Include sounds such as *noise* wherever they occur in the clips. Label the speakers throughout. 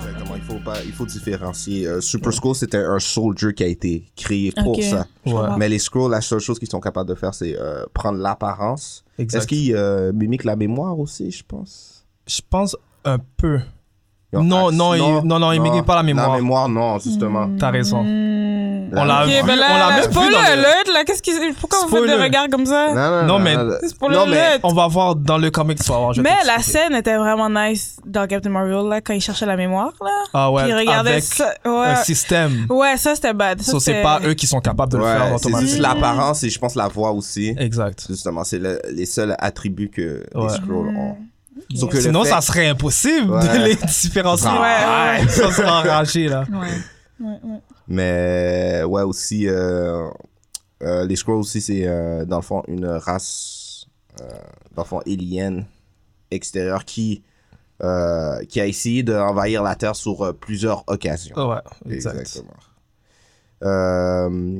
Speaker 1: Exactement. Il faut, pas- il faut différencier. Euh, Super Scroll, c'était un soldier qui a été créé pour
Speaker 2: Ok.
Speaker 1: ça.
Speaker 3: Ouais.
Speaker 1: Mais les Scrolls, la seule chose qu'ils sont capables de faire, c'est euh, prendre l'apparence.
Speaker 3: Exact.
Speaker 1: Est-ce qu'ils euh, mimiquent la mémoire aussi, je pense
Speaker 3: Je pense un peu.
Speaker 1: Ils ont
Speaker 3: Non,
Speaker 1: accès-
Speaker 3: non, ils- non, non, ils mimiquent pas la mémoire.
Speaker 1: La mémoire, non, justement.
Speaker 3: T'as raison.
Speaker 2: Hmm.
Speaker 3: On l'a
Speaker 2: Ok,
Speaker 3: vu.
Speaker 2: ben
Speaker 3: on l'a
Speaker 2: là,
Speaker 3: même
Speaker 2: c'est
Speaker 3: vu
Speaker 2: pour
Speaker 3: dans
Speaker 2: le
Speaker 3: le-
Speaker 2: alert, là. Qu'est-ce qui... Pourquoi vous faites
Speaker 3: Spoiler.
Speaker 2: des regards comme ça?
Speaker 1: Non, non,
Speaker 3: Non,
Speaker 1: non,
Speaker 3: mais-
Speaker 1: non.
Speaker 2: C'est pour le
Speaker 1: Non, mais-
Speaker 2: alert.
Speaker 3: On va voir dans le comic, tu vas voir. je vais
Speaker 2: Mais la
Speaker 3: t'expliquer.
Speaker 2: scène était vraiment nice dans Captain Marvel, là, quand il cherchait la mémoire, là.
Speaker 3: Ah ouais,
Speaker 2: Puis il regardait
Speaker 3: avec
Speaker 2: ça.
Speaker 3: un
Speaker 2: Ouais,
Speaker 3: système.
Speaker 2: ouais ça, c'était bad. Ça,
Speaker 3: So, c'est
Speaker 2: c'était-
Speaker 3: pas eux qui sont capables de le faire
Speaker 1: Ouais, c'est juste
Speaker 3: automatiquement.
Speaker 1: l'apparence et je pense la voix aussi.
Speaker 3: Exact.
Speaker 1: Justement, c'est le- les seuls attributs que
Speaker 3: Ouais. Hmm.
Speaker 1: les Scrolls ont. Donc, le
Speaker 3: Sinon,
Speaker 1: fait-
Speaker 3: ça serait impossible de
Speaker 1: Ouais.
Speaker 3: les différencier.
Speaker 2: Ouais,
Speaker 3: *laughs*
Speaker 2: ouais.
Speaker 3: Ça serait enragé, là.
Speaker 2: Ouais. Ouais, ouais.
Speaker 1: Mais ouais, aussi, euh, euh, les Skrulls aussi, c'est euh, dans le fond une race, euh, dans le fond, alien extérieure qui, euh, qui a essayé d'envahir la Terre sur euh, plusieurs occasions.
Speaker 3: Ah Ouais, exact.
Speaker 1: Exactement. Euh,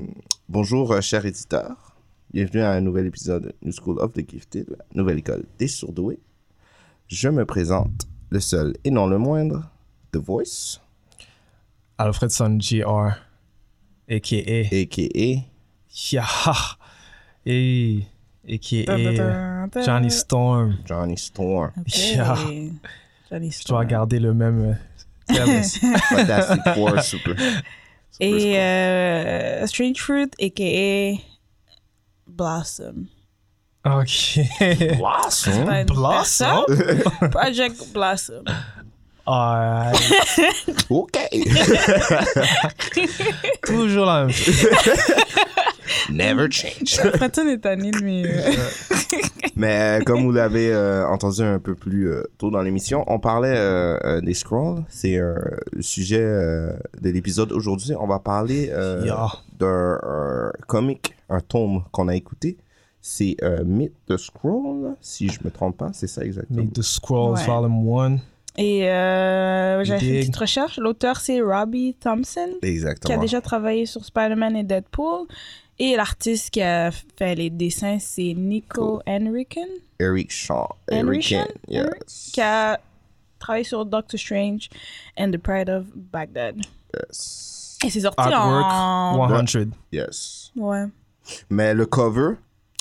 Speaker 1: bonjour, euh, cher éditeur. Bienvenue à un nouvel épisode de New School of the Gifted, la nouvelle école des surdoués. Je me présente, le seul et non le moindre, The Voice,
Speaker 3: Alfredson Jr. A.K.A.
Speaker 1: a.k.a.
Speaker 3: Yaha. Et. A.K.A.
Speaker 2: Ta-ta-ta-ta.
Speaker 3: Johnny Storm.
Speaker 1: Johnny Storm.
Speaker 2: Ok.
Speaker 3: Yeah.
Speaker 2: Johnny
Speaker 3: Je dois
Speaker 2: Storm.
Speaker 3: garder le même. euh, service.
Speaker 1: Fantastic *laughs* Four, super.
Speaker 2: Et euh, Strange Fruit, a.k.a. Blossom.
Speaker 3: ok.
Speaker 2: Pas une
Speaker 3: *laughs* Blossom?
Speaker 2: personne.
Speaker 3: *laughs*
Speaker 2: Project Blossom.
Speaker 3: Alright.
Speaker 1: OK.
Speaker 3: *laughs* Toujours la même chose.
Speaker 1: Never change.
Speaker 2: Fratton est tanné de mes...
Speaker 1: Mais euh, comme vous l'avez euh, entendu un peu plus euh, tôt dans l'émission, on parlait euh, euh, des scrolls. C'est euh, le sujet euh, de l'épisode aujourd'hui. On va parler euh,
Speaker 3: Yeah.
Speaker 1: d'un euh, comic, un tome qu'on a écouté. C'est euh, Myth the Scroll, si je me trompe pas. C'est ça exactement.
Speaker 3: Make the Scrolls
Speaker 2: Ouais.
Speaker 3: Volume 1.
Speaker 2: Et euh, j'avais fait une
Speaker 3: Dig.
Speaker 2: petite recherche. L'auteur, c'est Robbie Thompson, qui a
Speaker 1: Exactement.
Speaker 2: déjà travaillé sur Spider-Man et Deadpool. Et l'artiste qui a fait les dessins, c'est Nico Henriken,
Speaker 1: Eric Shaw.
Speaker 2: Henry
Speaker 1: Eric
Speaker 2: Shaw? qui a travaillé sur Doctor Strange and the Pride of Baghdad.
Speaker 1: Yes.
Speaker 2: Et c'est sorti en...
Speaker 3: Artwork 100.
Speaker 1: yes.
Speaker 2: Ouais.
Speaker 1: Mais le cover,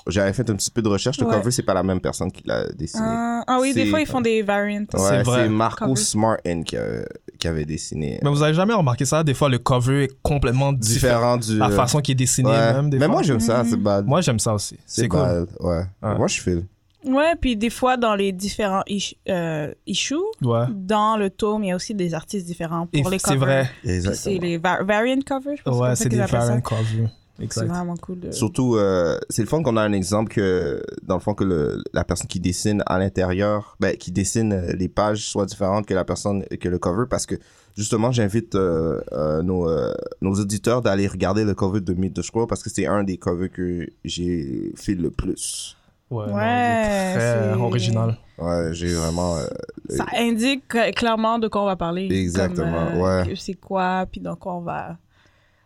Speaker 1: j'avais fait un petit peu de recherche. Le
Speaker 2: Ouais.
Speaker 1: cover, c'est pas la même personne qui l'a dessiné.
Speaker 2: Ah, ah oui, des
Speaker 1: C'est-
Speaker 2: fois, ils font des variants.
Speaker 1: Ouais,
Speaker 3: c'est vrai.
Speaker 1: c'est Marco
Speaker 2: Cover.
Speaker 1: Smartin qui, a- qui avait dessiné.
Speaker 3: Mais vous avez jamais remarqué ça? Des fois, le cover est complètement différent.
Speaker 1: Différent
Speaker 3: La
Speaker 1: du.
Speaker 3: façon qui est dessinée,
Speaker 1: Ouais.
Speaker 3: même. Des
Speaker 1: Mais
Speaker 3: fois.
Speaker 1: moi, j'aime ça,
Speaker 2: Mhm.
Speaker 1: c'est bad.
Speaker 3: Moi, j'aime ça aussi. C'est cool.
Speaker 1: bad, ouais.
Speaker 3: Ouais.
Speaker 1: Moi, je file.
Speaker 2: Ouais, puis des fois, dans les différents ish- euh, issues,
Speaker 3: Ouais.
Speaker 2: dans le tome, il y a aussi des artistes différents
Speaker 3: Et
Speaker 2: pour les covers.
Speaker 3: c'est vrai.
Speaker 2: Puis C'est les va- variant covers, je pense.
Speaker 3: Ouais,
Speaker 2: c'est
Speaker 3: c'est
Speaker 2: comme ça qu'ils
Speaker 3: des
Speaker 2: appellent ça.
Speaker 3: variant covers.
Speaker 2: C'est
Speaker 3: Exact.
Speaker 2: vraiment cool. de-
Speaker 1: Surtout, euh, c'est le fun qu'on a un exemple que, dans le fond, que le- la personne qui dessine à l'intérieur, ben, qui dessine euh, les pages soit différente que la personne, que le cover, parce que, justement, j'invite euh, euh, nos, euh, nos auditeurs d'aller regarder le cover de Myth the Scroll, parce que c'est un des covers que j'ai fait le plus.
Speaker 3: Ouais. non, il est
Speaker 2: Ouais,
Speaker 3: très
Speaker 2: c'est-
Speaker 3: original.
Speaker 1: Ouais, j'ai vraiment... euh,
Speaker 2: Ça indique euh, clairement de quoi on va parler.
Speaker 1: Exactement,
Speaker 2: comme, euh,
Speaker 1: ouais.
Speaker 2: que C'est quoi, puis donc on va.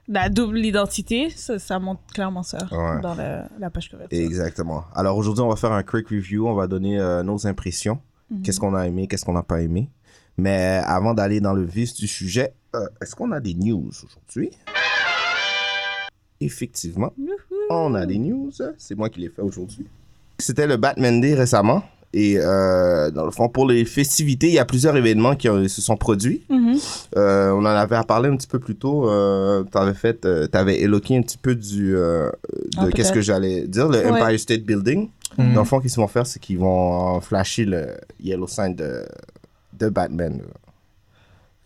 Speaker 2: La double identité, ça, ça montre clairement ça
Speaker 1: Ouais.
Speaker 2: dans la, la page cover. ça.
Speaker 1: Exactement. Alors aujourd'hui, on va faire un quick review. On va donner euh, nos impressions. Qu'est-ce qu'on a aimé, qu'est-ce qu'on n'a pas aimé. Mais avant d'aller dans le vif du sujet, euh, est-ce qu'on a des news aujourd'hui? Effectivement, on a des news. C'est moi qui l'ai fait aujourd'hui. C'était le Batman Day récemment. Et euh, dans le fond, pour les festivités, il y a plusieurs événements qui euh, se sont produits.
Speaker 2: Mhm.
Speaker 1: Euh, on en avait parlé un petit peu plus tôt. Euh, t'avais fait, euh, t'avais éloqué un petit peu du euh,
Speaker 2: Ah,
Speaker 1: de qu'est-ce
Speaker 2: peut-être.
Speaker 1: que j'allais dire, le
Speaker 2: Ouais.
Speaker 1: Empire State Building.
Speaker 3: Mhm.
Speaker 1: Dans le fond, qu'est-ce qu'ils vont faire, c'est qu'ils vont flasher le Yellow Sign de, de Batman. là.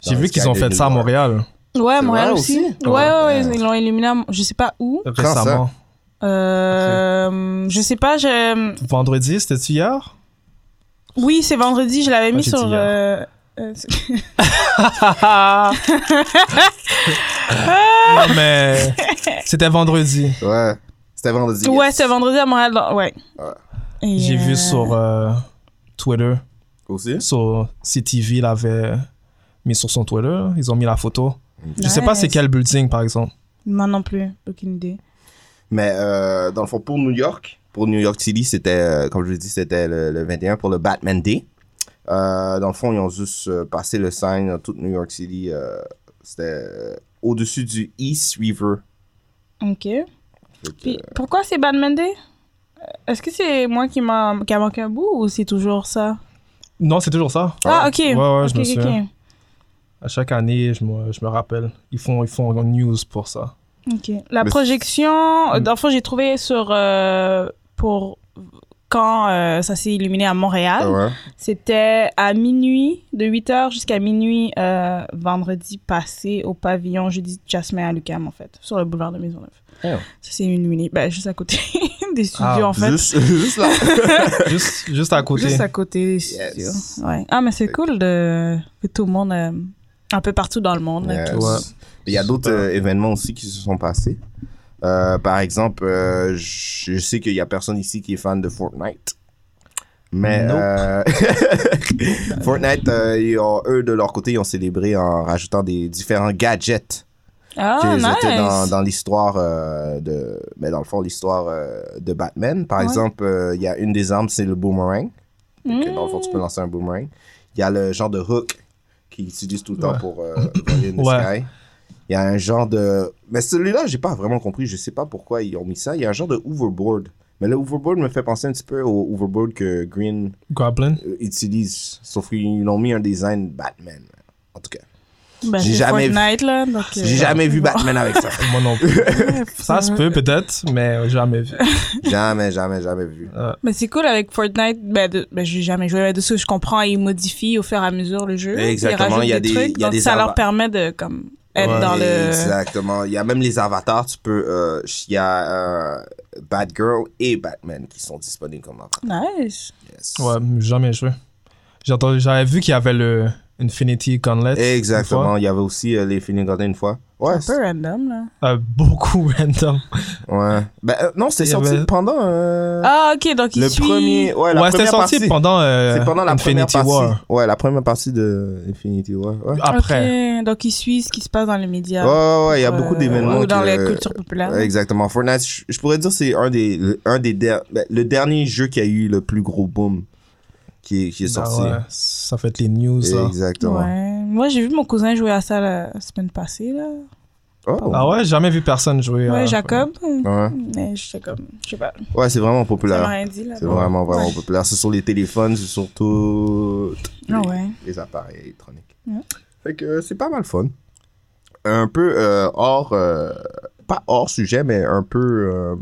Speaker 3: J'ai
Speaker 1: Dans
Speaker 3: vu
Speaker 1: le
Speaker 3: qu'ils
Speaker 1: sky
Speaker 3: ont
Speaker 1: des
Speaker 3: fait ça à
Speaker 1: Noirs.
Speaker 3: Montréal
Speaker 2: Ouais, Montréal
Speaker 1: vrai
Speaker 2: aussi.
Speaker 1: aussi?
Speaker 2: Ouais, ouais, ouais,
Speaker 1: Ouais.
Speaker 2: ils l'ont illuminé, à- je sais pas où.
Speaker 1: ça.
Speaker 3: récemment.
Speaker 2: Ok, Euh, Je sais pas, je...
Speaker 3: Vendredi, c'était-tu hier?
Speaker 2: oui, c'est vendredi, je l'avais mis
Speaker 3: Ah, j'ai dit
Speaker 2: sur.
Speaker 3: hier.
Speaker 2: euh, euh,
Speaker 3: non, mais
Speaker 2: *laughs*
Speaker 3: c'était vendredi.
Speaker 1: Ouais. C'était vendredi.
Speaker 2: ouais,
Speaker 1: yes.
Speaker 2: c'est vendredi à Montréal. dans- Ouais.
Speaker 1: Ouais.
Speaker 2: Et,
Speaker 3: J'ai
Speaker 2: euh,
Speaker 3: vu sur euh, Twitter,
Speaker 1: Aussi?
Speaker 3: sur CTV l'avait mis sur son Twitter, ils ont mis la photo. Je sais pas
Speaker 2: Nice.
Speaker 3: c'est quel building, par exemple.
Speaker 2: Moi non plus, aucune idée.
Speaker 1: Mais euh, dans le fond, pour New York, pour New York City, c'était, euh, comme je vous dis, c'était le, le 21 pour le Batman Day. Euh, dans le fond, ils ont juste euh, passé le sign dans toute New York City. euh, c'était euh, au-dessus du East River.
Speaker 2: Ok.
Speaker 1: Fait que,
Speaker 3: Euh.
Speaker 2: Puis pourquoi c'est Bad Monday Euh, Est-ce que c'est moi qui m'a qui a manqué un bout ou c'est toujours ça
Speaker 3: Non, c'est toujours ça.
Speaker 2: Ah, ok.
Speaker 3: Ouais, ouais, je
Speaker 2: Ok,
Speaker 3: me
Speaker 2: ok,
Speaker 3: souviens. À chaque année, je me, je me rappelle, ils font, ils font une news pour
Speaker 2: *laughs*
Speaker 3: ça.
Speaker 2: ok. Ok. La
Speaker 1: Mais-
Speaker 2: projection, euh,
Speaker 3: Mm.
Speaker 2: dans le fond, j'ai trouvé sur. euh, pour quand euh, ça s'est illuminé à Montréal.
Speaker 3: Ah
Speaker 1: euh, ouais.
Speaker 2: C'était à minuit, de 8h jusqu'à minuit euh, vendredi passé au pavillon jeudi Jasmin à Lucam, en fait, sur le boulevard de Maisonneuve.
Speaker 3: Oh.
Speaker 2: Ça, c'est illuminé, ben, juste à côté *laughs* des studios,
Speaker 3: Ah,
Speaker 2: en fait.
Speaker 1: Juste, juste là.
Speaker 3: Juste, juste à côté.
Speaker 2: Juste à côté des studios.
Speaker 1: Yes.
Speaker 2: Ouais. Ah, mais c'est cool de, que tout le monde, euh, un peu partout dans le monde. là,
Speaker 1: Yes.
Speaker 2: tout-
Speaker 3: Ouais.
Speaker 1: Il y a d'autres
Speaker 3: Super.
Speaker 1: euh, événements aussi qui se sont passés. Euh, par exemple, euh, je je sais qu'il y a personne ici qui est fan de Fortnite. Mais
Speaker 3: Nope.
Speaker 1: euh, *laughs* Fortnite, euh, ils ont- eux, de leur côté, ils ont célébré en rajoutant des différents gadgets qui
Speaker 2: Ah,
Speaker 1: étaient dans,
Speaker 2: nice.
Speaker 1: dans l'histoire euh, de... Mais dans le fond, l'histoire euh, de Batman. Par
Speaker 2: Ouais.
Speaker 1: exemple, euh, il y a une des armes, c'est le boomerang. Donc, euh,
Speaker 2: Mm.
Speaker 1: Dans le fond, tu peux lancer un boomerang. Il y a le genre de hook qu'ils utilisent tout le temps
Speaker 3: Ouais.
Speaker 1: pour euh, voler in the
Speaker 3: Ouais.
Speaker 1: sky. Il y a un genre de. Mais celui-là, j'ai pas vraiment compris. Je sais pas pourquoi ils ont mis ça. Il y a un genre de hoverboard. Mais le hoverboard me fait penser un petit peu au hoverboard que Green
Speaker 3: Goblin.
Speaker 1: euh, utilise. Sauf qu'ils ont mis un design Batman. En tout cas,
Speaker 2: Ben,
Speaker 1: j'ai
Speaker 2: c'est
Speaker 1: jamais vu-
Speaker 2: Fortnite, là. donc, euh,
Speaker 1: j'ai jamais vu bah,
Speaker 2: bon.
Speaker 1: Batman avec
Speaker 2: *laughs*
Speaker 1: ça.
Speaker 3: Moi non plus. Ça se
Speaker 2: Ouais.
Speaker 3: peut peut-être, mais jamais
Speaker 2: *laughs*
Speaker 3: vu.
Speaker 1: jamais, jamais, jamais vu.
Speaker 2: Mais c'est cool avec Fortnite. Ben, de, ben j'ai jamais joué là-dessus. Je comprends, ils modifient au fur et à mesure le jeu.
Speaker 1: Exactement,
Speaker 2: Ils rajoutent
Speaker 1: il y a des-
Speaker 2: trucs,
Speaker 1: il y a
Speaker 2: donc
Speaker 1: des
Speaker 2: ça
Speaker 1: ava-
Speaker 2: leur permet de comme être
Speaker 3: Ouais.
Speaker 2: dans le.
Speaker 1: Exactement. Il y a même les avatars. Tu peux. euh, Il y a euh, Batgirl et Batman qui sont disponibles comme avatars.
Speaker 2: Nice.
Speaker 1: Yes.
Speaker 3: Ouais, jamais joué. J'ai entendu- J'avais vu qu'il y avait le Infinity Gauntlet. une
Speaker 1: Exactement.
Speaker 3: fois.
Speaker 1: Il y avait aussi euh, les Feeling Garden une fois. Ouais.
Speaker 2: Un peu random là.
Speaker 3: Euh, beaucoup *laughs* random.
Speaker 1: c'est- ouais. Ben, euh, non, c'est
Speaker 3: Il y
Speaker 1: sorti
Speaker 3: avait-
Speaker 1: pendant euh,
Speaker 2: Ah ok donc il
Speaker 1: le
Speaker 2: suit-
Speaker 1: premier. Ouais, la
Speaker 3: ouais, c'était
Speaker 1: première
Speaker 3: sorti
Speaker 1: partie.
Speaker 3: pendant euh,
Speaker 1: C'est pendant la
Speaker 3: Infinity
Speaker 1: première partie.
Speaker 3: War.
Speaker 1: Ouais, la première partie de Infinity War. Ouais.
Speaker 2: Ok,
Speaker 3: Après.
Speaker 2: donc il suit ce qui se passe dans les
Speaker 1: Ouais,
Speaker 2: médias.
Speaker 1: ouais, ouais, il y a
Speaker 2: Euh,
Speaker 1: beaucoup d'événements.
Speaker 2: Ou dans
Speaker 1: que-
Speaker 2: la culture populaire.
Speaker 1: Ouais, Exactement. Fortnite, je- je pourrais dire c'est un des, le- un des der- ben, le dernier jeu qui a eu le plus gros boom qui est, qui est
Speaker 3: Ah
Speaker 1: sorti.
Speaker 3: ouais, ça fait les news. ça.
Speaker 1: Exactement.
Speaker 2: Ouais. Moi j'ai vu mon cousin jouer à ça la euh, semaine passée là.
Speaker 1: Oh.
Speaker 3: Ah ouais, jamais vu personne jouer.
Speaker 2: ouais
Speaker 3: euh,
Speaker 2: Jacob.
Speaker 1: Ouais,
Speaker 2: Mais je sais comme je sais pas.
Speaker 1: ouais c'est vraiment
Speaker 2: Ça m'a
Speaker 1: populaire.
Speaker 2: rien dit là.
Speaker 1: C'est vraiment, vraiment
Speaker 2: Ouais.
Speaker 1: populaire. C'est sur les téléphones, c'est surtout
Speaker 2: Ah ouais.
Speaker 1: les appareils électroniques.
Speaker 2: Ouais.
Speaker 1: Fait que euh, c'est pas mal fun. Un peu euh, hors, euh, pas hors sujet, mais un peu euh,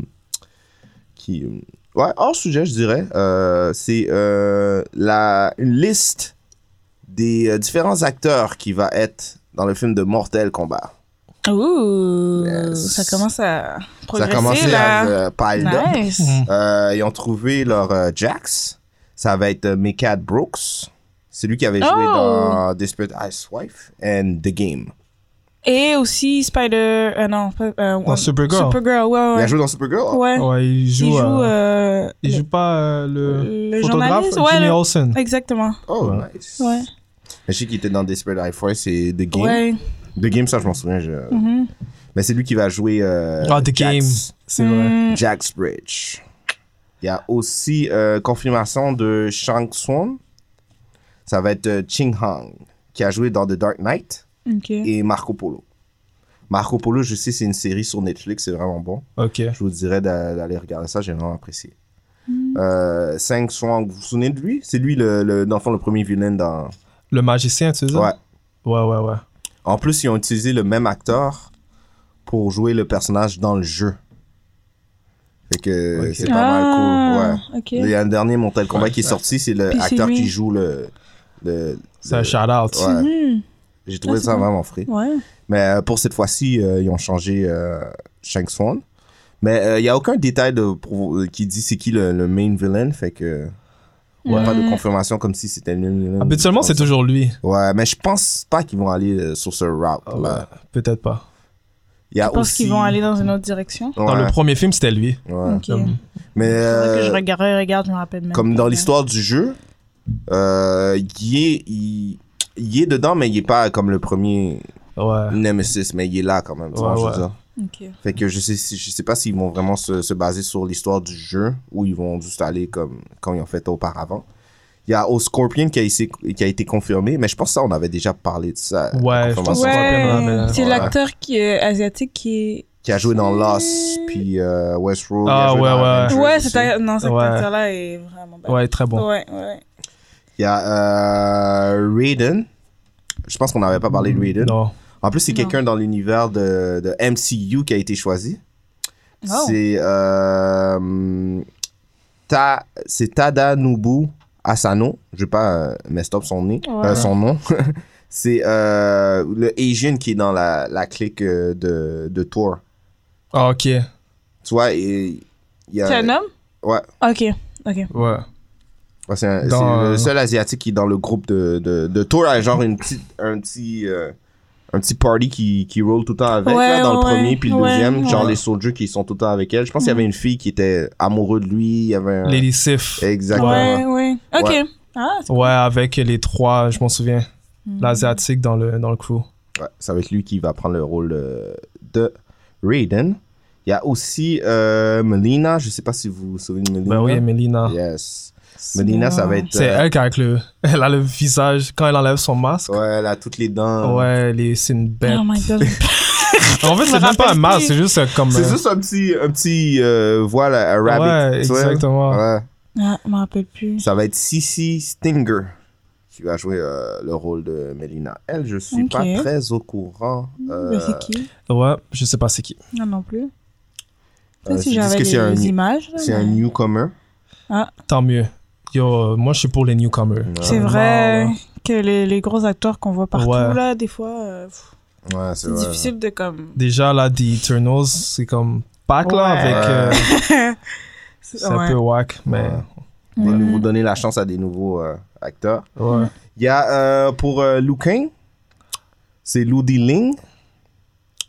Speaker 1: qui, euh, ouais, hors sujet, je dirais. Euh, c'est euh, la une liste des euh, différents acteurs qui va être dans le film de Mortel Kombat.
Speaker 2: Ouh.
Speaker 1: Yes.
Speaker 2: Ça commence
Speaker 1: Ça
Speaker 2: à
Speaker 1: a
Speaker 2: progresser
Speaker 1: commencé
Speaker 2: là.
Speaker 1: à euh, pile up.
Speaker 2: Nice.
Speaker 3: Mhm.
Speaker 1: Euh, ils ont trouvé leur euh, Jax. Ça va être euh, Mekat Brooks. C'est lui qui avait joué
Speaker 2: Oh.
Speaker 1: dans Desperate Housewife and The Game.
Speaker 2: Et aussi Spider. euh, non, pas, euh,
Speaker 3: Dans
Speaker 2: ouais,
Speaker 3: Supergirl.
Speaker 2: Supergirl, ouais,
Speaker 1: Il a
Speaker 2: ouais.
Speaker 1: joué dans Supergirl?
Speaker 2: Ouais.
Speaker 3: Ouais, il
Speaker 2: Il
Speaker 3: joue.
Speaker 2: joue.
Speaker 3: euh,
Speaker 2: euh,
Speaker 3: il joue pas euh, le,
Speaker 2: le
Speaker 3: photographe
Speaker 2: journaliste. Ouais,
Speaker 3: Jimmy
Speaker 2: le-
Speaker 3: Olsen.
Speaker 2: Exactement.
Speaker 1: Oh,
Speaker 3: Ouais.
Speaker 1: nice.
Speaker 2: Ouais.
Speaker 1: Mais je sais qu'il était dans Desperate Housewife et The Game.
Speaker 2: Ouais.
Speaker 1: The Game, ça, je m'en souviens. je-
Speaker 2: Mhm.
Speaker 1: Mais c'est lui qui va jouer euh,
Speaker 3: Ah, The
Speaker 1: Jax,
Speaker 3: C'est vrai.
Speaker 2: Mm,
Speaker 1: Jax Bridge. Il y a aussi euh, confirmation de Shang Tsung. Ça va être euh, Ching Hong, qui a joué dans The Dark Knight.
Speaker 2: Ok.
Speaker 1: et Marco Polo. Marco Polo, je sais, c'est une série sur Netflix, c'est vraiment bon.
Speaker 3: Ok.
Speaker 1: Je vous dirais d'a- d'aller regarder ça, j'ai vraiment apprécié.
Speaker 2: Hmm.
Speaker 1: Euh, Sang Swang, vous vous souvenez de lui C'est lui, le, le, dans le fond, le premier vilain dans.
Speaker 3: Le magicien, tu dis
Speaker 1: Ouais.
Speaker 3: Ouais, ouais, ouais.
Speaker 1: En plus, ils ont utilisé le même acteur pour jouer le personnage dans le jeu. Fait que
Speaker 3: Ok.
Speaker 1: c'est pas mal cool.
Speaker 2: Ah, Ok.
Speaker 1: Ouais. Il y a un dernier Mortal Kombat
Speaker 3: Ouais,
Speaker 1: qui est
Speaker 3: ouais.
Speaker 1: sorti, c'est le
Speaker 2: Puis c'est
Speaker 1: acteur
Speaker 2: lui.
Speaker 1: qui joue le. le-
Speaker 3: C'est
Speaker 1: le-
Speaker 3: un shout-out.
Speaker 1: Ouais.
Speaker 2: Mhm.
Speaker 1: J'ai trouvé
Speaker 2: Ah, c'est
Speaker 1: ça
Speaker 2: bon.
Speaker 1: vraiment frais.
Speaker 2: Ouais.
Speaker 1: Mais euh, pour cette fois-ci, euh, ils ont changé euh, Shang Tsung. Mais il n'y a aucun détail de, pour- qui dit c'est qui le, le main villain, fait que. Ouais. Pas
Speaker 2: Hmm.
Speaker 1: de confirmation comme si c'était le main villain.
Speaker 3: Habituellement, c'est toujours lui.
Speaker 1: Ouais, mais je pense pas qu'ils vont aller euh, sur ce route
Speaker 3: Ah
Speaker 1: là.
Speaker 3: ouais, Peut-être pas.
Speaker 1: Il y a
Speaker 2: Je pense
Speaker 1: aussi-
Speaker 2: qu'ils vont aller dans une autre direction.
Speaker 1: Ouais,
Speaker 3: Dans le premier film, c'était lui.
Speaker 1: ouais.
Speaker 2: Ok.
Speaker 3: Comme-
Speaker 1: Mais
Speaker 2: Faudrait que je
Speaker 1: euh,
Speaker 2: regarde, regarde, je me rappelle même.
Speaker 1: comme
Speaker 2: pas,
Speaker 1: dans
Speaker 2: mais-
Speaker 1: l'histoire du jeu, euh, il est, il, il est dedans, mais il est pas comme le premier
Speaker 3: Ouais.
Speaker 1: Nemesis, mais il est là quand même. tu
Speaker 3: Ouais,
Speaker 1: vois, je veux
Speaker 3: ouais.
Speaker 1: dire.
Speaker 2: Ok.
Speaker 1: Fait que je sais, si- je sais pas s'ils vont vraiment se, se baser sur l'histoire du jeu ou ils vont juste aller comme, comme ils ont fait auparavant. Il y a au Scorpion qui a, essayé- qui a été confirmé, mais je pense que ça, on avait déjà parlé de ça.
Speaker 3: Ouais, je
Speaker 1: Confirmation.
Speaker 3: pense qu'on se rappellera, mais-
Speaker 2: Ouais, c'est
Speaker 1: Ouais.
Speaker 2: l'acteur qui est asiatique qui est.
Speaker 1: Qui a joué dans Lost, puis euh, Westworld. il a
Speaker 3: Ah,
Speaker 1: joué
Speaker 3: ouais,
Speaker 1: dans
Speaker 3: ouais.
Speaker 1: Avengers
Speaker 2: Ouais,
Speaker 1: aussi.
Speaker 2: cet ac- non, cet
Speaker 3: Ouais.
Speaker 2: acteur-là est vraiment bad.
Speaker 3: Ouais, très bon.
Speaker 2: Ouais, ouais.
Speaker 1: Il y a euh, Raiden. Je pense qu'on n'avait pas parlé de Raiden.
Speaker 3: Non.
Speaker 1: En plus, c'est
Speaker 2: Non.
Speaker 1: quelqu'un dans l'univers de, de MCU qui a été choisi.
Speaker 2: Oh.
Speaker 1: C'est euh, Ta- c'est Tadanobu Asano. Je vais pas euh, mess up son, nez,
Speaker 2: Ouais.
Speaker 1: euh, son nom. *laughs* c'est euh, le Asian qui est dans la, la clique euh, de, de Thor.
Speaker 3: Ah, ok.
Speaker 1: Tu vois, et- il y a-
Speaker 2: C'est un homme
Speaker 1: Ouais.
Speaker 2: Ok.
Speaker 3: Ouais.
Speaker 1: Ouais, c'est un-
Speaker 3: Dans,
Speaker 1: c'est le
Speaker 3: euh,
Speaker 1: seul asiatique qui est dans le groupe de, de, de Tour a genre une petite, un petit euh, un petit party qui, qui roule tout le temps avec
Speaker 2: Ouais,
Speaker 1: là, dans
Speaker 2: ouais,
Speaker 1: le premier puis le
Speaker 2: ouais,
Speaker 1: deuxième
Speaker 2: ouais.
Speaker 1: genre les soldiers qui sont tout le temps avec elle je pense qu'il y avait une fille qui était amoureuse de lui il y avait un...
Speaker 3: Lady Sif.
Speaker 1: exactement
Speaker 2: Ouais, ouais. Ok.
Speaker 1: Ouais.
Speaker 2: Ah,
Speaker 3: Ouais, avec les trois, je m'en souviens.
Speaker 2: Mm.
Speaker 3: L'asiatique dans le, dans le crew.
Speaker 1: Ouais, ça va être lui qui va prendre le rôle euh, de Raiden il y a aussi euh, Melina je sais pas si vous vous souvenez de Melina
Speaker 3: Ben oui, Melina.
Speaker 1: yes Melina ça va être
Speaker 3: C'est
Speaker 1: euh,
Speaker 3: elle qui a avec le... *laughs* Elle a le visage... Quand elle enlève son masque...
Speaker 1: ouais elle a toutes les dents
Speaker 3: Ouais, les- c'est une bête.
Speaker 2: Oh my
Speaker 3: *laughs*
Speaker 2: god.
Speaker 3: En fait,
Speaker 2: Je
Speaker 3: c'est
Speaker 2: me
Speaker 3: même pas un
Speaker 2: rappelle
Speaker 3: masque,
Speaker 2: plus.
Speaker 3: c'est juste euh, comme...
Speaker 1: c'est
Speaker 3: euh,
Speaker 1: juste un petit un petit euh, voile à rabbit
Speaker 3: Ouais,
Speaker 1: tu vois.
Speaker 3: exactement.
Speaker 1: ouais.
Speaker 2: Ah, je me rappelle plus.
Speaker 1: Ça va être Sissy Stinger qui va jouer euh, le rôle de Melina. Elle, je suis
Speaker 2: Ok.
Speaker 1: pas très au courant. euh,
Speaker 2: Mais c'est qui
Speaker 3: Ouais, je sais pas c'est qui.
Speaker 2: Non, non plus.
Speaker 1: euh,
Speaker 2: Peut-être si
Speaker 1: ils disent
Speaker 2: j'avais
Speaker 1: que
Speaker 2: les
Speaker 1: c'est un,
Speaker 2: images. là,
Speaker 1: c'est un
Speaker 2: mais-
Speaker 1: newcomer.
Speaker 3: Tant mieux. Yo, euh, moi, je suis pour les newcomers.
Speaker 2: C'est
Speaker 3: Vraiment,
Speaker 2: vrai
Speaker 3: là.
Speaker 2: que les, les gros acteurs qu'on voit partout,
Speaker 3: Ah, Ouais.
Speaker 2: là, des fois, euh, pff,
Speaker 1: Ouais, c'est
Speaker 2: c'est
Speaker 1: vrai.
Speaker 2: difficile de comme.
Speaker 3: Déjà, là, The Eternals, c'est comme... Pack, là,
Speaker 2: Ouais.
Speaker 3: avec... euh,
Speaker 2: C'est-
Speaker 3: c'est un peu whack, mais...
Speaker 1: Vous
Speaker 2: Mhm.
Speaker 1: nous donner la chance à des nouveaux euh, acteurs.
Speaker 3: Ouais.
Speaker 1: Il y a euh, pour euh, Liu Kang, c'est Ludi Ling.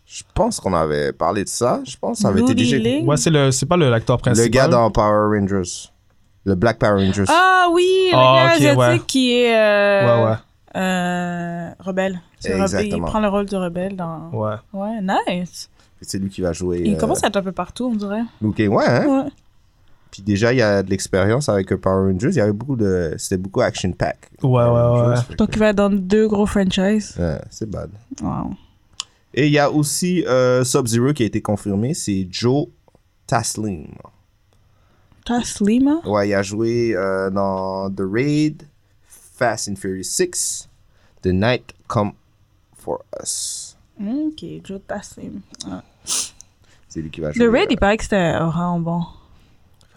Speaker 1: Je pense qu'on avait parlé de ça. Je pense que ça avait été
Speaker 2: Ludi
Speaker 1: déjà.
Speaker 2: Ling.
Speaker 3: Ouais, c'est le... C'est pas le- l'acteur principal.
Speaker 1: Le gars dans Power Rangers. Le Black Power Rangers.
Speaker 2: Ah oui,
Speaker 3: Ah,
Speaker 2: le gars
Speaker 3: ok,
Speaker 2: asiatique
Speaker 3: ouais.
Speaker 2: qui est. euh,
Speaker 3: Ouais, ouais.
Speaker 2: euh, rebelle. C'est rebelle. Il
Speaker 1: Exactement.
Speaker 2: prend le rôle de rebelle dans.
Speaker 3: Ouais.
Speaker 2: Ouais, nice.
Speaker 1: C'est lui qui va jouer.
Speaker 2: Il
Speaker 1: euh,
Speaker 2: commence à être un peu partout, on dirait.
Speaker 1: Liu Kang. Ouais, hein?
Speaker 2: Ouais.
Speaker 1: Puis déjà, il y a de l'expérience avec euh, Power Rangers. Il y avait beaucoup de. C'était beaucoup action pack.
Speaker 3: Ouais, ouais,
Speaker 1: Power Rangers,
Speaker 3: ouais.
Speaker 1: fait
Speaker 2: Donc
Speaker 1: que-
Speaker 2: il va être dans deux gros franchises.
Speaker 1: Ouais, c'est bad.
Speaker 2: Wow.
Speaker 1: Et il y a aussi euh, Sub-Zero qui a été confirmé. C'est Joe Taslim.
Speaker 2: T'as Slima
Speaker 1: Ouais, il a joué euh, dans The Raid, Fast and Furious 6, The Night Come For Us.
Speaker 2: Ok, Joe Taslim.
Speaker 1: C'est lui qui va jouer.
Speaker 2: Le Raid,
Speaker 1: euh,
Speaker 2: il paraît que c'était vraiment bon.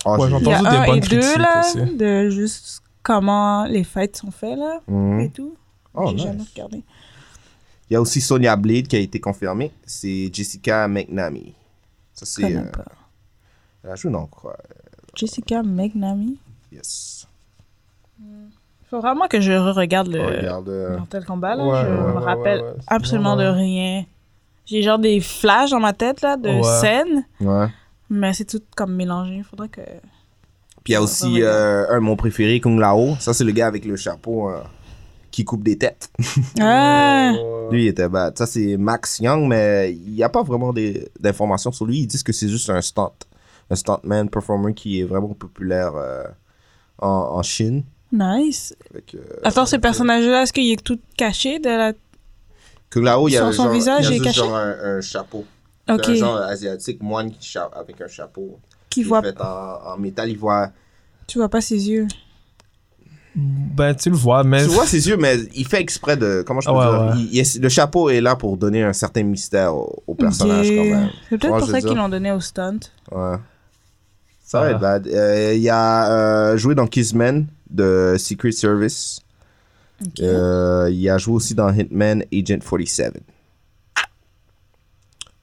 Speaker 1: oh,
Speaker 3: Ouais,
Speaker 1: j'ai-
Speaker 3: j'entends.
Speaker 2: Il y a
Speaker 3: Dans des
Speaker 2: un
Speaker 3: bonnes
Speaker 2: et deux,
Speaker 3: critiques
Speaker 2: là,
Speaker 3: aussi.
Speaker 2: de juste comment les fights sont faits, là,
Speaker 1: Mhm.
Speaker 2: et tout.
Speaker 1: Oh,
Speaker 2: J'ai
Speaker 1: nice.
Speaker 2: jamais regardé.
Speaker 1: Il y a aussi Sonia Blade qui a été confirmée. C'est Jessica McNamee. Ça,
Speaker 2: Je
Speaker 1: c'est.
Speaker 2: connais
Speaker 1: euh,
Speaker 2: pas.
Speaker 1: elle a joué dans quoi
Speaker 2: Jessica McNamee.
Speaker 1: Yes.
Speaker 2: Faut vraiment que je re-regarde le
Speaker 1: Regarde. euh,
Speaker 2: Mortal Kombat, là.
Speaker 3: Ouais,
Speaker 2: je
Speaker 3: ouais,
Speaker 2: me
Speaker 3: ouais,
Speaker 2: rappelle
Speaker 3: ouais, ouais.
Speaker 2: absolument
Speaker 3: Ouais.
Speaker 2: de rien. J'ai genre des flashs dans ma tête, là, de
Speaker 3: Ouais.
Speaker 2: scènes,
Speaker 1: Ouais.
Speaker 2: mais c'est tout comme mélangé. Faudrait que...
Speaker 1: Puis il y a
Speaker 2: Ouais,
Speaker 1: aussi
Speaker 2: ouais.
Speaker 1: euh, un mon préféré, Kung Lao. Ça, c'est le gars avec le chapeau euh, qui coupe des têtes.
Speaker 2: Ah!
Speaker 1: Lui, il était bad. Ça, c'est Max Young, mais il n'y a pas vraiment des- d'informations sur lui. Ils disent que c'est juste un stunt. Un stuntman performer qui est vraiment populaire euh, en, en Chine.
Speaker 2: Nice.
Speaker 1: Fait que, euh,
Speaker 2: Attends, ce personnage-là, est-ce qu'il est tout caché de la...
Speaker 1: Kung Lao, il y a,
Speaker 2: Son- son
Speaker 1: genre,
Speaker 2: visage
Speaker 1: il y a
Speaker 2: est
Speaker 1: juste
Speaker 2: caché?
Speaker 1: genre un, un chapeau. C'est
Speaker 2: Ok,
Speaker 1: un Ben, genre asiatique, moine qui cha- avec un chapeau.
Speaker 2: qui
Speaker 1: Il est
Speaker 2: voit...
Speaker 1: fait en, en métal, il voit...
Speaker 2: Tu vois pas ses yeux.
Speaker 3: Ben, tu le vois, mais...
Speaker 1: Tu vois ses yeux, mais il fait exprès de... Comment je peux
Speaker 3: Ouais,
Speaker 1: dire?
Speaker 3: ouais.
Speaker 1: Il- il est- le chapeau est là pour donner un certain mystère au, au personnage,
Speaker 2: Ok.
Speaker 1: quand même.
Speaker 2: C'est
Speaker 1: Moi,
Speaker 2: peut-être pour
Speaker 1: je
Speaker 2: ça
Speaker 1: veux dire-
Speaker 2: qu'ils l'ont donné au stunt.
Speaker 1: Ouais. Ça va
Speaker 3: Ouais.
Speaker 1: être bad. Euh, Il y a euh, joué dans Kingsman de Secret Service.
Speaker 2: Ok.
Speaker 1: Euh, il a joué aussi dans Hitman Agent 47.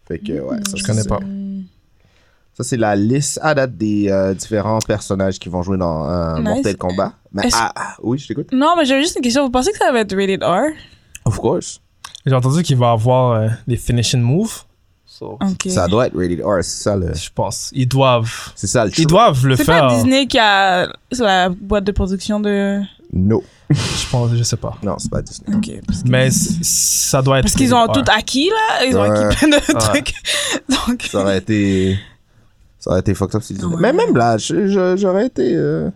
Speaker 1: Fait que, ouais, ça,
Speaker 3: Je
Speaker 1: c'est-
Speaker 3: connais pas.
Speaker 2: Hmm.
Speaker 1: Ça, c'est la liste à date des euh, différents personnages qui vont jouer dans euh,
Speaker 2: Nice.
Speaker 1: Mortal Kombat. Mais,
Speaker 2: Est-ce-
Speaker 1: ah, ah, oui, je t'écoute.
Speaker 2: Non, mais j'avais juste une question. Vous pensez que ça va être rated R?
Speaker 1: Of course.
Speaker 3: J'ai entendu qu'il va avoir euh, des finishing moves.
Speaker 1: Oh.
Speaker 3: So,
Speaker 2: Ok.
Speaker 1: Ça doit être rated R, c'est ça le...
Speaker 3: Je pense. Ils doivent.
Speaker 1: C'est ça le
Speaker 3: Ils
Speaker 1: truc.
Speaker 3: doivent le
Speaker 2: C'est
Speaker 3: faire.
Speaker 2: pas Disney qui a c'est la boîte de production de.
Speaker 1: No.
Speaker 3: Je pense, je sais pas.
Speaker 1: Non, c'est pas Disney.
Speaker 2: Ok. Parce que-
Speaker 3: Mais c- ça doit être.
Speaker 2: Mm. Parce qu'ils ont
Speaker 3: Mm. rated
Speaker 2: tout
Speaker 3: R.
Speaker 2: acquis là, ils ont
Speaker 1: Ouais.
Speaker 2: acquis plein de
Speaker 3: Ouais.
Speaker 2: trucs. *laughs* Donc,
Speaker 1: Ça aurait été... Ça aurait été fucked up si Disney...
Speaker 2: Ouais.
Speaker 1: Mais même là, je- je- j'aurais été... euh,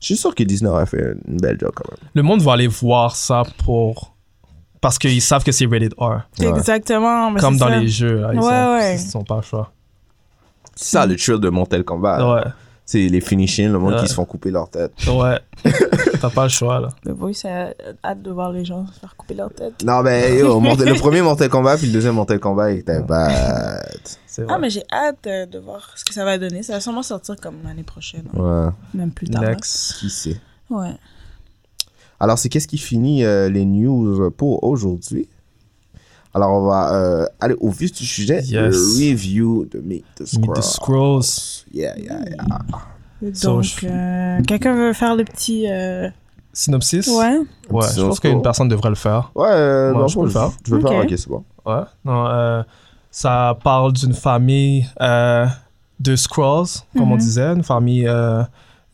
Speaker 1: Je suis sûr que Disney aurait fait une belle job quand même.
Speaker 3: Le monde va aller voir ça pour. Parce qu'ils savent que c'est rated R.
Speaker 2: c'est
Speaker 1: Ouais.
Speaker 2: exactement. mais
Speaker 3: Comme
Speaker 2: c'est
Speaker 3: dans
Speaker 2: ça.
Speaker 3: les jeux. Là, ils
Speaker 2: Ouais,
Speaker 3: ont-
Speaker 2: ouais.
Speaker 3: Ils n'ont pas le choix.
Speaker 1: C'est ça le thrill de Mortal Kombat.
Speaker 3: Ouais.
Speaker 1: C'est les finishings, le monde
Speaker 3: Ouais.
Speaker 1: qui se font couper leur tête.
Speaker 3: Ouais. T'as pas le choix, là.
Speaker 2: The Voice a hâte de voir les gens se faire couper leur tête.
Speaker 1: Non, mais yo, Mortal- le premier Mortal Kombat, puis le deuxième Mortal Kombat, il était bad.
Speaker 3: C'est vrai.
Speaker 2: Ah, mais j'ai hâte euh, de voir ce que ça va donner. Ça va sûrement sortir comme l'année prochaine, hein.
Speaker 1: Ouais,
Speaker 2: même plus tard. hein.
Speaker 3: Next.
Speaker 1: qui sait.
Speaker 2: Ouais.
Speaker 1: Alors, c'est qu'est-ce qui finit euh, les news pour aujourd'hui? Alors, on va euh, aller au vif du sujet.
Speaker 3: Yes.
Speaker 1: Le review de Meet the
Speaker 3: Meet the
Speaker 1: Scrolls.
Speaker 3: Scrolls.
Speaker 1: Yeah, yeah, yeah.
Speaker 3: So,
Speaker 2: Donc,
Speaker 3: je-
Speaker 2: euh, quelqu'un veut faire le petit. euh,
Speaker 3: Synopsis
Speaker 2: Ouais.
Speaker 3: Ouais, je pense qu'une personne devrait le faire.
Speaker 1: Ouais, euh,
Speaker 3: Moi,
Speaker 1: non,
Speaker 3: je peux le faire.
Speaker 1: Je peux le faire,
Speaker 2: Ok.
Speaker 1: ok, c'est bon.
Speaker 3: Ouais. Non, euh, ça parle d'une famille euh, de Skrulls, comme on
Speaker 2: Mhm.
Speaker 3: disait, une famille euh,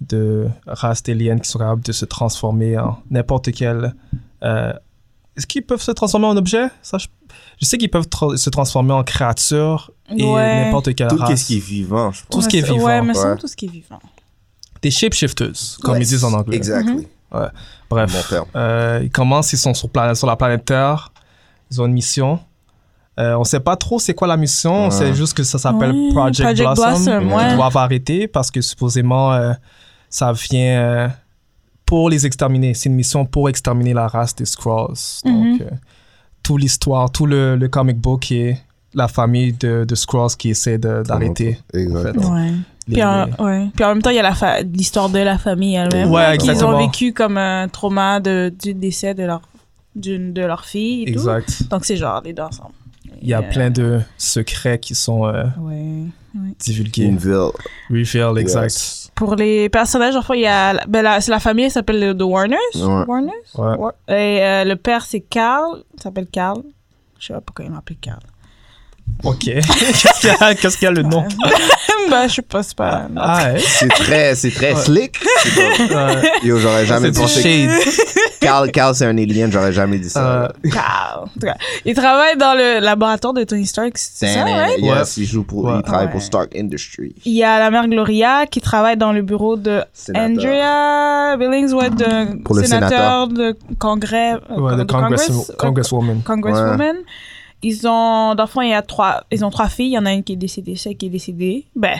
Speaker 3: de races d'aliens qui sont capables de se transformer en n'importe quel. euh, Est-ce qu'ils peuvent se transformer en objet Ça, je... je sais qu'ils peuvent tra- se transformer en créature et
Speaker 2: Ouais.
Speaker 3: n'importe quelle
Speaker 1: Tout
Speaker 3: race.
Speaker 1: ce qui est vivant, je pense.
Speaker 3: Tout ce qui est
Speaker 2: Ouais,
Speaker 3: vivant,
Speaker 2: Ouais, mais
Speaker 1: ouais.
Speaker 2: c'est tout ce qui est vivant.
Speaker 3: Des shapeshifters, comme
Speaker 1: Ouais,
Speaker 3: ils disent en anglais.
Speaker 1: Exactly.
Speaker 3: Bref.
Speaker 1: Mon terme.
Speaker 3: Euh, ils commencent, ils sont sur, pla- sur la planète Terre. Ils ont une mission. Euh, on ne sait pas trop c'est quoi la mission. On
Speaker 1: Ouais.
Speaker 3: sait juste que ça s'appelle
Speaker 2: Ouais,
Speaker 3: Project,
Speaker 2: Project
Speaker 3: Blossom.
Speaker 2: Blossom,
Speaker 3: Ils
Speaker 2: ouais.
Speaker 3: doivent arrêter parce que supposément, euh, ça vient euh, pour les exterminer. C'est une mission pour exterminer la race des Skrulls.
Speaker 2: Mm-hmm.
Speaker 3: Donc, euh, toute l'histoire, tout le, le comic book et la famille de, de Skrulls qui essaie de- d'arrêter.
Speaker 1: Exactement.
Speaker 2: Ouais.
Speaker 3: les-
Speaker 2: Puis, en,
Speaker 3: les-
Speaker 2: ouais. Puis en même temps, il y a la fa- l'histoire de la famille elle-même.
Speaker 3: Ouais,
Speaker 2: là, qu'ils ont
Speaker 3: exactement.
Speaker 2: vécu comme un trauma de, du décès de leur, d'une, de leur fille et
Speaker 3: Exact.
Speaker 2: tout. Donc c'est genre les deux ensemble.
Speaker 3: Il y a
Speaker 2: Et, euh,
Speaker 3: plein de secrets qui sont euh,
Speaker 2: Ouais.
Speaker 3: divulgués.
Speaker 1: Greenville.
Speaker 3: Reveal, exact.
Speaker 1: Yes.
Speaker 2: Pour les personnages, enfin, il y a. la- Ben, la, c'est la famille, elle s'appelle les- The Warners.
Speaker 1: Ouais.
Speaker 2: Warners?
Speaker 3: Ouais.
Speaker 2: Wa- Et euh, le père, c'est Carl. Il s'appelle Carl. Je sais pas pourquoi il m'appelle Carl.
Speaker 3: *laughs*
Speaker 2: *laughs*
Speaker 3: Ok. Qu'est-ce qu'il y a, qu'est-ce qu'il y a le nom
Speaker 2: ben, je sais pas, c'est pas.
Speaker 3: Ah, ouais.
Speaker 2: *laughs*
Speaker 1: C'est très, c'est très
Speaker 3: Ouais.
Speaker 1: slick. C'est
Speaker 3: Euh,
Speaker 1: bon. Yo, j'aurais jamais
Speaker 3: c'est du
Speaker 1: pensé que
Speaker 3: shade.
Speaker 1: Carl, Carl c'est un alien, j'aurais jamais dit ça.
Speaker 3: Euh,
Speaker 2: bah, Carl. En tout cas, il travaille dans le laboratoire de Tony Stark. C'est ça, ouais?
Speaker 1: Yes, il joue pour,
Speaker 3: Ouais.
Speaker 1: il travaille pour
Speaker 2: Ouais.
Speaker 1: Stark Industries.
Speaker 2: Il y a la mère Gloria qui travaille dans le bureau de
Speaker 1: Sénateur.
Speaker 2: Andrea Billingsworth, de-
Speaker 1: Pour le
Speaker 2: sénateur de Congrès. euh,
Speaker 3: ouais,
Speaker 2: de
Speaker 3: the
Speaker 2: Congress-
Speaker 3: Congress, Congresswoman.
Speaker 2: Congresswoman. Ils ont, d'enfants, il y a trois, ils ont trois filles. Il y en a une qui est décédée, celle qui est décédée. Ben,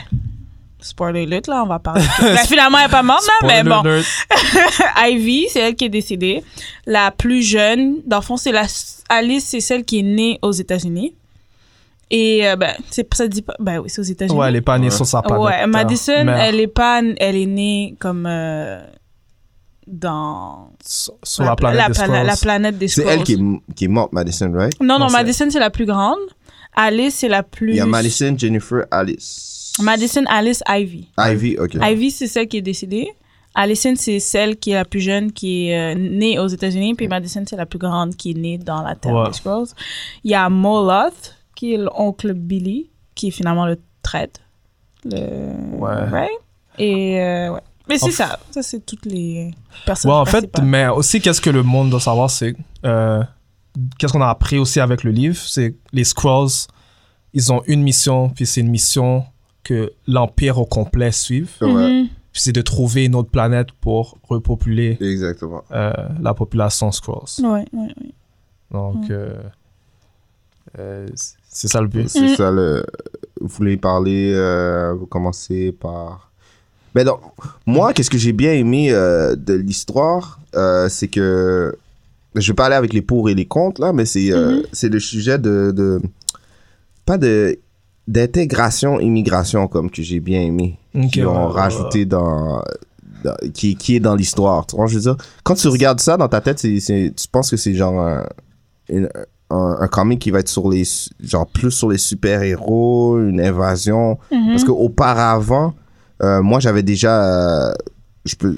Speaker 2: spoiler alert, là, on
Speaker 3: *laughs*
Speaker 2: va parler. la finalement, elle est pas morte, là, Oh, mais
Speaker 3: Spoiler
Speaker 2: bon.
Speaker 3: alert.
Speaker 2: *laughs* Ivy, c'est elle qui est décédée. La plus jeune, dans le fond, c'est la Alice, c'est celle qui est née aux États-Unis. Et euh, ben, c'est ça dit pas. Ben oui, c'est aux États-Unis.
Speaker 3: Ouais, elle est pas née sur sa planète. euh,
Speaker 2: Ouais,
Speaker 3: Terre.
Speaker 2: Madison,
Speaker 3: Mais
Speaker 2: elle est pas, elle est née comme euh, dans
Speaker 3: sur sur la planète des
Speaker 2: plana-
Speaker 3: Skrulls.
Speaker 2: la planète des
Speaker 1: C'est
Speaker 2: Skrulls.
Speaker 1: elle qui est, qui est morte, Madison, right?
Speaker 2: Non, non,
Speaker 3: Non, c'est-
Speaker 2: Madison c'est la plus grande. Alice c'est la plus.
Speaker 1: Il y a Madison, Jennifer, Alice.
Speaker 2: Madison, Alice, Ivy.
Speaker 1: Ivy, ok.
Speaker 2: Ivy c'est celle qui est décédée. Allison, c'est celle qui est la plus jeune, qui est euh, née aux États-Unis. Puis Madison, c'est la plus grande qui est née dans la Terre
Speaker 3: Ouais.
Speaker 2: des Skrulls. Il y a Moloth, qui est l'oncle Billy, qui est finalement le traître. Le...
Speaker 3: Ouais.
Speaker 2: Et euh, ouais. Mais c'est
Speaker 3: En f-
Speaker 2: ça. Ça, c'est toutes les personnes.
Speaker 3: Ouais, en fait, mais aussi, qu'est-ce que le monde doit savoir, c'est. euh, qu'est-ce qu'on a appris aussi avec le livre C'est les Skrulls, ils ont une mission, puis c'est une mission que l'Empire au complet suive.
Speaker 2: Mhm.
Speaker 1: Ouais,
Speaker 2: Mm-hmm.
Speaker 3: Puis c'est de trouver une autre planète pour repopuler
Speaker 1: Exactement.
Speaker 3: euh, la population Skrulls.
Speaker 2: Ouais, ouais, ouais. Mm.
Speaker 3: Donc, euh, euh, c- c'est ça le but.
Speaker 1: C'est
Speaker 2: Mm.
Speaker 1: ça le. Vous voulez parler, euh, vous commencez par. Ben donc, moi, qu'est-ce que j'ai bien aimé euh, de l'histoire, euh, c'est que. Je vais pas aller avec les pour et les contre, là, mais c'est euh, c'est le sujet de. de- pas de. d'intégration, immigration, comme que j'ai bien aimé.
Speaker 3: Ok,
Speaker 1: qui ont
Speaker 3: ouais,
Speaker 1: rajouté dans. dans- qui, qui est dans l'histoire. Tu vois, je veux dire, quand tu regardes ça dans ta tête, c'est- c'est- tu penses que c'est genre un, une- un, un comic qui va être sur les su- genre plus sur les super héros une invasion parce qu'auparavant moi j'avais déjà euh, je peux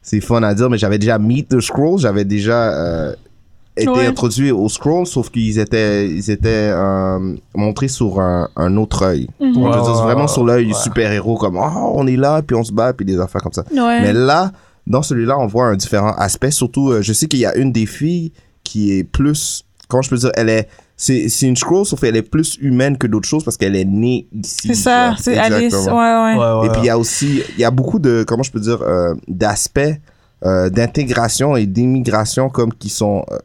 Speaker 1: c'est fun à dire mais j'avais déjà Meet the Scrolls j'avais déjà euh, été
Speaker 2: Ouais.
Speaker 1: introduit aux Scrolls sauf qu'ils étaient ils étaient euh, montrés sur un, un autre œil
Speaker 2: Mhm.
Speaker 1: Donc, je
Speaker 3: Ouais,
Speaker 1: veux dire,
Speaker 3: ouais,
Speaker 1: vraiment
Speaker 3: ouais,
Speaker 1: sur l'œil du
Speaker 3: ouais.
Speaker 1: super héros comme oh, on est là puis on se bat puis des affaires comme ça
Speaker 2: Ouais.
Speaker 1: mais là, dans celui-là, on voit un différent aspect. Surtout, euh, je sais qu'il y a une des filles qui est plus. Comment je peux dire Elle est. C'est c'est une scroll, sauf qu'elle est plus humaine que d'autres choses parce qu'elle est née ici.
Speaker 2: c'est ça,
Speaker 1: tu vois.
Speaker 2: c'est Alice. Ouais,
Speaker 1: Exactement.
Speaker 2: ouais.
Speaker 3: Ouais, ouais.
Speaker 1: Et puis il y a aussi, il y a beaucoup de, comment je peux dire, euh, d'aspects euh, d'intégration et d'immigration comme qui sont euh,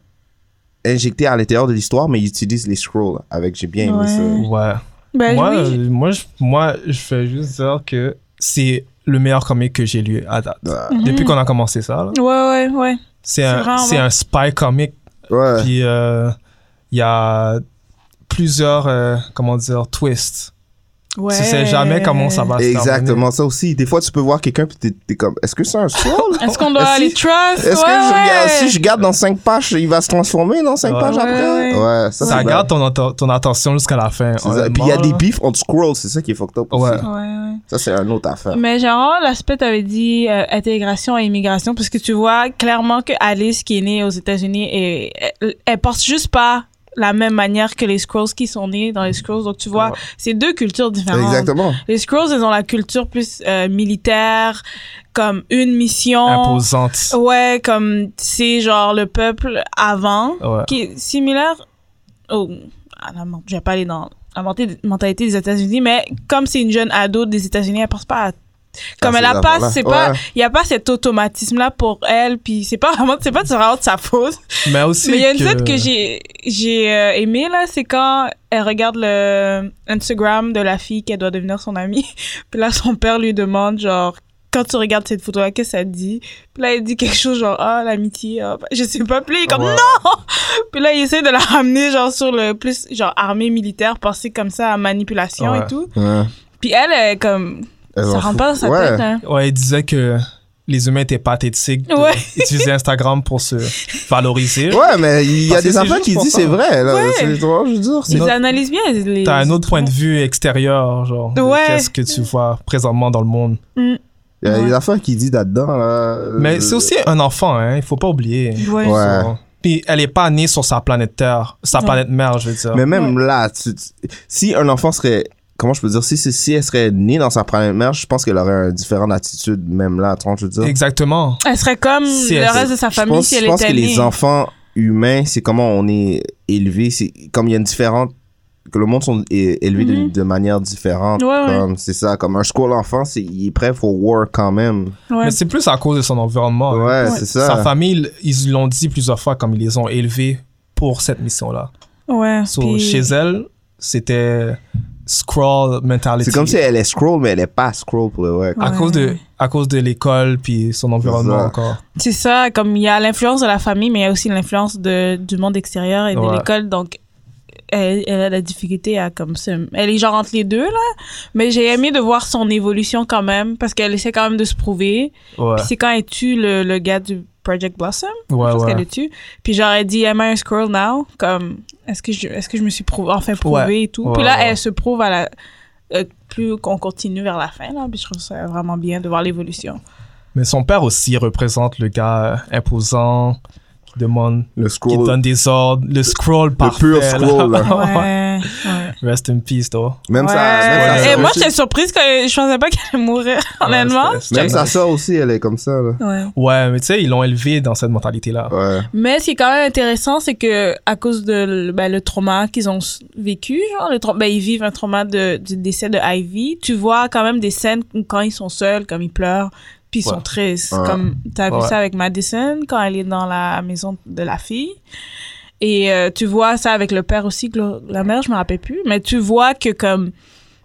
Speaker 1: injectés à l'intérieur de l'histoire, mais ils utilisent les scrolls avec, j'ai bien aimé ça.
Speaker 2: Ouais.
Speaker 3: Ouais.
Speaker 2: Ben
Speaker 3: moi,
Speaker 2: oui.
Speaker 3: euh, moi, je, moi, je vais juste dire que c'est le meilleur comic que j'ai lu à date.
Speaker 2: Mhm.
Speaker 3: Depuis qu'on a commencé ça, là.
Speaker 2: Ouais, ouais, ouais.
Speaker 3: c'est
Speaker 2: vraiment-
Speaker 3: un, c'est un spy comic.
Speaker 1: Ouais.
Speaker 3: Puis euh, il y a plusieurs, euh, comment dire, twists.
Speaker 2: ouais.
Speaker 3: Tu sais jamais comment ça va se terminer.
Speaker 1: Exactement, ça aussi. Des fois, tu peux voir quelqu'un puis t'es- t'es comme, est-ce que c'est un scroll?
Speaker 2: Est-ce qu'on doit
Speaker 1: Est-ce
Speaker 2: aller
Speaker 1: que- Est-ce
Speaker 2: trust? ouais,
Speaker 1: que je regarde-
Speaker 2: ouais.
Speaker 1: si je garde dans 5 pages, il va se transformer dans 5
Speaker 3: Ouais.
Speaker 1: pages
Speaker 2: Ouais,
Speaker 1: après?
Speaker 2: ouais.
Speaker 1: Ouais, ça,
Speaker 3: Ça
Speaker 1: c'est
Speaker 3: garde ton, atten- ton attention jusqu'à la fin.
Speaker 1: bad. C'est ça. Et puis il y a des
Speaker 3: honnêtement, là.
Speaker 1: beefs entre scrolls, c'est ça qui est fucked up aussi.
Speaker 3: Ouais.
Speaker 2: Ouais, ouais.
Speaker 1: Ça, c'est un autre affaire.
Speaker 2: Mais genre, l'aspect, t'avais dit euh, intégration et immigration, parce que tu vois clairement que Alice, qui est née aux États-Unis, et, elle, elle porte juste pas la même manière que les Skrulls qui sont nés dans les Skrulls. Donc, tu vois,
Speaker 3: Ouais.
Speaker 2: c'est deux cultures différentes.
Speaker 1: Exactement.
Speaker 2: Les Skrulls, ils ont la culture plus euh, militaire, comme une mission.
Speaker 3: Imposante.
Speaker 2: Ouais, comme c'est genre le peuple avant,
Speaker 3: Ouais.
Speaker 2: qui est similaire au, à la, men- je vais pas aller dans la menté- mentalité des États-Unis, mais comme c'est une jeune ado des États-Unis, elle pense pas à- comme
Speaker 1: Ah,
Speaker 2: elle
Speaker 1: ces
Speaker 2: a pas,
Speaker 1: affaires-là.
Speaker 2: c'est pas,
Speaker 1: Ouais.
Speaker 2: il y a pas cet automatisme là pour elle, puis c'est pas vraiment, c'est pas vraiment de sa faute.
Speaker 3: Mais aussi.
Speaker 2: Mais il y a une
Speaker 3: que-
Speaker 1: euh.
Speaker 2: scène que j'ai j'ai euh, aimée, là, c'est quand elle regarde le Instagram de la fille qu'elle doit devenir son amie. *laughs* Puis là, son père lui demande, genre, quand tu regardes cette photo-là, qu'est-ce que ça te dit? Puis là, elle dit quelque chose, genre, ah, l'amitié, ah, bah, je sais pas. Puis là, il est comme,
Speaker 3: Ouais.
Speaker 2: non! *laughs* Puis là, il essaie de la ramener, genre, sur le plus, genre, armée militaire, penser comme ça à manipulation
Speaker 3: Ouais.
Speaker 2: et tout.
Speaker 1: Ouais.
Speaker 2: Puis elle, elle, comme,
Speaker 1: Elle
Speaker 2: ça
Speaker 1: s'en
Speaker 2: rentre
Speaker 1: fout.
Speaker 2: pas dans sa
Speaker 1: Ouais.
Speaker 2: tête, hein.
Speaker 3: Ouais, il disait que les humains étaient pathétiques. de
Speaker 2: Ouais.
Speaker 3: *laughs* Utiliser Instagram pour se valoriser.
Speaker 1: Ouais, mais il y a
Speaker 3: Parce que
Speaker 1: des
Speaker 3: c'est
Speaker 1: affaires
Speaker 3: juste
Speaker 1: qui
Speaker 3: pour
Speaker 1: disent
Speaker 3: ça.
Speaker 1: c'est vrai. là.
Speaker 2: Ouais.
Speaker 1: C'est vraiment, je veux dire, c'est-
Speaker 2: Ils analysent bien les.
Speaker 3: T'as un autre point de vue extérieur, genre. de
Speaker 2: Ouais.
Speaker 3: Qu'est-ce que tu vois présentement dans le monde.
Speaker 1: Il y a des
Speaker 2: Ouais.
Speaker 1: affaires qui disent là-dedans. là.
Speaker 3: Mais
Speaker 1: Euh,
Speaker 3: c'est aussi un enfant, hein. Il faut pas oublier.
Speaker 2: Ouais.
Speaker 1: Ouais.
Speaker 3: So- Puis elle est pas née sur sa planète Terre, sa
Speaker 2: Non.
Speaker 3: planète mère, je veux dire.
Speaker 1: Euh, Mais même là, tu- tu- si un enfant serait. Comment je peux dire? Si, si, si elle serait née dans sa première mère, je pense qu'elle aurait une différente attitude, même là. Tu vois, je veux dire.
Speaker 3: Exactement.
Speaker 2: Elle serait comme
Speaker 3: Si elle-
Speaker 2: le reste de sa famille
Speaker 1: je pense,
Speaker 2: si elle
Speaker 1: je pense
Speaker 2: était
Speaker 1: que les
Speaker 2: née.
Speaker 1: enfants humains, c'est comment on est élevé. C'est comme il y a une différente que le monde sont é- élevés de-
Speaker 2: Mhm.
Speaker 1: de, manière différente.
Speaker 2: Ouais, ouais.
Speaker 1: comme c'est ça, comme un school enfant, c'est il est prêt pour war quand même.
Speaker 2: Ouais.
Speaker 3: Mais c'est plus à cause de son environnement.
Speaker 1: Ouais,
Speaker 3: hein.
Speaker 1: c'est
Speaker 3: Sa
Speaker 1: ça.
Speaker 3: famille, ils l'ont dit plusieurs fois comme ils les ont élevés pour cette mission-là.
Speaker 2: Ouais.
Speaker 3: So,
Speaker 2: puis-
Speaker 3: Chez elle, c'était scroll mentality.
Speaker 1: C'est comme si elle est scroll, mais elle est pas scroll pour le vrai.
Speaker 3: à
Speaker 2: Ouais.
Speaker 3: cause de à cause de l'école puis son environnement
Speaker 1: ça.
Speaker 3: encore.
Speaker 2: C'est ça, comme il y a l'influence de la famille, mais il y a aussi l'influence de, du monde extérieur et de
Speaker 3: Ouais.
Speaker 2: l'école. Donc, elle, elle a de la difficulté à comme ça. Elle est genre entre les deux, là. Mais j'ai aimé de voir son évolution quand même, parce qu'elle essaie quand même de se prouver.
Speaker 3: Ouais.
Speaker 2: Puis c'est quand elle tue le, le gars du Project Blossom,
Speaker 3: Ouais,
Speaker 2: je pense
Speaker 3: ouais.
Speaker 2: qu'elle le tue. Puis genre, elle dit, Am I a squirrel now? Comme, est-ce que, je- est-ce que je me suis prouvé, enfin prouvé
Speaker 3: Ouais.
Speaker 2: et tout.
Speaker 3: Ouais,
Speaker 2: Puis là,
Speaker 3: ouais.
Speaker 2: elle se prouve à la. euh, plus qu'on continue vers la fin, là. Puis je trouve ça vraiment bien de voir l'évolution.
Speaker 3: Mais son père aussi représente le gars euh, imposant qui demande
Speaker 1: Le
Speaker 3: qui
Speaker 1: scroll.
Speaker 3: donne des ordres, le scroll
Speaker 1: Le
Speaker 3: parfait.
Speaker 1: pur
Speaker 3: là.
Speaker 1: scroll. hein. là.
Speaker 3: *laughs*
Speaker 2: Ouais, ouais.
Speaker 3: Rest in peace, toi.
Speaker 1: Même ça.
Speaker 2: Ouais.
Speaker 1: Même sa
Speaker 2: Et
Speaker 1: sœur
Speaker 2: moi,
Speaker 1: aussi-
Speaker 2: j'étais surprise que je pensais pas qu'elle allait mourir, honnêtement.
Speaker 1: même sa sœur aussi, elle est comme ça. Là.
Speaker 2: Ouais.
Speaker 3: Ouais, mais tu sais, ils l'ont élevé dans cette mentalité-là.
Speaker 1: Ouais.
Speaker 2: Mais ce qui est quand même intéressant, c'est que à cause de le- ben, le trauma qu'ils ont s- vécu, genre, le trau- ben, ils vivent un trauma de, du décès de Ivy, tu vois quand même des scènes où quand ils sont seuls, comme ils pleurent, puis ils
Speaker 3: Ouais.
Speaker 2: sont tristes.
Speaker 1: Ouais.
Speaker 2: Comme t'as vu
Speaker 3: Ouais.
Speaker 2: ça avec Madison quand elle est dans la maison de la fille. Et euh, tu vois ça avec le père aussi, Glo- la mère, je me rappelle plus. Mais tu vois que comme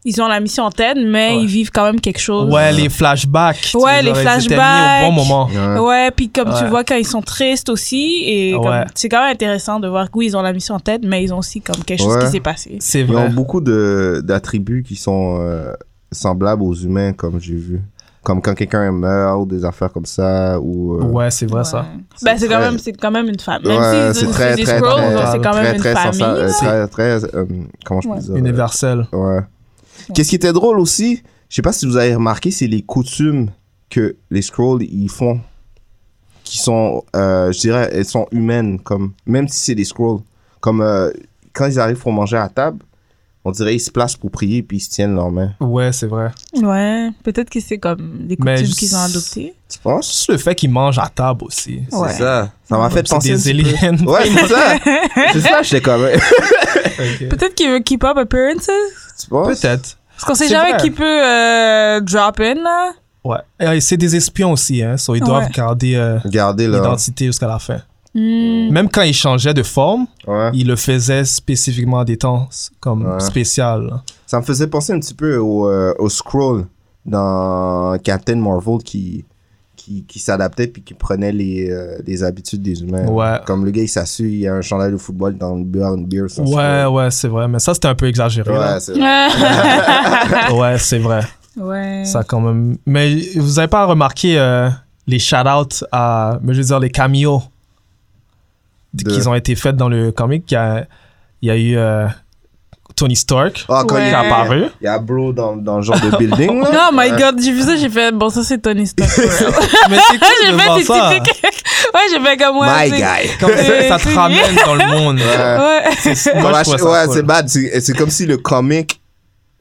Speaker 2: ils ont la mission en tête, mais
Speaker 3: Ouais.
Speaker 2: ils vivent quand même quelque chose.
Speaker 3: Ouais, les flashbacks. tu
Speaker 2: Ouais,
Speaker 3: sais, genre,
Speaker 2: les
Speaker 3: ils étaient mis
Speaker 2: flashbacks.
Speaker 3: au bon moment.
Speaker 1: Ouais.
Speaker 2: Ouais, puis comme tu
Speaker 3: Ouais.
Speaker 2: vois quand ils sont tristes aussi, et comme-
Speaker 3: Ouais.
Speaker 2: c'est quand même intéressant de voir que oui, ils ont la mission en tête, mais ils ont aussi comme quelque chose
Speaker 1: Ouais.
Speaker 2: qui s'est passé.
Speaker 3: C'est
Speaker 1: Ils ont
Speaker 3: vrai.
Speaker 1: beaucoup de- d'attributs qui sont euh, semblables aux humains, comme j'ai vu. Comme quand quelqu'un meurt ou des affaires comme ça. Ou, euh,
Speaker 3: Ouais, c'est vrai ça.
Speaker 2: Ben, c'est quand
Speaker 1: très-
Speaker 2: même, c'est quand même une femme.
Speaker 1: Ouais,
Speaker 2: Même si
Speaker 1: c'est
Speaker 2: c'est
Speaker 1: très,
Speaker 2: des
Speaker 1: très,
Speaker 2: scrolls,
Speaker 1: très-
Speaker 2: genre, c'est quand
Speaker 1: très,
Speaker 2: même une
Speaker 1: très,
Speaker 2: famille.
Speaker 1: sensa- euh,
Speaker 2: là.
Speaker 1: très, très, euh, comment je peux
Speaker 2: Ouais.
Speaker 1: dire euh,
Speaker 3: Universel.
Speaker 1: Ouais. Qu'est-ce qui était drôle aussi, je sais pas si vous avez remarqué, c'est les coutumes que les scrolls ils font, qui sont, euh, je dirais, elles sont humaines, comme même si c'est des scrolls, comme euh, quand ils arrivent pour manger à table, on dirait ils se placent pour prier puis ils se tiennent leurs mains.
Speaker 3: Ouais, c'est vrai.
Speaker 2: Ouais, peut-être que c'est comme des
Speaker 3: Mais
Speaker 2: coutumes
Speaker 3: je-
Speaker 2: qu'ils ont adoptées.
Speaker 1: Tu penses
Speaker 3: Juste le fait qu'ils mangent à table aussi.
Speaker 1: C'est
Speaker 2: Ouais.
Speaker 1: ça. Ça m'a fait
Speaker 3: C'est
Speaker 1: penser.
Speaker 3: des
Speaker 1: un petit
Speaker 3: aliens.
Speaker 1: peu. Ouais, c'est
Speaker 2: *laughs*
Speaker 1: ça. c'est ça, j'étais comme. *laughs* hein.
Speaker 3: *laughs* Ok.
Speaker 2: Peut-être qu'ils veulent keep up appearances.
Speaker 1: tu penses
Speaker 3: Peut-être.
Speaker 2: Parce qu'on sait
Speaker 3: C'est
Speaker 2: jamais
Speaker 3: vrai.
Speaker 2: qui peut euh, drop in, là.
Speaker 3: Ouais. Et c'est des espions aussi, hein. So, ils
Speaker 2: Ouais.
Speaker 3: doivent garder euh,
Speaker 1: Regardez là.
Speaker 3: l'identité jusqu'à la fin.
Speaker 2: Hmm.
Speaker 3: Même quand ils changeaient de forme,
Speaker 1: Ouais.
Speaker 3: ils le faisaient spécifiquement à des temps comme
Speaker 1: Ah. Ouais.
Speaker 3: spécial.
Speaker 1: Ça me faisait penser un petit peu au, euh, au scroll dans Captain Marvel qui, qui, qui s'adaptait puis qui prenait les, euh, les habitudes des humains.
Speaker 3: Ouais.
Speaker 1: Comme le gars, il s'assure, il y a un chandail de football dans le beer and beer. c'est un
Speaker 3: Ouais, ouais, c'est vrai. Mais ça, c'était un peu exagéré.
Speaker 1: scroll.
Speaker 3: là.
Speaker 1: Ouais, c'est
Speaker 3: ouais c'est vrai.
Speaker 2: *laughs* ouais.
Speaker 3: Ça quand même. Mais vous avez pas remarqué euh, les shout-outs à, mais je veux dire les cameos d-
Speaker 1: De-
Speaker 3: qu'ils ont été faits dans le comic. Il y a, il y a eu euh, Tony Stark
Speaker 1: Ah, quand
Speaker 2: Ouais.
Speaker 3: qui
Speaker 1: il,
Speaker 3: est
Speaker 2: *laughs*
Speaker 3: apparu.
Speaker 1: il y a Bro dans, dans le genre de building. là.
Speaker 2: Oh my god, j'ai vu ça, j'ai fait, bon, ça c'est
Speaker 1: *laughs*
Speaker 2: Tony Stark. ouais,
Speaker 3: Mais c'est cool
Speaker 2: j'ai
Speaker 3: de
Speaker 2: fait
Speaker 3: voir
Speaker 2: des
Speaker 3: ça.
Speaker 2: petits trucs. *laughs* Ouais, j'ai fait comme moi.
Speaker 1: My
Speaker 2: tu sais.
Speaker 1: guy.
Speaker 2: *laughs*
Speaker 3: Comme ça, ça te
Speaker 2: C'est-
Speaker 3: ramène dans le monde.
Speaker 1: Ouais.
Speaker 2: Ouais.
Speaker 3: C'est- moi,
Speaker 1: Comme
Speaker 3: je
Speaker 1: à
Speaker 3: trouve
Speaker 1: ch-
Speaker 3: ça
Speaker 1: ouais,
Speaker 3: cool.
Speaker 1: c'est bad. C'est c'est comme si le comic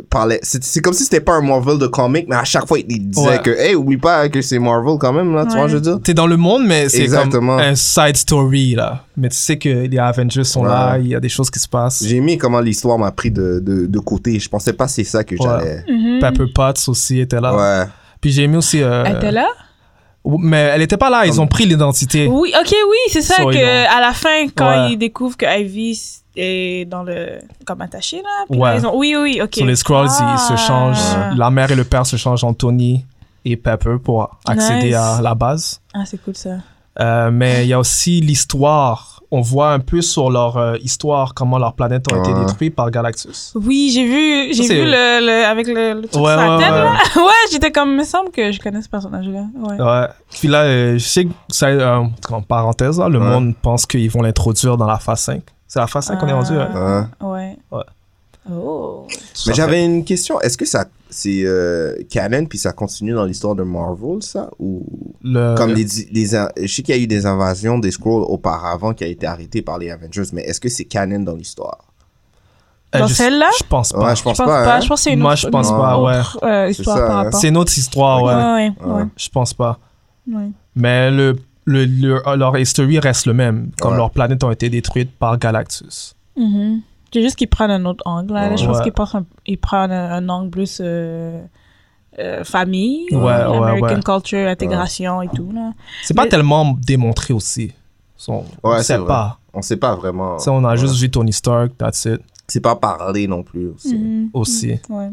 Speaker 1: parlait. C'est c'est comme si c'était pas un Marvel de comic, mais à chaque fois, il disait
Speaker 3: Ouais.
Speaker 1: que, hey, oublie pas que c'est Marvel quand même, là, tu
Speaker 2: Ouais.
Speaker 1: vois, ce que je veux dire.
Speaker 3: T'es dans le monde, mais c'est comme
Speaker 1: Exactement.
Speaker 3: un side story, là. Mais tu sais que les Avengers sont
Speaker 1: Ouais.
Speaker 3: là, il y a des choses qui se passent.
Speaker 1: J'ai aimé comment l'histoire m'a pris de, de, de côté. Je pensais pas c'est ça que j'allais.
Speaker 2: Mhm.
Speaker 3: Pepper Potts aussi était là.
Speaker 1: Ouais.
Speaker 3: Puis j'ai aimé aussi... euh,
Speaker 2: Elle était là?
Speaker 3: Mais elle était pas là, ils ont pris l'identité.
Speaker 2: Oui, ok, oui, c'est ça,
Speaker 3: Sorry,
Speaker 2: que
Speaker 3: non.
Speaker 2: à la fin, quand
Speaker 3: Ouais.
Speaker 2: ils découvrent que Ivy est dans le. comme attachée, là. Puis
Speaker 3: Ouais.
Speaker 2: là, ils ont- Oui, oui, ok.
Speaker 3: Sur les Scrolls, ils- ils se
Speaker 2: Ah.
Speaker 3: changent. La mère et le père se changent en Tony et Pepper pour accéder
Speaker 2: Nice.
Speaker 3: à la base.
Speaker 2: Ah, c'est cool ça.
Speaker 3: Euh, mais il y a aussi l'histoire. On voit un peu sur leur euh, histoire comment leur planète a été
Speaker 1: Ouais.
Speaker 3: détruite par Galactus.
Speaker 2: Oui, j'ai vu, j'ai
Speaker 3: Ça, c'est-
Speaker 2: vu le, le- avec le, le truc
Speaker 3: Ouais,
Speaker 2: sur la
Speaker 3: ouais,
Speaker 2: tête,
Speaker 3: ouais.
Speaker 2: là. *laughs* Ouais, j'étais comme, me semble que je connais ce personnage-là. Ouais.
Speaker 3: Ouais. Puis là, euh, je sais que ça, euh, en parenthèse, là, le
Speaker 1: Ouais.
Speaker 3: monde pense qu'ils vont l'introduire dans la phase 5. C'est la phase 5 qu'on est rendu. hein?
Speaker 2: Ah.
Speaker 1: Hein.
Speaker 2: Ouais.
Speaker 3: Ouais.
Speaker 2: Oh.
Speaker 1: Mais
Speaker 3: Ça
Speaker 1: j'avais une question. Est-ce que ça c'est euh, canon puis ça continue dans l'histoire de Marvel ça ou
Speaker 3: fait le-
Speaker 1: comme les, les in- je sais qu'il y a eu des invasions des scrolls auparavant qui a été arrêtées par les Avengers mais est-ce que c'est canon dans l'histoire
Speaker 3: Euh,
Speaker 2: Dans
Speaker 3: je-
Speaker 2: celle-là?
Speaker 3: Je pense pas.
Speaker 1: Ouais, je
Speaker 2: Je
Speaker 1: pense
Speaker 2: pense
Speaker 1: pas.
Speaker 2: pas,
Speaker 1: hein.
Speaker 2: je pense que c'est une
Speaker 3: Moi,
Speaker 2: autre-
Speaker 3: je pense
Speaker 2: une
Speaker 3: pas, ouais.
Speaker 2: autre, euh, histoire
Speaker 1: ça,
Speaker 2: par
Speaker 1: hein.
Speaker 2: rapport.
Speaker 3: C'est notre histoire, ouais.
Speaker 2: Ouais, ouais,
Speaker 1: Ouais.
Speaker 2: ouais.
Speaker 3: Je pense pas.
Speaker 2: ouais.
Speaker 3: Mais le, le- le- leur history reste le même, comme
Speaker 1: Ouais.
Speaker 3: leurs planètes ont été détruites par Galactus.
Speaker 2: Mhm. C'est juste qu'ils prennent un autre angle. Là. Là, je pense
Speaker 3: Ouais.
Speaker 2: qu'ils pensent un- ils prennent un, un angle plus euh, euh, famille, euh,
Speaker 3: Ouais, ouais,
Speaker 2: American
Speaker 3: ouais.
Speaker 2: culture, intégration et tout. Là.
Speaker 3: C'est pas
Speaker 2: Mais-
Speaker 3: tellement démontré aussi. Ça, On on
Speaker 1: Ouais, c'est
Speaker 3: sait
Speaker 1: vrai.
Speaker 3: pas.
Speaker 1: On sait pas vraiment.
Speaker 3: Ça, on a
Speaker 1: Ouais.
Speaker 3: juste vu Tony Stark, that's it,
Speaker 1: c'est pas parlé non plus. aussi.
Speaker 2: Mhm.
Speaker 3: aussi.
Speaker 2: Ouais.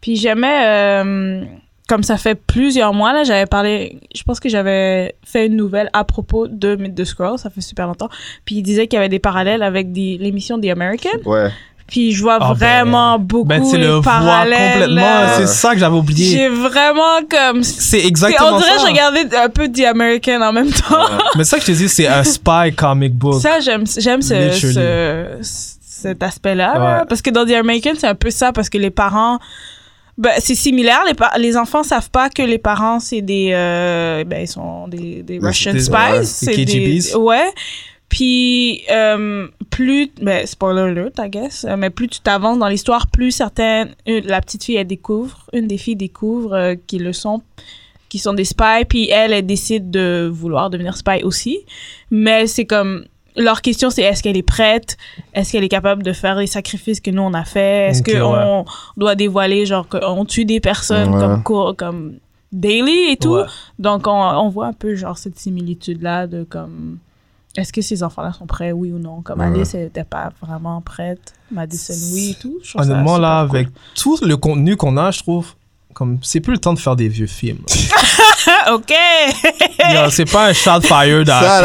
Speaker 2: Puis j'aimais, euh, comme ça fait plusieurs mois, là, j'avais parlé, je pense que j'avais fait une nouvelle à propos de Myth the Scroll, ça fait super longtemps. Puis il disait qu'il y avait des parallèles avec des- l'émission The American.
Speaker 1: Ouais.
Speaker 2: Puis je vois
Speaker 3: Ah, ben,
Speaker 2: vraiment beaucoup
Speaker 3: Ben, tu
Speaker 2: les
Speaker 3: le vois
Speaker 2: parallèles.
Speaker 3: complètement.
Speaker 2: là.
Speaker 3: C'est ça que j'avais oublié.
Speaker 2: J'ai vraiment comme
Speaker 3: C'est
Speaker 2: Puis
Speaker 3: exactement
Speaker 2: on dirait
Speaker 3: ça.
Speaker 2: que je regardais un peu The American en même temps.
Speaker 3: Mais ça que je te dis, c'est un spy comic book.
Speaker 2: Ça, j'aime j'aime ce,
Speaker 3: Literally.
Speaker 2: ce- cet aspect-là. là.
Speaker 3: Ouais.
Speaker 2: Parce que dans The American, c'est un peu ça, parce que les parents... Ben, c'est similaire. Les, pa- les enfants savent pas que les parents, c'est des... euh, ben, ils sont des, des
Speaker 1: Ouais, c'est
Speaker 2: Russian
Speaker 1: des-
Speaker 2: spies.
Speaker 1: ouais,
Speaker 2: c'est
Speaker 3: des KGBs.
Speaker 2: Des, ouais. Puis, euh, plus... Ben, spoiler alert, I guess. euh, Mais plus tu t'avances dans l'histoire, plus certaines... une- la petite fille, elle découvre... Une des filles découvre euh, qu'ils le sont qui sont des spies, puis elle, elle décide de vouloir devenir spy aussi. Mais c'est comme, leur question, c'est est-ce qu'elle est prête? Est-ce qu'elle est capable de faire les sacrifices que nous, on a fait? Est-ce
Speaker 3: Ok,
Speaker 2: qu'on doit dévoiler, genre, qu'on tue des personnes
Speaker 1: Ouais.
Speaker 2: comme, cour- comme daily et tout?
Speaker 3: Ouais.
Speaker 2: Donc, on, on voit un peu, genre, cette similitude-là de comme, est-ce que ces enfants-là sont prêts, oui ou non? Comme
Speaker 1: Ouais.
Speaker 2: Alice, elle n'était pas vraiment prête. Madison, oui et tout. Je trouve ça
Speaker 3: Honnêtement, là,
Speaker 2: super cool.
Speaker 3: avec tout le contenu qu'on a, je trouve, comme c'est plus le temps de faire des vieux
Speaker 2: *laughs*
Speaker 3: films.
Speaker 2: Ah, OK! *laughs*
Speaker 3: Yo, c'est pas un shot fired à
Speaker 1: Ça,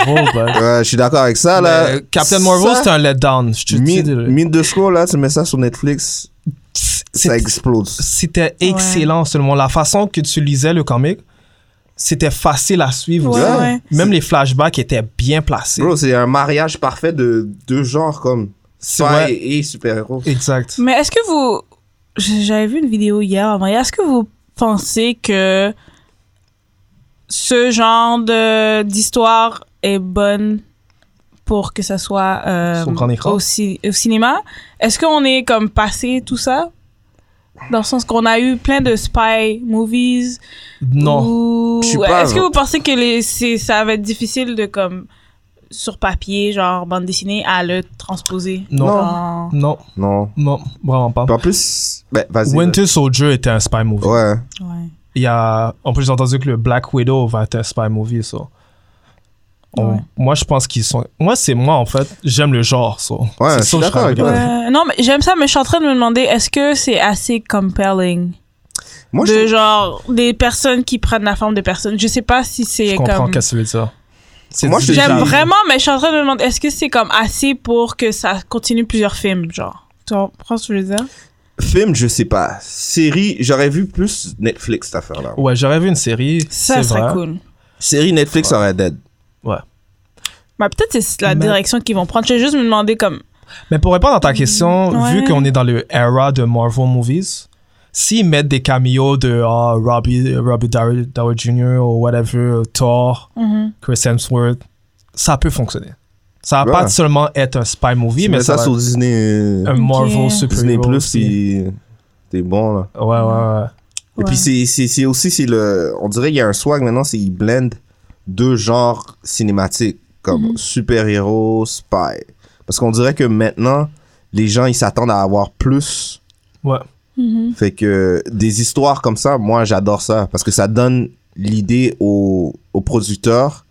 Speaker 3: Captain Marvel. euh, but-
Speaker 1: Ouais, je suis d'accord avec ça là.
Speaker 3: Mais Captain Marvel, c'est un letdown. Je te dis.
Speaker 1: Mid,
Speaker 3: le-
Speaker 1: Mid de scroll là, tu mets ça sur Netflix. ça explose.
Speaker 3: C'était excellent seulement. La façon que tu lisais le comic, c'était facile à suivre
Speaker 2: Ouais,
Speaker 3: aussi.
Speaker 2: ouais.
Speaker 3: Même les flashbacks étaient bien placés.
Speaker 1: Bro, c'est un mariage parfait de deux genres comme
Speaker 3: C'est
Speaker 1: spy
Speaker 3: vrai.
Speaker 1: et super-héros.
Speaker 3: Exact.
Speaker 2: Mais est-ce que vous. j- J'avais vu une vidéo hier avant. Est-ce que vous pensez que ce genre de- d'histoire est bonne pour que ça soit euh,
Speaker 3: Sur grand écran?
Speaker 2: au, ci- au cinéma? Est-ce qu'on est comme passé tout ça? Dans le sens qu'on a eu plein de spy movies.
Speaker 3: Non.
Speaker 2: ou-
Speaker 1: je suis pas-
Speaker 2: Est-ce que vous pensez que les, c'est- ça va être difficile de comme sur papier, genre bande dessinée, à le transposer?
Speaker 3: Non.
Speaker 2: dans-
Speaker 3: Non.
Speaker 1: Non.
Speaker 3: Non. Vraiment pas.
Speaker 1: Puis En plus, ben, vas-y. là.
Speaker 3: Winter Soldier était un spy movie.
Speaker 1: Ouais.
Speaker 2: Ouais.
Speaker 3: Il y a, en plus, j'ai entendu que le Black Widow va être un spy movie, ça. On-
Speaker 2: Ouais.
Speaker 3: Moi, je pense qu'ils sont. Moi, c'est moi, en fait. J'aime le genre, ça.
Speaker 1: Ouais,
Speaker 3: C'est
Speaker 1: je
Speaker 3: ça
Speaker 1: suis
Speaker 3: que
Speaker 1: d'accord avec
Speaker 3: regarde.
Speaker 1: toi.
Speaker 2: Euh, non, mais j'aime ça, mais je suis en train de me demander est-ce que c'est assez compelling
Speaker 1: Moi,
Speaker 2: De
Speaker 1: je,
Speaker 2: genre, des personnes qui prennent la forme de personnes. Je sais pas si
Speaker 3: Je
Speaker 2: c'est
Speaker 3: comprends
Speaker 2: comme.
Speaker 3: qu'est-ce que tu veux dire. C'est
Speaker 1: Moi, je-
Speaker 3: déjà-
Speaker 2: J'aime vraiment, mais je suis en train de me demander est-ce que c'est comme assez pour que ça continue plusieurs films, genre. Tu comprends ce que je veux dire
Speaker 1: film, je sais pas. Série, j'aurais vu plus Netflix, cette affaire-là.
Speaker 3: Ouais, j'aurais vu une série.
Speaker 2: Ça
Speaker 3: c'est
Speaker 2: serait
Speaker 3: vrai.
Speaker 2: cool.
Speaker 1: Série Netflix aurait dead.
Speaker 3: Ouais.
Speaker 2: Bah, peut-être c'est la
Speaker 3: Mais-
Speaker 2: direction qu'ils vont prendre. Je vais juste me demander comme.
Speaker 3: Mais pour répondre à ta question,
Speaker 2: Ouais.
Speaker 3: vu qu'on est dans le era de Marvel Movies, s'ils mettent des cameos de ah, Robbie, Robbie Dow- Downey Jr. ou whatever, Thor,
Speaker 2: Mhm.
Speaker 3: Chris Hemsworth, ça peut fonctionner. Ça va
Speaker 1: Ouais.
Speaker 3: pas seulement être un spy movie,
Speaker 1: Tu
Speaker 3: mais
Speaker 1: mets
Speaker 3: ça,
Speaker 1: ça
Speaker 3: va
Speaker 1: sur
Speaker 3: être
Speaker 1: Disney, euh,
Speaker 3: un Marvel
Speaker 2: Ok.
Speaker 3: super
Speaker 1: Disney
Speaker 3: hero
Speaker 1: Plus,
Speaker 3: aussi.
Speaker 1: puis t'es bon, là.
Speaker 3: Ouais, ouais, ouais.
Speaker 1: Et
Speaker 2: Ouais.
Speaker 1: puis c'est- c'est c'est aussi, c'est le, on dirait qu'il y a un swag maintenant, c'est ils blendent deux genres cinématiques, comme super-héros, spy. Parce qu'on dirait que maintenant, les gens, ils s'attendent à avoir plus.
Speaker 3: Ouais.
Speaker 2: Mhm.
Speaker 1: Fait que des histoires comme ça, moi, j'adore ça. Parce que ça donne l'idée aux, aux producteurs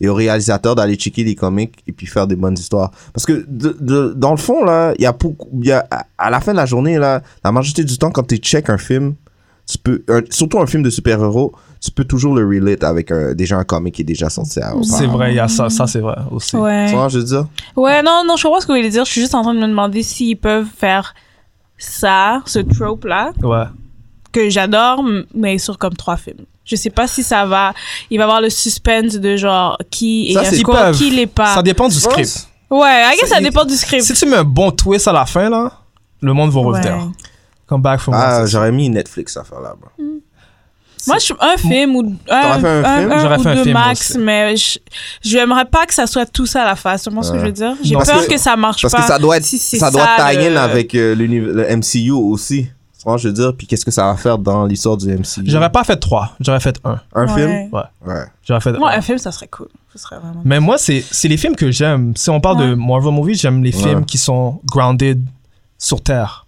Speaker 1: et aux réalisateurs d'aller checker les comics et puis faire des bonnes histoires. Parce que de- de- dans le fond, là, il y a beaucoup. il Y a, à- à la fin de la journée, là, la majorité du temps, quand tu check un film, tu peux, un- surtout un film de super-héros, tu peux toujours le relate avec un- déjà un comic qui est déjà sorti. à-
Speaker 3: C'est
Speaker 1: auparavant.
Speaker 3: vrai, il y a ça, ça c'est vrai aussi.
Speaker 2: Ouais.
Speaker 1: Tu vois, je veux dire.
Speaker 2: Ouais, non, non, je comprends ce que vous voulez dire. Je suis juste en train de me demander s'ils peuvent faire ça, ce trope-là,
Speaker 3: Ouais.
Speaker 2: que j'adore, m- mais sur comme trois films. Je sais pas si ça va. Il va y avoir le suspense de genre qui est
Speaker 1: Ça,
Speaker 2: un
Speaker 1: c'est-
Speaker 2: score,
Speaker 3: Ils peuvent.
Speaker 2: qui l'est pas.
Speaker 3: Ça dépend du
Speaker 1: Tu vois,
Speaker 3: script.
Speaker 2: Ouais, I guess
Speaker 3: Ça-
Speaker 2: ça dépend du script.
Speaker 3: Si tu mets un bon twist à la fin, là, le monde va
Speaker 2: Ouais.
Speaker 3: revenir. Come back from
Speaker 1: Ah,
Speaker 3: that.
Speaker 1: j'aurais mis Netflix à faire là, bro.
Speaker 2: Moi, je suis un film ou un,
Speaker 1: T'aurais fait un film?
Speaker 2: un
Speaker 3: J'aurais
Speaker 2: ou
Speaker 3: fait un
Speaker 2: deux
Speaker 3: film
Speaker 2: max,
Speaker 3: aussi.
Speaker 2: mais je j'aimerais pas que ça soit tout ça à la face. Tu comprends ce que je veux dire? J'ai
Speaker 3: Non.
Speaker 2: peur
Speaker 1: Parce
Speaker 2: que,
Speaker 1: que-
Speaker 2: ça marche
Speaker 1: Parce
Speaker 2: pas.
Speaker 1: que ça doit être,
Speaker 2: si c'est
Speaker 1: ça doit
Speaker 2: ça,
Speaker 1: tie in
Speaker 2: le-
Speaker 1: avec euh, l'uni- le MCU aussi. Tu vois, je veux dire, puis qu'est-ce que ça va faire dans l'histoire du MCU
Speaker 3: J'aurais pas fait trois, j'aurais fait un.
Speaker 1: Un
Speaker 2: Ouais.
Speaker 1: film Ouais.
Speaker 3: J'aurais fait
Speaker 2: Moi,
Speaker 3: un.
Speaker 2: un film, ça serait cool. Ça serait vraiment.
Speaker 3: Mais moi, c'est c'est les films que j'aime. Si on parle
Speaker 2: Ouais.
Speaker 3: de Marvel Movies, j'aime les
Speaker 1: Ouais.
Speaker 3: films qui sont grounded sur Terre.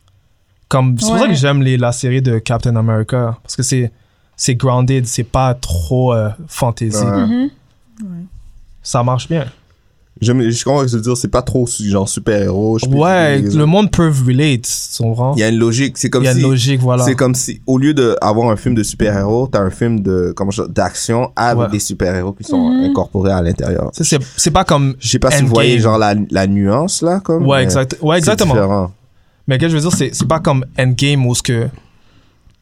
Speaker 3: Comme, c'est pour ça
Speaker 2: Ouais.
Speaker 3: que j'aime les- la série de Captain America. Parce que c'est c'est grounded, c'est pas trop euh, fantasy.
Speaker 1: Ouais.
Speaker 2: Mhm.
Speaker 3: Ça marche bien.
Speaker 1: J'aime- Je comprends ce que tu veux dire, c'est pas trop su- genre super-héros. je peux
Speaker 3: Ouais,
Speaker 1: dire.
Speaker 3: le monde peut relate, tu comprends?
Speaker 1: Il y a une logique. C'est
Speaker 3: Il
Speaker 1: comme
Speaker 3: y a
Speaker 1: si.
Speaker 3: une logique, voilà.
Speaker 1: C'est comme si, au lieu d'avoir un film de super-héros, t'as un film de comment je- d'action avec
Speaker 3: Ouais.
Speaker 1: des super-héros qui sont
Speaker 2: Mhm.
Speaker 1: incorporés à l'intérieur.
Speaker 3: Tu sais, C'est c'est pas comme.
Speaker 1: Je sais pas si vous
Speaker 3: Endgame.
Speaker 1: voyez genre la, la nuance là, comme.
Speaker 3: Ouais,
Speaker 1: mais
Speaker 3: exact, ouais
Speaker 1: c'est
Speaker 3: exactement.
Speaker 1: différent.
Speaker 3: Mais qu'est-ce que je veux dire, c'est, c'est pas comme Endgame où ce que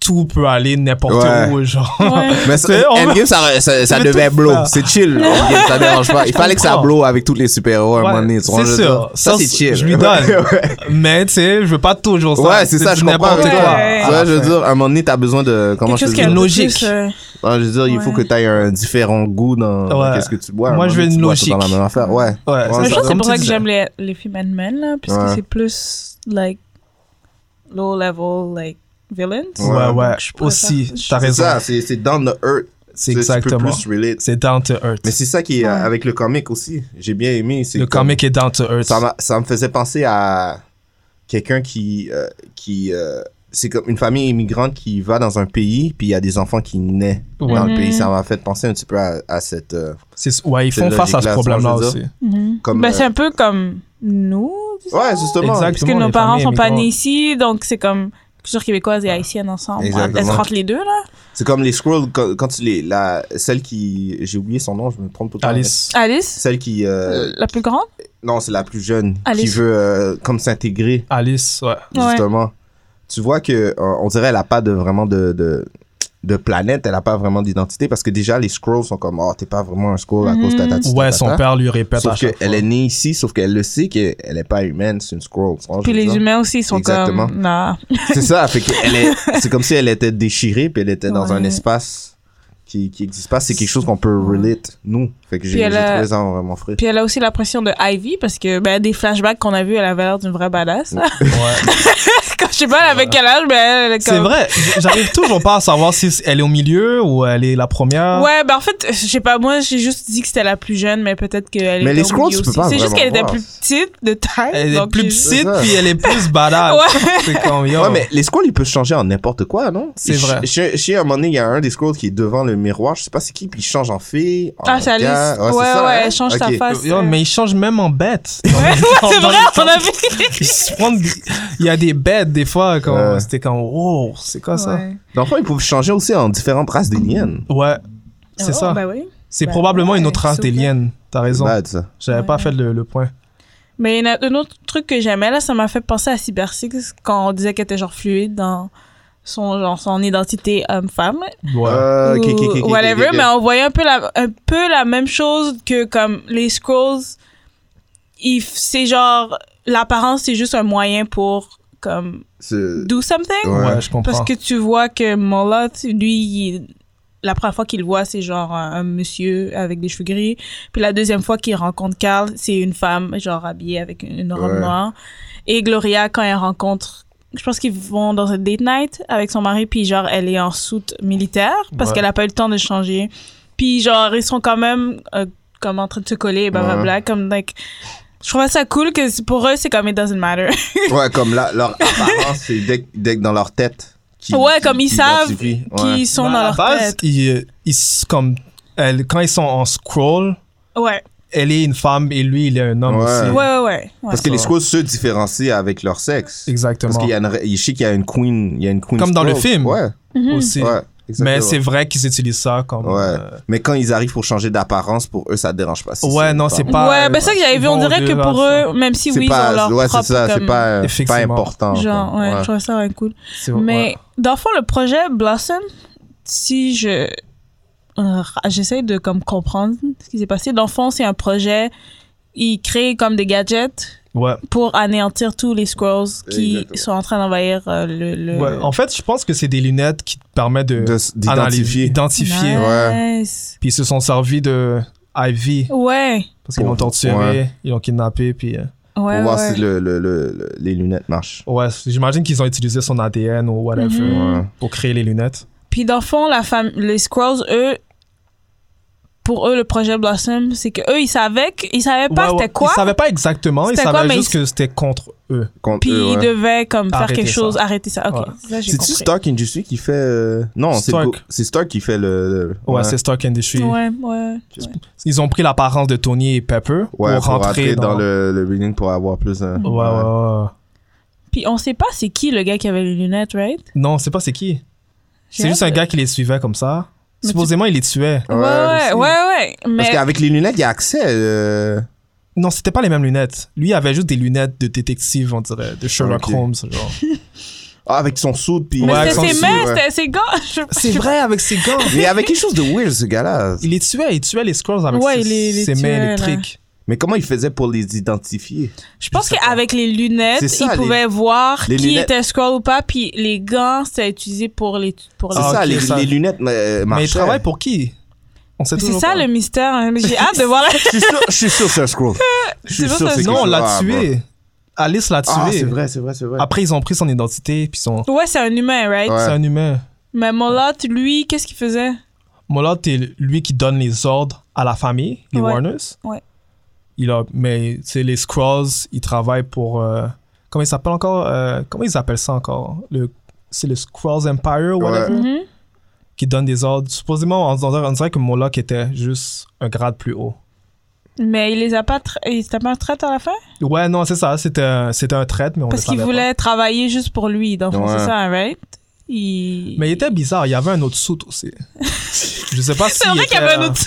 Speaker 3: tout peut aller n'importe
Speaker 1: Ouais.
Speaker 3: où, genre. *laughs*
Speaker 2: Ouais.
Speaker 1: Mais
Speaker 3: C'est- on-
Speaker 1: Endgame, ça, ça, ça
Speaker 3: veut
Speaker 1: devait
Speaker 3: tout
Speaker 1: blow.
Speaker 3: faire.
Speaker 1: C'est chill. Endgame, ça dérange pas. Il fallait que ça
Speaker 3: comprends.
Speaker 1: blow avec tous les super-héros à un
Speaker 3: Ouais,
Speaker 1: moment donné. tu vois,
Speaker 3: c'est
Speaker 1: je veux
Speaker 3: sûr.
Speaker 1: dire. Ça, c'est chill.
Speaker 3: Je lui
Speaker 1: *laughs*
Speaker 3: donne. Mais tu sais, je veux pas toujours ça.
Speaker 1: Ouais, c'est ça,
Speaker 3: du
Speaker 1: je comprends.
Speaker 3: n'importe
Speaker 1: Tu
Speaker 2: Ouais.
Speaker 3: quoi.
Speaker 2: Ouais.
Speaker 1: vois, je veux dire, à un moment donné, t'as besoin de. Comment
Speaker 2: Quelque
Speaker 1: je
Speaker 2: chose
Speaker 1: veux
Speaker 2: qui a
Speaker 1: dire?
Speaker 2: un peu
Speaker 3: Logique.
Speaker 2: plus, euh,
Speaker 1: Ah, Je veux dire, il faut
Speaker 2: Ouais.
Speaker 1: que t'aies un différent goût dans
Speaker 3: Ouais.
Speaker 1: qu'est-ce que tu bois. à un
Speaker 3: Moi,
Speaker 1: moment
Speaker 3: je veux
Speaker 1: donné,
Speaker 3: une
Speaker 1: tu bois tout dans la
Speaker 3: logique.
Speaker 1: même affaire. Ouais.
Speaker 3: Ouais,
Speaker 1: Ouais,
Speaker 2: Mais
Speaker 1: ça-
Speaker 2: je pense que c'est
Speaker 3: comme
Speaker 2: pour
Speaker 3: tu
Speaker 2: ça que
Speaker 3: disais.
Speaker 2: j'aime les, les films Ant-Man, là, puisque
Speaker 1: Ouais.
Speaker 2: c'est plus, like, low-level, like, villains.
Speaker 3: Ouais, ouais.
Speaker 2: Donc, je pourrais
Speaker 3: Aussi,
Speaker 2: faire- je-
Speaker 3: t'as
Speaker 1: C'est
Speaker 3: raison.
Speaker 1: ça, c'est c'est down the earth.
Speaker 3: C'est
Speaker 1: Tu-
Speaker 3: exactement.
Speaker 1: Tu peux plus relate.
Speaker 3: C'est down to earth.
Speaker 1: Mais c'est ça qui est
Speaker 2: Ouais.
Speaker 1: avec le comic aussi. J'ai bien aimé. c'est
Speaker 3: Le
Speaker 1: comme-
Speaker 3: comic est down to earth.
Speaker 1: ça, m'a- ça me faisait penser à quelqu'un qui. euh, qui euh, c'est comme une famille immigrante qui va dans un pays, puis il y a des enfants qui naissent
Speaker 3: Ouais.
Speaker 1: dans le pays. Ça m'a fait penser un petit peu à, à cette. euh,
Speaker 3: C'est- ouais, ils
Speaker 1: C'est
Speaker 3: font face à ce
Speaker 1: logique, là,
Speaker 3: problème-là
Speaker 1: je veux
Speaker 3: aussi.
Speaker 2: Mhm.
Speaker 1: comme,
Speaker 2: Ben,
Speaker 1: euh,
Speaker 2: c'est un peu comme nous, disons.
Speaker 1: ouais, justement.
Speaker 2: Parce
Speaker 3: Exactement.
Speaker 2: que nos
Speaker 3: les
Speaker 2: parents
Speaker 3: familles
Speaker 2: sont pas
Speaker 3: immigrantes.
Speaker 2: nés ici, donc c'est comme culture québécoise et haïtienne ensemble.
Speaker 1: Exactement.
Speaker 2: Elles se rentrent les deux, là.
Speaker 1: C'est comme les Skrulls, quand, quand tu les. La, celle qui. J'ai oublié son nom, je me trompe tout le temps.
Speaker 3: Alice.
Speaker 2: Alice,
Speaker 1: Celle qui. euh,
Speaker 2: la plus grande.
Speaker 1: non, c'est la plus jeune. Qui
Speaker 2: Alice.
Speaker 1: veut euh, comme s'intégrer,
Speaker 3: Alice, ouais.
Speaker 2: Ouais.
Speaker 1: justement. tu vois que euh, on dirait elle a pas de vraiment de, de de planète, elle a pas vraiment d'identité parce que déjà les scrolls sont comme oh t'es pas vraiment un scroll à cause
Speaker 2: Mhm.
Speaker 1: de ta tatouage.
Speaker 3: Ouais, son père lui répète à
Speaker 1: Sauf
Speaker 3: chaque
Speaker 1: qu'elle
Speaker 3: fois.
Speaker 1: est née ici, sauf qu'elle le sait qu'elle est pas humaine, c'est une scroll. tu vois, je
Speaker 2: Puis
Speaker 1: veux
Speaker 2: les
Speaker 1: dire.
Speaker 2: humains aussi ils sont
Speaker 1: Exactement.
Speaker 2: comme. Nah.
Speaker 1: C'est ça, fait qu'elle
Speaker 2: *laughs*
Speaker 1: est, c'est comme si elle était déchirée puis elle était dans un
Speaker 2: Ouais.
Speaker 1: espace qui qui existe pas. C'est quelque chose qu'on peut relate nous. Fait que j'ai
Speaker 2: Puis
Speaker 1: j'ai
Speaker 2: elle a-
Speaker 1: trouvé ça vraiment frais.
Speaker 2: Puis elle a aussi la pression de Ivy parce que ben, des flashbacks qu'on a vus, elle avait l'air d'une vraie badass.
Speaker 3: Ouais.
Speaker 2: *laughs* Quand je sais pas, elle avait quel âge, mais elle, elle est comme.
Speaker 3: C'est vrai, j'arrive toujours pas à savoir si elle est au milieu ou elle est la
Speaker 1: Ah.
Speaker 3: première.
Speaker 2: Ouais, ben en fait, je sais pas, moi j'ai juste dit que c'était la plus jeune, mais peut-être qu'elle
Speaker 1: Mais
Speaker 2: était
Speaker 1: les
Speaker 2: au
Speaker 1: Skrulls,
Speaker 2: milieu
Speaker 1: tu peux
Speaker 2: aussi.
Speaker 1: pas
Speaker 2: C'est juste
Speaker 1: vraiment
Speaker 2: qu'elle était
Speaker 1: voir.
Speaker 2: plus petite de taille.
Speaker 3: Elle est
Speaker 2: donc
Speaker 3: plus
Speaker 2: j'ai-
Speaker 1: C'est
Speaker 3: petite
Speaker 1: ça.
Speaker 3: puis elle est plus badass.
Speaker 2: Ouais.
Speaker 3: C'est comme yo.
Speaker 1: Ouais, mais les scrolls, ils peuvent changer en n'importe quoi, non?
Speaker 3: C'est
Speaker 1: Et ch-
Speaker 3: vrai.
Speaker 1: Chez, chez un moment donné, il y a un des scrolls qui est devant le miroir, je sais pas c'est qui, puis il change en fille. en
Speaker 2: Ah, c'est Alice.
Speaker 1: gars.
Speaker 2: Ouais, ouais,
Speaker 1: c'est ça, hein?
Speaker 2: elle change
Speaker 1: Ok.
Speaker 2: sa face.
Speaker 3: Yo, mais il change même en bête.
Speaker 2: Ah, Ouais, *laughs* c'est vrai, on a vu.
Speaker 3: Ils se prennent- Il y a des bêtes des fois quand
Speaker 1: Ouais.
Speaker 3: c'était comme oh c'est quoi ça
Speaker 2: Ouais.
Speaker 1: Dans le fond, ils peuvent changer aussi en différentes races d'aliens.
Speaker 3: ouais c'est
Speaker 2: Oh,
Speaker 3: ça
Speaker 2: ben oui.
Speaker 3: c'est
Speaker 2: ben
Speaker 3: probablement une
Speaker 2: ouais,
Speaker 3: autre race
Speaker 2: super.
Speaker 3: d'aliens t'as
Speaker 1: C'est
Speaker 3: raison
Speaker 1: bad, ça.
Speaker 3: j'avais pas fait le, le point
Speaker 2: Mais il y en a un autre truc que j'aimais, là, ça m'a fait penser à Cyber Six quand on disait qu'elle était genre fluide dans son, genre, son identité homme-femme.
Speaker 3: ouais
Speaker 1: Euh, ok,
Speaker 2: ou
Speaker 1: ok, ok, ok, ok,
Speaker 2: whatever,
Speaker 1: ok.
Speaker 2: mais on voyait un peu, la, un peu la même chose que comme les Scrolls. Ils f- C'est genre, l'apparence, c'est juste un moyen pour comme
Speaker 1: C'est-
Speaker 2: do something.
Speaker 3: ouais,
Speaker 1: Ouais.
Speaker 3: je comprends
Speaker 2: Parce que tu vois que Molot, lui, il- la première fois qu'il le voit, c'est genre un, un monsieur avec des cheveux gris. Puis la deuxième fois qu'il rencontre Carl, c'est une femme, genre habillée avec une, une robe
Speaker 1: Ouais.
Speaker 2: noire. Et Gloria, quand elle rencontre, je pense qu'ils vont dans un date night avec son mari, puis genre elle est en soute militaire parce
Speaker 3: Ouais.
Speaker 2: qu'elle a pas eu le temps de changer. Puis genre ils sont quand même euh, comme en train de se coller, et blablabla, comme like. Je trouvais ça cool que c'est- pour eux, c'est comme it doesn't matter. *laughs*
Speaker 1: Ouais, comme là, leur apparence, c'est dès, que- dès que dans leur tête. qui-
Speaker 2: Ouais,
Speaker 1: qui-
Speaker 2: comme ils
Speaker 1: qui
Speaker 2: savent
Speaker 1: identifient. Ouais.
Speaker 2: Qu'ils sont
Speaker 3: Mais Bah, à
Speaker 2: dans
Speaker 3: la
Speaker 2: leur
Speaker 3: base,
Speaker 2: tête.
Speaker 3: ils- ils s- comme elle- quand ils sont en scroll
Speaker 2: Ouais.
Speaker 3: elle est une femme et lui il est un homme
Speaker 1: Ouais.
Speaker 3: aussi
Speaker 2: Ouais, ouais, ouais. ouais.
Speaker 1: Parce que les scrolls se différencient avec leur sexe.
Speaker 3: exactement
Speaker 1: Parce qu'il y a une, ra- je sais qu'il y a une queen, il y a une queen.
Speaker 3: Comme dans le
Speaker 1: scroll.
Speaker 3: film.
Speaker 1: Ouais,
Speaker 2: Mm.
Speaker 3: aussi
Speaker 1: ouais.
Speaker 3: mais
Speaker 1: exactement.
Speaker 3: c'est vrai qu'ils utilisent ça comme
Speaker 1: Ouais.
Speaker 3: euh,
Speaker 1: Mais quand ils arrivent pour changer d'apparence, pour eux, ça dérange pas. si
Speaker 3: ouais
Speaker 1: une
Speaker 3: non
Speaker 1: femme.
Speaker 3: c'est pas
Speaker 2: ouais, ben ça que j'avais vu, on
Speaker 3: Ils vont
Speaker 2: dirait que
Speaker 3: au-delà,
Speaker 2: pour
Speaker 3: ça.
Speaker 2: eux, même si
Speaker 1: C'est
Speaker 2: oui,
Speaker 1: pas-
Speaker 2: ils ont leur
Speaker 1: ouais,
Speaker 2: propre
Speaker 1: c'est ça, c'est
Speaker 2: comme-
Speaker 1: pas, c'est pas
Speaker 3: Effectivement.
Speaker 1: important.
Speaker 2: genre,
Speaker 1: quoi.
Speaker 2: ouais, je trouvais ça ouais, cool.
Speaker 3: C'est-
Speaker 2: Mais
Speaker 3: ouais.
Speaker 2: dans le fond, le projet Blossom, si je euh, j'essaie de comme comprendre ce qui s'est passé, dans le fond, c'est un projet ils créent comme des gadgets
Speaker 3: ouais
Speaker 2: pour anéantir tous les squirrels qui
Speaker 1: Exactement.
Speaker 2: sont en train d'envahir euh, le, le...
Speaker 3: Ouais, en fait, je pense que c'est des lunettes qui te permettent de,
Speaker 1: De s- d'identifier.
Speaker 3: analyser, identifier.
Speaker 2: Nice.
Speaker 3: Puis ils se sont servis de Ivy
Speaker 2: Ouais.
Speaker 3: parce qu'ils l'ont
Speaker 1: Pour-
Speaker 3: torturé,
Speaker 1: ouais.
Speaker 3: ils l'ont kidnappé. Puis euh,
Speaker 2: Ouais,
Speaker 1: Pour
Speaker 2: ouais.
Speaker 1: voir si le, le- le- le- les lunettes marchent.
Speaker 3: ouais, j'imagine qu'ils ont utilisé son ADN ou whatever
Speaker 2: Mhm.
Speaker 1: Ouais.
Speaker 3: pour créer les lunettes.
Speaker 2: Puis dans le fond, la fam- les Squirrels, eux, pour eux, le projet Blossom, c'est que eux, ils savaient, que- ils savaient pas
Speaker 3: Ouais, ouais,
Speaker 2: c'était quoi.
Speaker 3: Ils savaient pas exactement, ils
Speaker 2: C'était quoi,
Speaker 3: savaient
Speaker 2: mais
Speaker 3: juste
Speaker 2: ils-
Speaker 3: que c'était contre eux.
Speaker 1: Contre
Speaker 2: Puis
Speaker 1: eux, ouais.
Speaker 2: ils devaient comme faire
Speaker 3: Arrêter
Speaker 2: quelque
Speaker 3: ça.
Speaker 2: chose, arrêter ça. Ok,
Speaker 3: Ouais.
Speaker 2: ça j'ai
Speaker 1: C'est-tu
Speaker 2: compris.
Speaker 1: Stark Industries qui fait. euh, Non, c'est
Speaker 3: Stark.
Speaker 1: Bo- c'est Stark qui fait le. le-
Speaker 3: Ouais, c'est Stark Industries.
Speaker 2: Ouais, ouais. ouais.
Speaker 3: Ils ont pris l'apparence de Tony et Pepper
Speaker 1: Ouais,
Speaker 3: pour, rentrer,
Speaker 1: dans, le, le building pour avoir plus. euh,
Speaker 3: Ouais, ouais, ouais.
Speaker 2: Puis on sait pas c'est qui le gars qui avait les lunettes, right?
Speaker 3: Non, c'est pas c'est qui.
Speaker 2: J'ai
Speaker 3: C'est juste
Speaker 2: hâte
Speaker 3: un
Speaker 2: de-
Speaker 3: gars qui les suivait comme ça.
Speaker 2: Mais tu-
Speaker 3: Supposément, il les tuait.
Speaker 2: Ouais, ouais, ouais, ouais.
Speaker 1: Parce
Speaker 2: Mais
Speaker 1: qu'avec les lunettes, il y a accès. euh,
Speaker 3: Non, c'était pas les mêmes lunettes. Lui, il avait juste des lunettes de détective, on dirait, de Sherlock
Speaker 1: Ok.
Speaker 3: Holmes, genre.
Speaker 1: ah, avec son soude. Puis
Speaker 2: mais
Speaker 3: Ouais,
Speaker 2: c'était
Speaker 3: avec son
Speaker 2: ses
Speaker 3: sou-
Speaker 2: mains,
Speaker 1: ouais.
Speaker 2: c'était ses gars. *laughs* Je-
Speaker 3: C'est
Speaker 2: je-
Speaker 3: vrai, avec ses gants.
Speaker 1: Mais avec quelque chose de weird, ce gars-là.
Speaker 3: Il les tuait, il tuait les Skrulls avec
Speaker 2: Ouais,
Speaker 3: ses,
Speaker 2: il les- les
Speaker 3: ses
Speaker 2: tuait,
Speaker 3: mains
Speaker 2: là.
Speaker 3: électriques.
Speaker 1: Mais comment il faisait pour les identifier
Speaker 2: Je pense
Speaker 3: sais pas.
Speaker 2: qu'avec les
Speaker 1: C'est
Speaker 2: lunettes,
Speaker 1: ça, les-
Speaker 2: ils pouvaient voir
Speaker 1: les
Speaker 2: qui
Speaker 1: lunettes.
Speaker 2: était Squirrel ou pas. Puis les gants, c'était utilisé pour les. Pour
Speaker 1: C'est
Speaker 2: les-
Speaker 3: Ah,
Speaker 1: ça,
Speaker 3: ok,
Speaker 1: les,
Speaker 3: ça.
Speaker 1: les lunettes euh,
Speaker 3: Mais
Speaker 1: marchaient.
Speaker 3: il travaille pour qui On sait
Speaker 2: C'est
Speaker 3: toujours
Speaker 2: ça
Speaker 3: pas.
Speaker 2: le mystère. hein. J'ai hâte de
Speaker 1: *laughs*
Speaker 2: voir la
Speaker 1: Je suis sûr, je suis sûr que c'est
Speaker 3: *laughs*
Speaker 1: un scroll. Je suis
Speaker 2: C'est
Speaker 1: sûr
Speaker 2: vrai,
Speaker 1: que c'est
Speaker 2: ça-
Speaker 3: Non, on
Speaker 1: quelque
Speaker 3: l'a
Speaker 1: chose- ah, bro.
Speaker 3: tué. Alice l'a tué.
Speaker 1: Ah, c'est vrai, c'est vrai, c'est vrai.
Speaker 3: Après, ils ont pris son identité, puis son...
Speaker 2: Ouais, c'est un humain, right?
Speaker 1: Ouais.
Speaker 3: C'est un humain.
Speaker 2: Mais Molot, lui, qu'est-ce qu'il faisait?
Speaker 3: Mollard est lui qui donne les ordres à la famille, les
Speaker 2: Ouais.
Speaker 3: Warners.
Speaker 2: Ouais.
Speaker 3: Il a, mais tu sais, les Skrulls, ils travaillent pour. euh, comment ils s'appellent encore euh, Comment ils appellent ça encore le, C'est le Skrulls Empire ou *laughs*
Speaker 1: Ouais.
Speaker 3: whatever
Speaker 2: Mhm.
Speaker 3: qui donne des ordres. Supposément, on, on dirait- on dirait que Moloch était juste un grade plus haut.
Speaker 2: Mais il les a pas, tra- il s'était pas traite à la fin?
Speaker 3: Ouais, non, c'est ça. C'était un, c'était un trait, mais on
Speaker 2: Parce
Speaker 3: le savait
Speaker 2: qu'il
Speaker 3: pas.
Speaker 2: voulait travailler juste pour lui, donc
Speaker 1: Ouais.
Speaker 2: c'est ça, right? Il... *laughs*
Speaker 3: Mais il était bizarre. Il y avait un autre soute aussi. Je sais pas
Speaker 2: C'est
Speaker 3: s'il
Speaker 2: vrai
Speaker 3: était.
Speaker 2: qu'il y avait un
Speaker 3: euh,
Speaker 2: autre.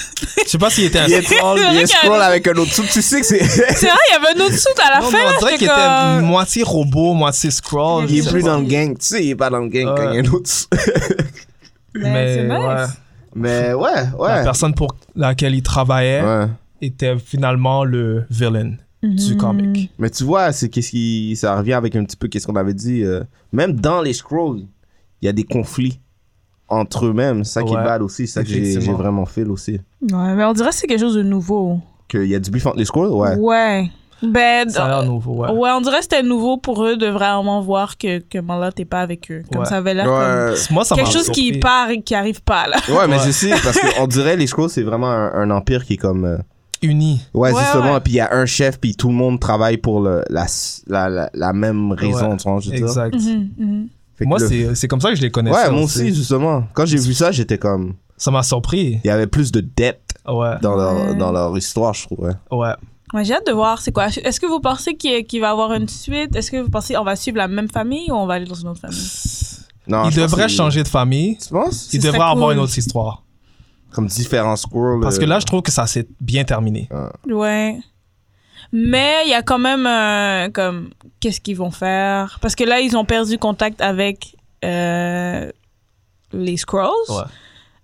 Speaker 3: Je sais pas s'il était un
Speaker 1: Il est scroll,
Speaker 2: Le
Speaker 1: il
Speaker 2: mec
Speaker 1: est
Speaker 2: a
Speaker 1: scroll
Speaker 2: un-
Speaker 1: avec un autre sou. Tu sais
Speaker 3: *laughs*
Speaker 1: que c'est. *laughs*
Speaker 2: C'est vrai, il y avait un autre sous à la
Speaker 3: Non,
Speaker 2: fin.
Speaker 3: mais
Speaker 2: là,
Speaker 3: on dirait qu'il
Speaker 2: j'étais comme-
Speaker 3: était moitié robot, moitié scroll.
Speaker 1: Il
Speaker 3: je
Speaker 1: est
Speaker 3: sais
Speaker 1: plus
Speaker 3: pas.
Speaker 1: dans le gang. Tu sais, il est pas dans le gang quand il y a un
Speaker 3: *laughs*
Speaker 1: autre sou.
Speaker 2: Mais Ben, c'est nice.
Speaker 3: ouais,
Speaker 1: Mais ouais,
Speaker 3: La
Speaker 1: ouais.
Speaker 3: personne pour laquelle il travaillait
Speaker 1: Ouais.
Speaker 3: était finalement le villain
Speaker 2: Mhm. Hmm.
Speaker 3: du comic.
Speaker 1: Mais tu vois, c'est qu'est-ce qui ça revient avec un petit peu qu'est-ce qu'on avait dit. euh, même dans les scrolls, il y a des conflits entre eux-mêmes. C'est Ça qui est
Speaker 3: Ouais.
Speaker 1: bad aussi, c'est ça que j'ai
Speaker 3: Effectivement.
Speaker 1: j'ai vraiment fait aussi.
Speaker 2: Ouais, mais on dirait que c'est quelque chose de nouveau.
Speaker 1: Qu'il y a du beef entre les scrolls, ouais.
Speaker 2: Ouais. Ben,
Speaker 3: Ça a l'air nouveau, ouais.
Speaker 2: ouais. on dirait que c'était nouveau pour eux de vraiment voir que, que Mala, t'es pas avec eux. Comme
Speaker 3: Ouais.
Speaker 2: ça avait l'air comme
Speaker 1: Ouais,
Speaker 3: Moi, ça m'a
Speaker 2: quelque chose qui
Speaker 3: surpris.
Speaker 2: part et qui arrive pas, là.
Speaker 1: ouais, mais
Speaker 3: Ouais.
Speaker 1: je sais, parce qu'on dirait les scrolls, c'est vraiment un, un empire qui est comme. euh,
Speaker 3: Uni.
Speaker 1: ouais,
Speaker 2: Ouais,
Speaker 1: justement,
Speaker 2: ouais.
Speaker 1: puis il y a un chef, puis tout le monde travaille pour le, la, s- la, la, la même raison,
Speaker 3: Ouais,
Speaker 1: tu vois, je veux dire.
Speaker 3: Exact.
Speaker 2: *laughs* Mhm, mhm.
Speaker 1: Fait que
Speaker 3: Moi,
Speaker 1: le-
Speaker 3: c'est c'est comme ça que je les connaissais.
Speaker 1: Ouais, moi
Speaker 3: aussi.
Speaker 1: aussi, justement. Quand j'ai vu ça, j'étais comme.
Speaker 3: Ça m'a surpris.
Speaker 1: Il y avait plus de depth
Speaker 3: Ouais,
Speaker 1: dans, leur,
Speaker 2: Ouais.
Speaker 1: dans leur histoire, je trouve. ouais.
Speaker 3: ouais.
Speaker 2: Ouais, j'ai hâte de voir, c'est quoi. Est-ce que vous pensez qu'il qu'il va y avoir une suite Est-ce que vous pensez qu'on va suivre la même famille ou on va aller dans une autre famille
Speaker 1: Non,
Speaker 3: il
Speaker 1: je pense
Speaker 3: devrait
Speaker 1: que-
Speaker 3: changer de famille.
Speaker 1: Tu penses?
Speaker 2: Ce
Speaker 3: Il
Speaker 2: serait
Speaker 3: devrait avoir
Speaker 2: cool.
Speaker 3: une autre histoire.
Speaker 1: comme différents squirrels.
Speaker 3: Parce que
Speaker 1: euh,
Speaker 3: là, je trouve que ça s'est bien terminé.
Speaker 2: Ouais. Mais il y a quand même euh, comme qu'est-ce qu'ils vont faire parce que là ils ont perdu contact avec euh, les scrolls.
Speaker 3: Ouais.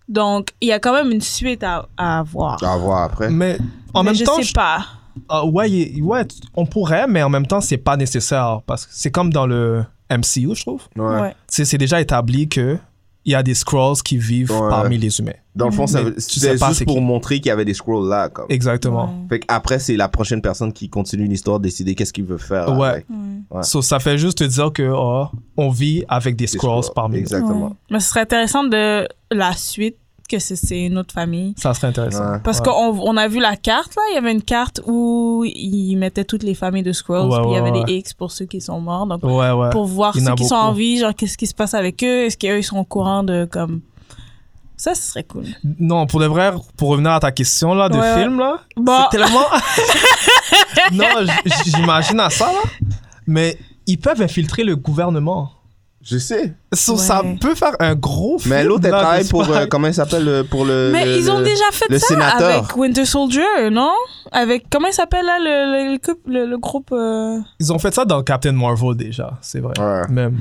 Speaker 2: Donc il y a quand même une suite à, à voir.
Speaker 1: à voir après.
Speaker 3: Mais Ah. en
Speaker 2: Mais
Speaker 3: même
Speaker 2: je
Speaker 3: temps,
Speaker 2: sais
Speaker 3: je-
Speaker 2: pas.
Speaker 3: ah, ouais, il- ouais, tu- on pourrait, mais en même temps, c'est pas nécessaire. Parce que c'est comme dans le MCU, je trouve.
Speaker 2: Ouais.
Speaker 3: Tu sais, C'est déjà établi que il y a des Skrulls qui vivent
Speaker 1: Ouais.
Speaker 3: parmi les humains.
Speaker 1: Dans le fond, ça
Speaker 3: Mais
Speaker 1: veut-
Speaker 3: tu
Speaker 1: c'était
Speaker 3: sais pas
Speaker 1: juste
Speaker 3: c'est
Speaker 1: pour
Speaker 3: qui.
Speaker 1: montrer qu'il y avait des scrolls là. Comme.
Speaker 3: Exactement.
Speaker 1: Fait qu'après, c'est la prochaine personne qui continue l'histoire, décider qu'est-ce qu'il veut faire.
Speaker 3: Ouais.
Speaker 1: avec
Speaker 2: Ouais.
Speaker 1: Ouais.
Speaker 3: So, ça fait juste te dire que oh, on vit avec des
Speaker 1: les
Speaker 3: Skrulls parmi nous.
Speaker 1: Exactement.
Speaker 2: Ouais. Mais ce serait intéressant de la suite que c'est- c'est une autre famille.
Speaker 3: Ça serait intéressant.
Speaker 1: Ouais.
Speaker 2: Parce
Speaker 3: Ouais.
Speaker 2: qu'on on a vu la carte, là. Il y avait une carte où ils mettaient toutes les familles de Squirrels.
Speaker 3: Ouais,
Speaker 2: puis il y
Speaker 3: ouais,
Speaker 2: avait
Speaker 3: ouais.
Speaker 2: des X pour ceux qui sont morts. Donc,
Speaker 3: Ouais, ouais.
Speaker 2: pour voir
Speaker 3: Il y en
Speaker 2: ceux
Speaker 3: a
Speaker 2: qui sont en
Speaker 3: beaucoup.
Speaker 2: vie, genre, qu'est-ce qui se passe avec eux. Est-ce qu'eux, ils sont au courant de, comme... Ça, ce serait cool.
Speaker 3: Non, pour de vrai, pour revenir à ta question là, de
Speaker 2: Ouais, Ah. ouais.
Speaker 3: film, là,
Speaker 2: Bon.
Speaker 3: c'est tellement. *laughs* non, j- j'imagine à ça, là. Mais ils peuvent infiltrer le gouvernement.
Speaker 1: Je sais.
Speaker 3: So,
Speaker 2: Ouais.
Speaker 3: Ça peut faire un gros film. *laughs*
Speaker 1: Mais l'autre, elle
Speaker 3: là, de
Speaker 1: travaille pour.
Speaker 3: spy.
Speaker 1: euh, comment il s'appelle euh, Pour le.
Speaker 2: Mais
Speaker 1: le-
Speaker 2: ils ont
Speaker 1: le-
Speaker 2: déjà fait
Speaker 1: le
Speaker 2: ça
Speaker 1: sénateur.
Speaker 2: avec Winter Soldier, non? Avec... Comment il s'appelle, là, le, le, coup- le- le groupe... euh,
Speaker 3: Ils ont fait ça dans Captain Marvel déjà, c'est vrai.
Speaker 1: Ouais.
Speaker 3: Même.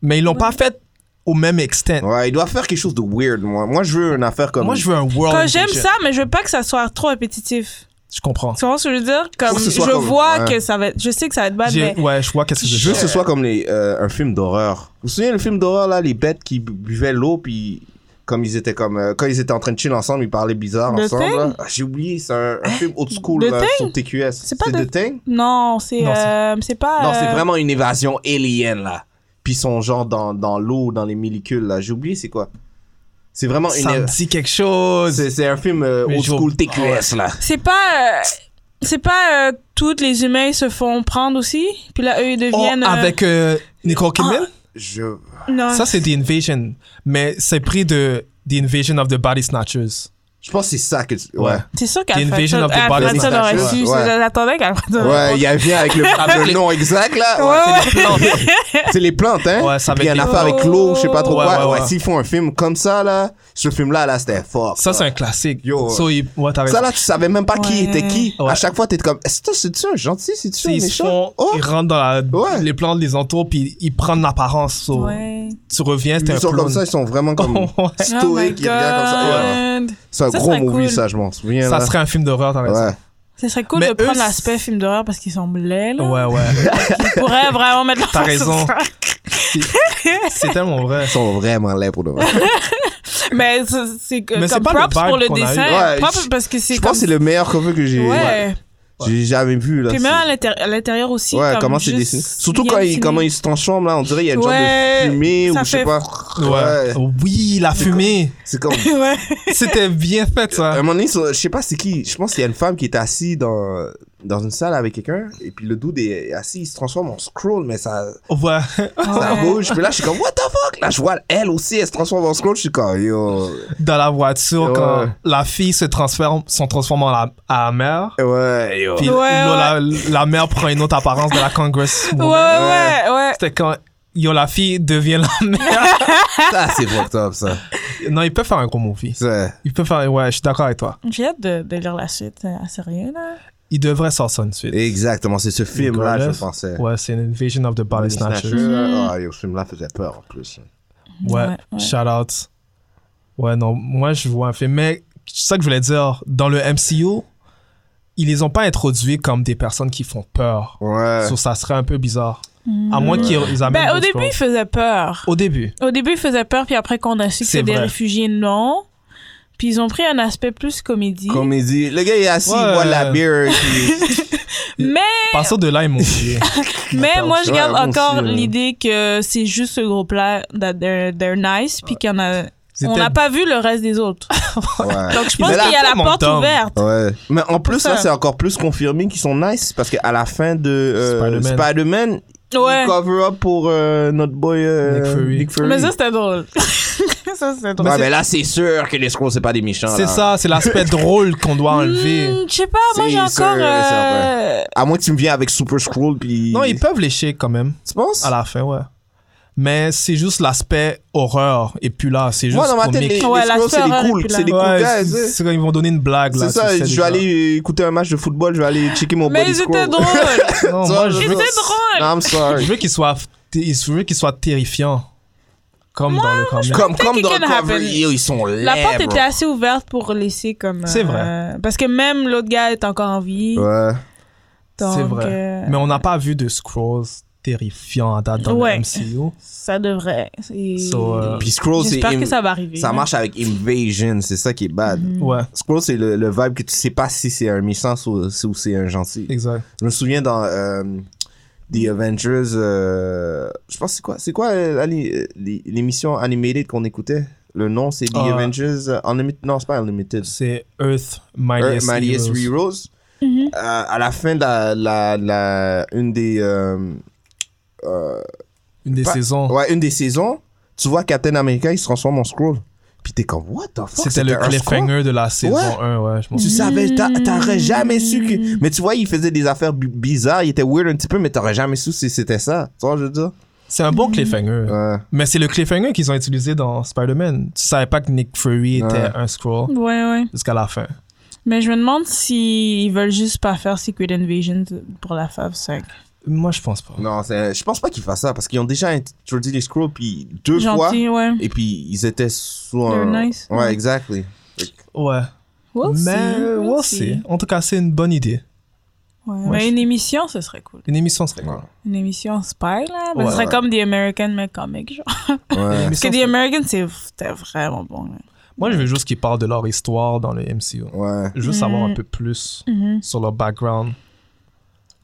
Speaker 3: Mais ils l'ont pas fait au même extent.
Speaker 1: Ouais, il doit faire quelque chose de weird, moi. Moi, je veux une affaire comme.
Speaker 3: Moi, je veux un
Speaker 1: Oh,
Speaker 3: world.
Speaker 2: Quand j'aime
Speaker 3: invasion.
Speaker 2: ça, mais je veux pas que ça soit trop répétitif.
Speaker 3: Je comprends.
Speaker 2: Tu comprends ce que je veux dire? Comme,
Speaker 1: Oh. que ce
Speaker 2: je
Speaker 1: soit comme-
Speaker 2: vois
Speaker 1: ouais.
Speaker 2: que ça va être... Je sais que ça va être bad,
Speaker 3: J'ai-
Speaker 2: mais...
Speaker 3: Ouais, je vois qu'est-ce que
Speaker 1: Je
Speaker 3: je
Speaker 1: veux que ce soit comme les, euh, un film d'horreur. Vous vous souvenez le film d'horreur, là, les bêtes qui bu- buvaient l'eau, puis comme ils étaient comme. euh, quand ils étaient en train de chill ensemble, ils parlaient bizarre
Speaker 2: The
Speaker 1: ensemble.
Speaker 2: Thing?
Speaker 1: là. Ah, J'ai oublié, c'est un, un film old school
Speaker 2: The
Speaker 1: là,
Speaker 2: Thing?
Speaker 1: sur TQS.
Speaker 2: C'est pas
Speaker 1: The
Speaker 2: The-
Speaker 1: Thing?
Speaker 2: Non, c'est...
Speaker 3: Non, c'est-
Speaker 2: euh, c'est pas...
Speaker 1: Non, c'est
Speaker 2: euh,
Speaker 1: vraiment une évasion alien, là. Puis ils sont genre dans, dans l'eau, dans les molécules, là. J'ai oublié, c'est quoi? C'est vraiment une. euh,
Speaker 3: Ça me dit quelque chose.
Speaker 1: C'est c'est un film euh,
Speaker 3: Mais
Speaker 1: old
Speaker 3: je vois-
Speaker 1: school TQS, là.
Speaker 2: C'est pas. euh, c'est pas euh, toutes les humains se font prendre aussi. Puis là, eux, ils
Speaker 3: Oh,
Speaker 2: deviennent. euh, Ah,
Speaker 3: avec euh, Nicole Kidman.
Speaker 1: Je.
Speaker 2: Non.
Speaker 3: Ça, c'est The Invasion. Mais c'est pris de The Invasion of the Body Snatchers.
Speaker 1: Je pense que c'est ça que tu.
Speaker 3: Ouais.
Speaker 1: Ouais.
Speaker 2: c'est sûr
Speaker 3: The Invasion
Speaker 2: qu'Alfredson
Speaker 3: of the Body
Speaker 2: Alfredson aurait
Speaker 1: Snatchers.
Speaker 2: su.
Speaker 1: Ouais.
Speaker 2: J'attendais qu'Alfredson.
Speaker 1: Ouais, il y a bien
Speaker 2: *laughs*
Speaker 1: avec le, le nom exact,
Speaker 3: *laughs*
Speaker 1: là. Ouais,
Speaker 2: Ouais,
Speaker 1: c'est les plantes. C'est les plantes, hein.
Speaker 3: Ouais, ça
Speaker 1: Puis il y a
Speaker 3: avec
Speaker 1: une
Speaker 3: les-
Speaker 1: affaire avec l'eau, je sais pas trop
Speaker 3: Ouais,
Speaker 1: quoi.
Speaker 3: ouais,
Speaker 1: Ouais,
Speaker 3: ouais.
Speaker 1: s'ils font un film comme ça, là, ce film-là, là, c'était fort.
Speaker 3: Ça, c'est un classique.
Speaker 1: Yo.
Speaker 3: So, il- ouais, t'as raison.
Speaker 1: Ça, là, tu savais même pas qui
Speaker 2: Ouais.
Speaker 1: était qui.
Speaker 3: Ouais.
Speaker 1: À chaque fois, t'es comme, est-ce que c'est-tu un gentil, c'est-tu
Speaker 3: Tu
Speaker 1: un
Speaker 3: sais, ils, se
Speaker 1: méchant?
Speaker 3: font,
Speaker 1: oh!
Speaker 3: ils rentrent dans la,
Speaker 1: Ouais.
Speaker 3: les plantes, les entours, puis ils prennent l'apparence. So,
Speaker 2: Ouais.
Speaker 3: Tu reviens, c'était un
Speaker 1: Ils sont comme
Speaker 3: clone.
Speaker 1: ça, ils sont vraiment
Speaker 3: *laughs*
Speaker 1: comme
Speaker 3: Ouais.
Speaker 2: Oh my
Speaker 1: stoïques, ils regardent comme ça. Ouais.
Speaker 2: god.
Speaker 1: C'est un
Speaker 2: Ça
Speaker 1: gros
Speaker 2: serait
Speaker 1: movie,
Speaker 2: cool.
Speaker 1: ça, je m'en souviens.
Speaker 3: Ça
Speaker 1: là.
Speaker 3: serait un film d'horreur, t'as raison.
Speaker 1: Ouais.
Speaker 2: Ce serait cool
Speaker 3: Mais
Speaker 2: de
Speaker 3: eux,
Speaker 2: prendre
Speaker 3: c'est-
Speaker 2: l'aspect film d'horreur parce qu'ils sont blés, là.
Speaker 3: Ouais, ouais.
Speaker 2: Ils pourraient vraiment mettre leur
Speaker 3: T'as
Speaker 2: face
Speaker 3: raison.
Speaker 2: sur ça.
Speaker 3: C'est tellement vrai.
Speaker 1: Ils sont vraiment laids pour de vrai.
Speaker 2: Mais c'est- c'est que-
Speaker 3: Mais c'est
Speaker 2: comme
Speaker 3: pas le
Speaker 2: props
Speaker 3: vibe
Speaker 2: pour le
Speaker 3: qu'on a eu.
Speaker 2: dessin.
Speaker 1: Ouais,
Speaker 2: Props
Speaker 1: je-
Speaker 2: parce que c'est
Speaker 1: Je
Speaker 2: comme.
Speaker 1: pense que c'est le meilleur cover que j'ai
Speaker 2: Ouais.
Speaker 1: j'ai jamais vu. Là,
Speaker 2: Puis
Speaker 1: C'est-
Speaker 2: même à l'intérieur- à l'intérieur aussi.
Speaker 1: Ouais,
Speaker 2: comme
Speaker 1: comment c'est
Speaker 2: juste
Speaker 1: dessiné. Surtout
Speaker 2: bien
Speaker 1: quand
Speaker 2: dessiné.
Speaker 1: il, comment il se transforme, là, on dirait qu'il y a une
Speaker 2: Ouais,
Speaker 1: genre de fumée ou
Speaker 2: ça
Speaker 1: je sais
Speaker 2: fait-
Speaker 1: pas.
Speaker 3: Ouais.
Speaker 1: *laughs* Ouais.
Speaker 3: Oui, la fumée.
Speaker 1: C'est Euh, comme. *laughs*
Speaker 2: *laughs* Ouais.
Speaker 3: C'était bien fait,
Speaker 1: À
Speaker 3: ça.
Speaker 1: un moment donné, sur- je sais pas c'est qui, je pense qu'il y a une femme qui est assise dans, dans une salle avec quelqu'un, et puis le dude est assis, il se transforme en scroll, mais ça,
Speaker 3: Ouais.
Speaker 1: ça
Speaker 2: Ouais.
Speaker 1: bouge. Puis là, je suis comme, what the fuck? Là, je vois elle aussi, elle se transforme en scroll, je suis comme, yo.
Speaker 3: Dans la voiture,
Speaker 1: Ouais.
Speaker 3: quand la fille se transforme, sont transformées en la, à la mère.
Speaker 1: Ouais,
Speaker 2: *laughs*
Speaker 1: yo.
Speaker 3: Puis
Speaker 2: Ouais,
Speaker 3: là, La, la mère prend une autre apparence de la Congress.
Speaker 2: Ouais, ouais, ouais.
Speaker 3: C'était quand Yo, la fille devient la mère. *laughs*
Speaker 1: Ça, c'est fucked up, ça.
Speaker 3: non, il peut faire un gros movie.
Speaker 1: Ça-
Speaker 3: Il peut faire. Ouais, je suis d'accord avec toi.
Speaker 2: J'ai hâte de, de lire la suite. euh, à sérieux, là.
Speaker 3: Il devrait sortir une suite.
Speaker 1: Exactement, c'est ce film-là, je
Speaker 3: Gorillaz.
Speaker 1: pensais.
Speaker 3: Ouais, c'est une Invasion of the Body Snatchers.
Speaker 2: Mm.
Speaker 1: Ah, yo, ce film-là faisait peur en plus.
Speaker 3: Ouais,
Speaker 2: Ouais, ouais.
Speaker 3: shout out. Ouais, non, moi je vois un film. Mais c'est ça que je voulais dire. Dans le MCU, ils les ont pas introduits comme des personnes qui font peur.
Speaker 1: Ouais.
Speaker 3: So, ça serait un peu bizarre. À moins qu'ils ils
Speaker 1: Ah,
Speaker 3: amènent.
Speaker 2: Mm. Ben, au
Speaker 3: Rose
Speaker 2: début,
Speaker 3: Byrne.
Speaker 2: il faisait peur.
Speaker 3: Au
Speaker 2: *laughs*
Speaker 3: début.
Speaker 2: Au début, il faisait peur, puis après qu'on a su que
Speaker 3: C'est
Speaker 2: c'est des
Speaker 3: vrai.
Speaker 2: réfugiés, non. Puis ils ont pris un aspect plus comédie.
Speaker 1: Comédie. Le gars, il est assis, il
Speaker 3: Ouais.
Speaker 1: boit de la bière.
Speaker 2: *laughs*
Speaker 1: puis-
Speaker 2: mais
Speaker 3: Passant de
Speaker 2: *laughs*
Speaker 3: là, ils m'ont oublié.
Speaker 2: mais moi, je
Speaker 1: Ouais,
Speaker 2: garde
Speaker 1: moi aussi, euh.
Speaker 2: encore
Speaker 1: ouais.
Speaker 2: l'idée que c'est juste ce groupe-là, that they're, they're nice, puis qu'on a...
Speaker 3: Ils
Speaker 2: On
Speaker 3: étaient-
Speaker 2: n'a pas vu le reste des autres.
Speaker 1: *laughs* Ouais.
Speaker 2: Donc, je
Speaker 3: Ils
Speaker 2: pense
Speaker 3: étaient
Speaker 2: qu'il y a la
Speaker 3: tellement
Speaker 2: porte
Speaker 3: dumb.
Speaker 2: ouverte.
Speaker 1: Ouais. Mais en plus,
Speaker 2: ça.
Speaker 1: là, c'est encore plus confirmé qu'ils sont nice parce qu'à la fin de euh,
Speaker 3: Spider-Man.
Speaker 1: Spider-Man,
Speaker 2: Ouais.
Speaker 1: il cover up pour euh, notre boy euh,
Speaker 3: Nick Fury.
Speaker 1: Nick Fury.
Speaker 2: Mais ça, c'était drôle. *laughs* ça, c'était drôle.
Speaker 1: Ouais, mais là, c'est sûr que les scrolls, c'est pas des méchants.
Speaker 3: C'est
Speaker 1: là.
Speaker 3: ça, c'est
Speaker 2: *laughs*
Speaker 3: l'aspect drôle qu'on doit enlever.
Speaker 2: Hmm, je sais pas, moi,
Speaker 1: C'est
Speaker 2: j'ai
Speaker 1: sûr,
Speaker 2: encore...
Speaker 1: c'est
Speaker 2: euh,
Speaker 1: À moins que tu me viennes avec Super Scroll, puis.
Speaker 3: Non, Ah, ils peuvent lécher quand même.
Speaker 1: Tu penses
Speaker 3: À la fin, ouais. Mais c'est juste l'aspect horreur. Et puis là, c'est juste.
Speaker 1: Moi, dans ma tête,
Speaker 3: comique.
Speaker 1: les, les
Speaker 2: Ouais, la
Speaker 1: scrolls, c'est
Speaker 2: sphère,
Speaker 1: les
Speaker 2: elle est
Speaker 1: cool.
Speaker 2: plus là.
Speaker 1: C'est les cool
Speaker 3: Ouais,
Speaker 1: guys.
Speaker 3: c'est-
Speaker 1: ouais.
Speaker 3: c'est quand ils vont donner une blague. là,
Speaker 1: C'est
Speaker 3: tu
Speaker 1: ça, je
Speaker 3: sais
Speaker 1: vais
Speaker 3: déjà.
Speaker 1: aller écouter un match de football, je vais aller checker mon
Speaker 2: Mais
Speaker 1: body
Speaker 2: ben, ils
Speaker 1: scroll.
Speaker 2: étaient drôles.
Speaker 3: Non, moi, je
Speaker 2: Ils
Speaker 3: veux,
Speaker 2: étaient drôles.
Speaker 1: Non, I'm
Speaker 3: je
Speaker 1: sorry.
Speaker 3: veux qu'il soit, je veux qu'il soit terrifiant. Comme dans le comic.
Speaker 1: Comme, comme
Speaker 2: it
Speaker 1: dans
Speaker 2: can
Speaker 1: Cover,
Speaker 2: happen.
Speaker 1: yo, ils sont
Speaker 2: La
Speaker 1: là.
Speaker 2: porte était assez ouverte pour laisser comme.
Speaker 3: C'est
Speaker 2: euh,
Speaker 3: vrai.
Speaker 2: parce que même l'autre gars est encore en vie.
Speaker 1: Ouais.
Speaker 2: Donc,
Speaker 3: C'est vrai.
Speaker 2: euh,
Speaker 3: Mais on n'a pas vu de Scrolls terrifiant à date dans
Speaker 2: Ouais.
Speaker 3: le MCU.
Speaker 2: Ça devrait. C'est-
Speaker 3: So, euh,
Speaker 1: Puis Scrolls, c'est.
Speaker 2: J'espère que
Speaker 1: im-
Speaker 2: ça va Mhm. arriver. hein.
Speaker 1: Ça marche avec Invasion, c'est ça qui est bad.
Speaker 3: Ouais,
Speaker 1: Scroll, c'est le, le vibe que tu sais pas si c'est un méchant ou, ou c'est un gentil.
Speaker 3: exact.
Speaker 1: Je me souviens dans euh, The Avengers, euh, je pense que c'est quoi, c'est quoi euh, la- les- l'émission animated qu'on écoutait Le nom c'est The
Speaker 3: Ah.
Speaker 1: Avengers euh, Unlimited, non c'est pas Unlimited,
Speaker 3: C'est Earth
Speaker 1: Earth,
Speaker 3: Mightiest
Speaker 1: Mightiest
Speaker 3: Heroes.
Speaker 1: Heroes.
Speaker 2: Mhm.
Speaker 1: Euh, à la fin de la, la, la- une des euh,
Speaker 3: Une des
Speaker 1: pas-
Speaker 3: saisons.
Speaker 1: ouais une des saisons, tu vois Captain America il se transforme en scroll. Puis t'es comme what the fuck
Speaker 3: C'était le
Speaker 1: un Skrull?
Speaker 3: cliffhanger de la saison
Speaker 1: Ouais.
Speaker 3: 1, ouais, je m'en
Speaker 1: Tu
Speaker 3: souviens.
Speaker 1: savais, t'a- t'aurais jamais su que. Mais tu vois, il faisait des affaires bi- bizarres, il était weird un petit peu, mais t'aurais jamais su si c'était ça. Tu vois, je veux dire.
Speaker 3: C'est un bon cliffhanger.
Speaker 1: Ouais.
Speaker 3: Mais c'est le cliffhanger qu'ils ont utilisé dans Spider-Man. Tu savais pas que Nick Fury était
Speaker 1: Ouais.
Speaker 3: un Scroll
Speaker 2: Ouais, ouais.
Speaker 3: jusqu'à la fin.
Speaker 2: Mais je me demande s'ils veulent juste pas faire Secret Invasion pour la Fab 5.
Speaker 3: Moi, je pense pas.
Speaker 1: Non, c'est- je pense pas qu'ils fassent ça parce qu'ils ont déjà introduit les scrolls puis deux fois
Speaker 2: Gentil, ouais.
Speaker 1: et puis ils étaient sous
Speaker 2: They're
Speaker 1: un.
Speaker 2: nice.
Speaker 1: Ouais,
Speaker 2: Ouais.
Speaker 1: exactly.
Speaker 3: Ouais.
Speaker 2: We'll see,
Speaker 3: Mais we'll see. En tout cas, c'est une bonne idée.
Speaker 2: Ouais,
Speaker 3: Ouais,
Speaker 2: mais
Speaker 3: je-
Speaker 2: une émission, ce serait cool.
Speaker 3: Une émission serait
Speaker 1: Ouais.
Speaker 3: cool.
Speaker 2: Une émission spy, là. ben,
Speaker 3: Ouais.
Speaker 2: ce serait comme The American, mais comique, genre.
Speaker 1: Ouais.
Speaker 2: Parce que The American, c'est- c'était vraiment bon. là.
Speaker 3: Moi, je veux juste qu'ils parlent de leur histoire dans le MCU.
Speaker 1: ouais.
Speaker 3: Je veux savoir
Speaker 2: Mhm.
Speaker 3: un peu plus
Speaker 2: Mhm.
Speaker 3: sur leur background.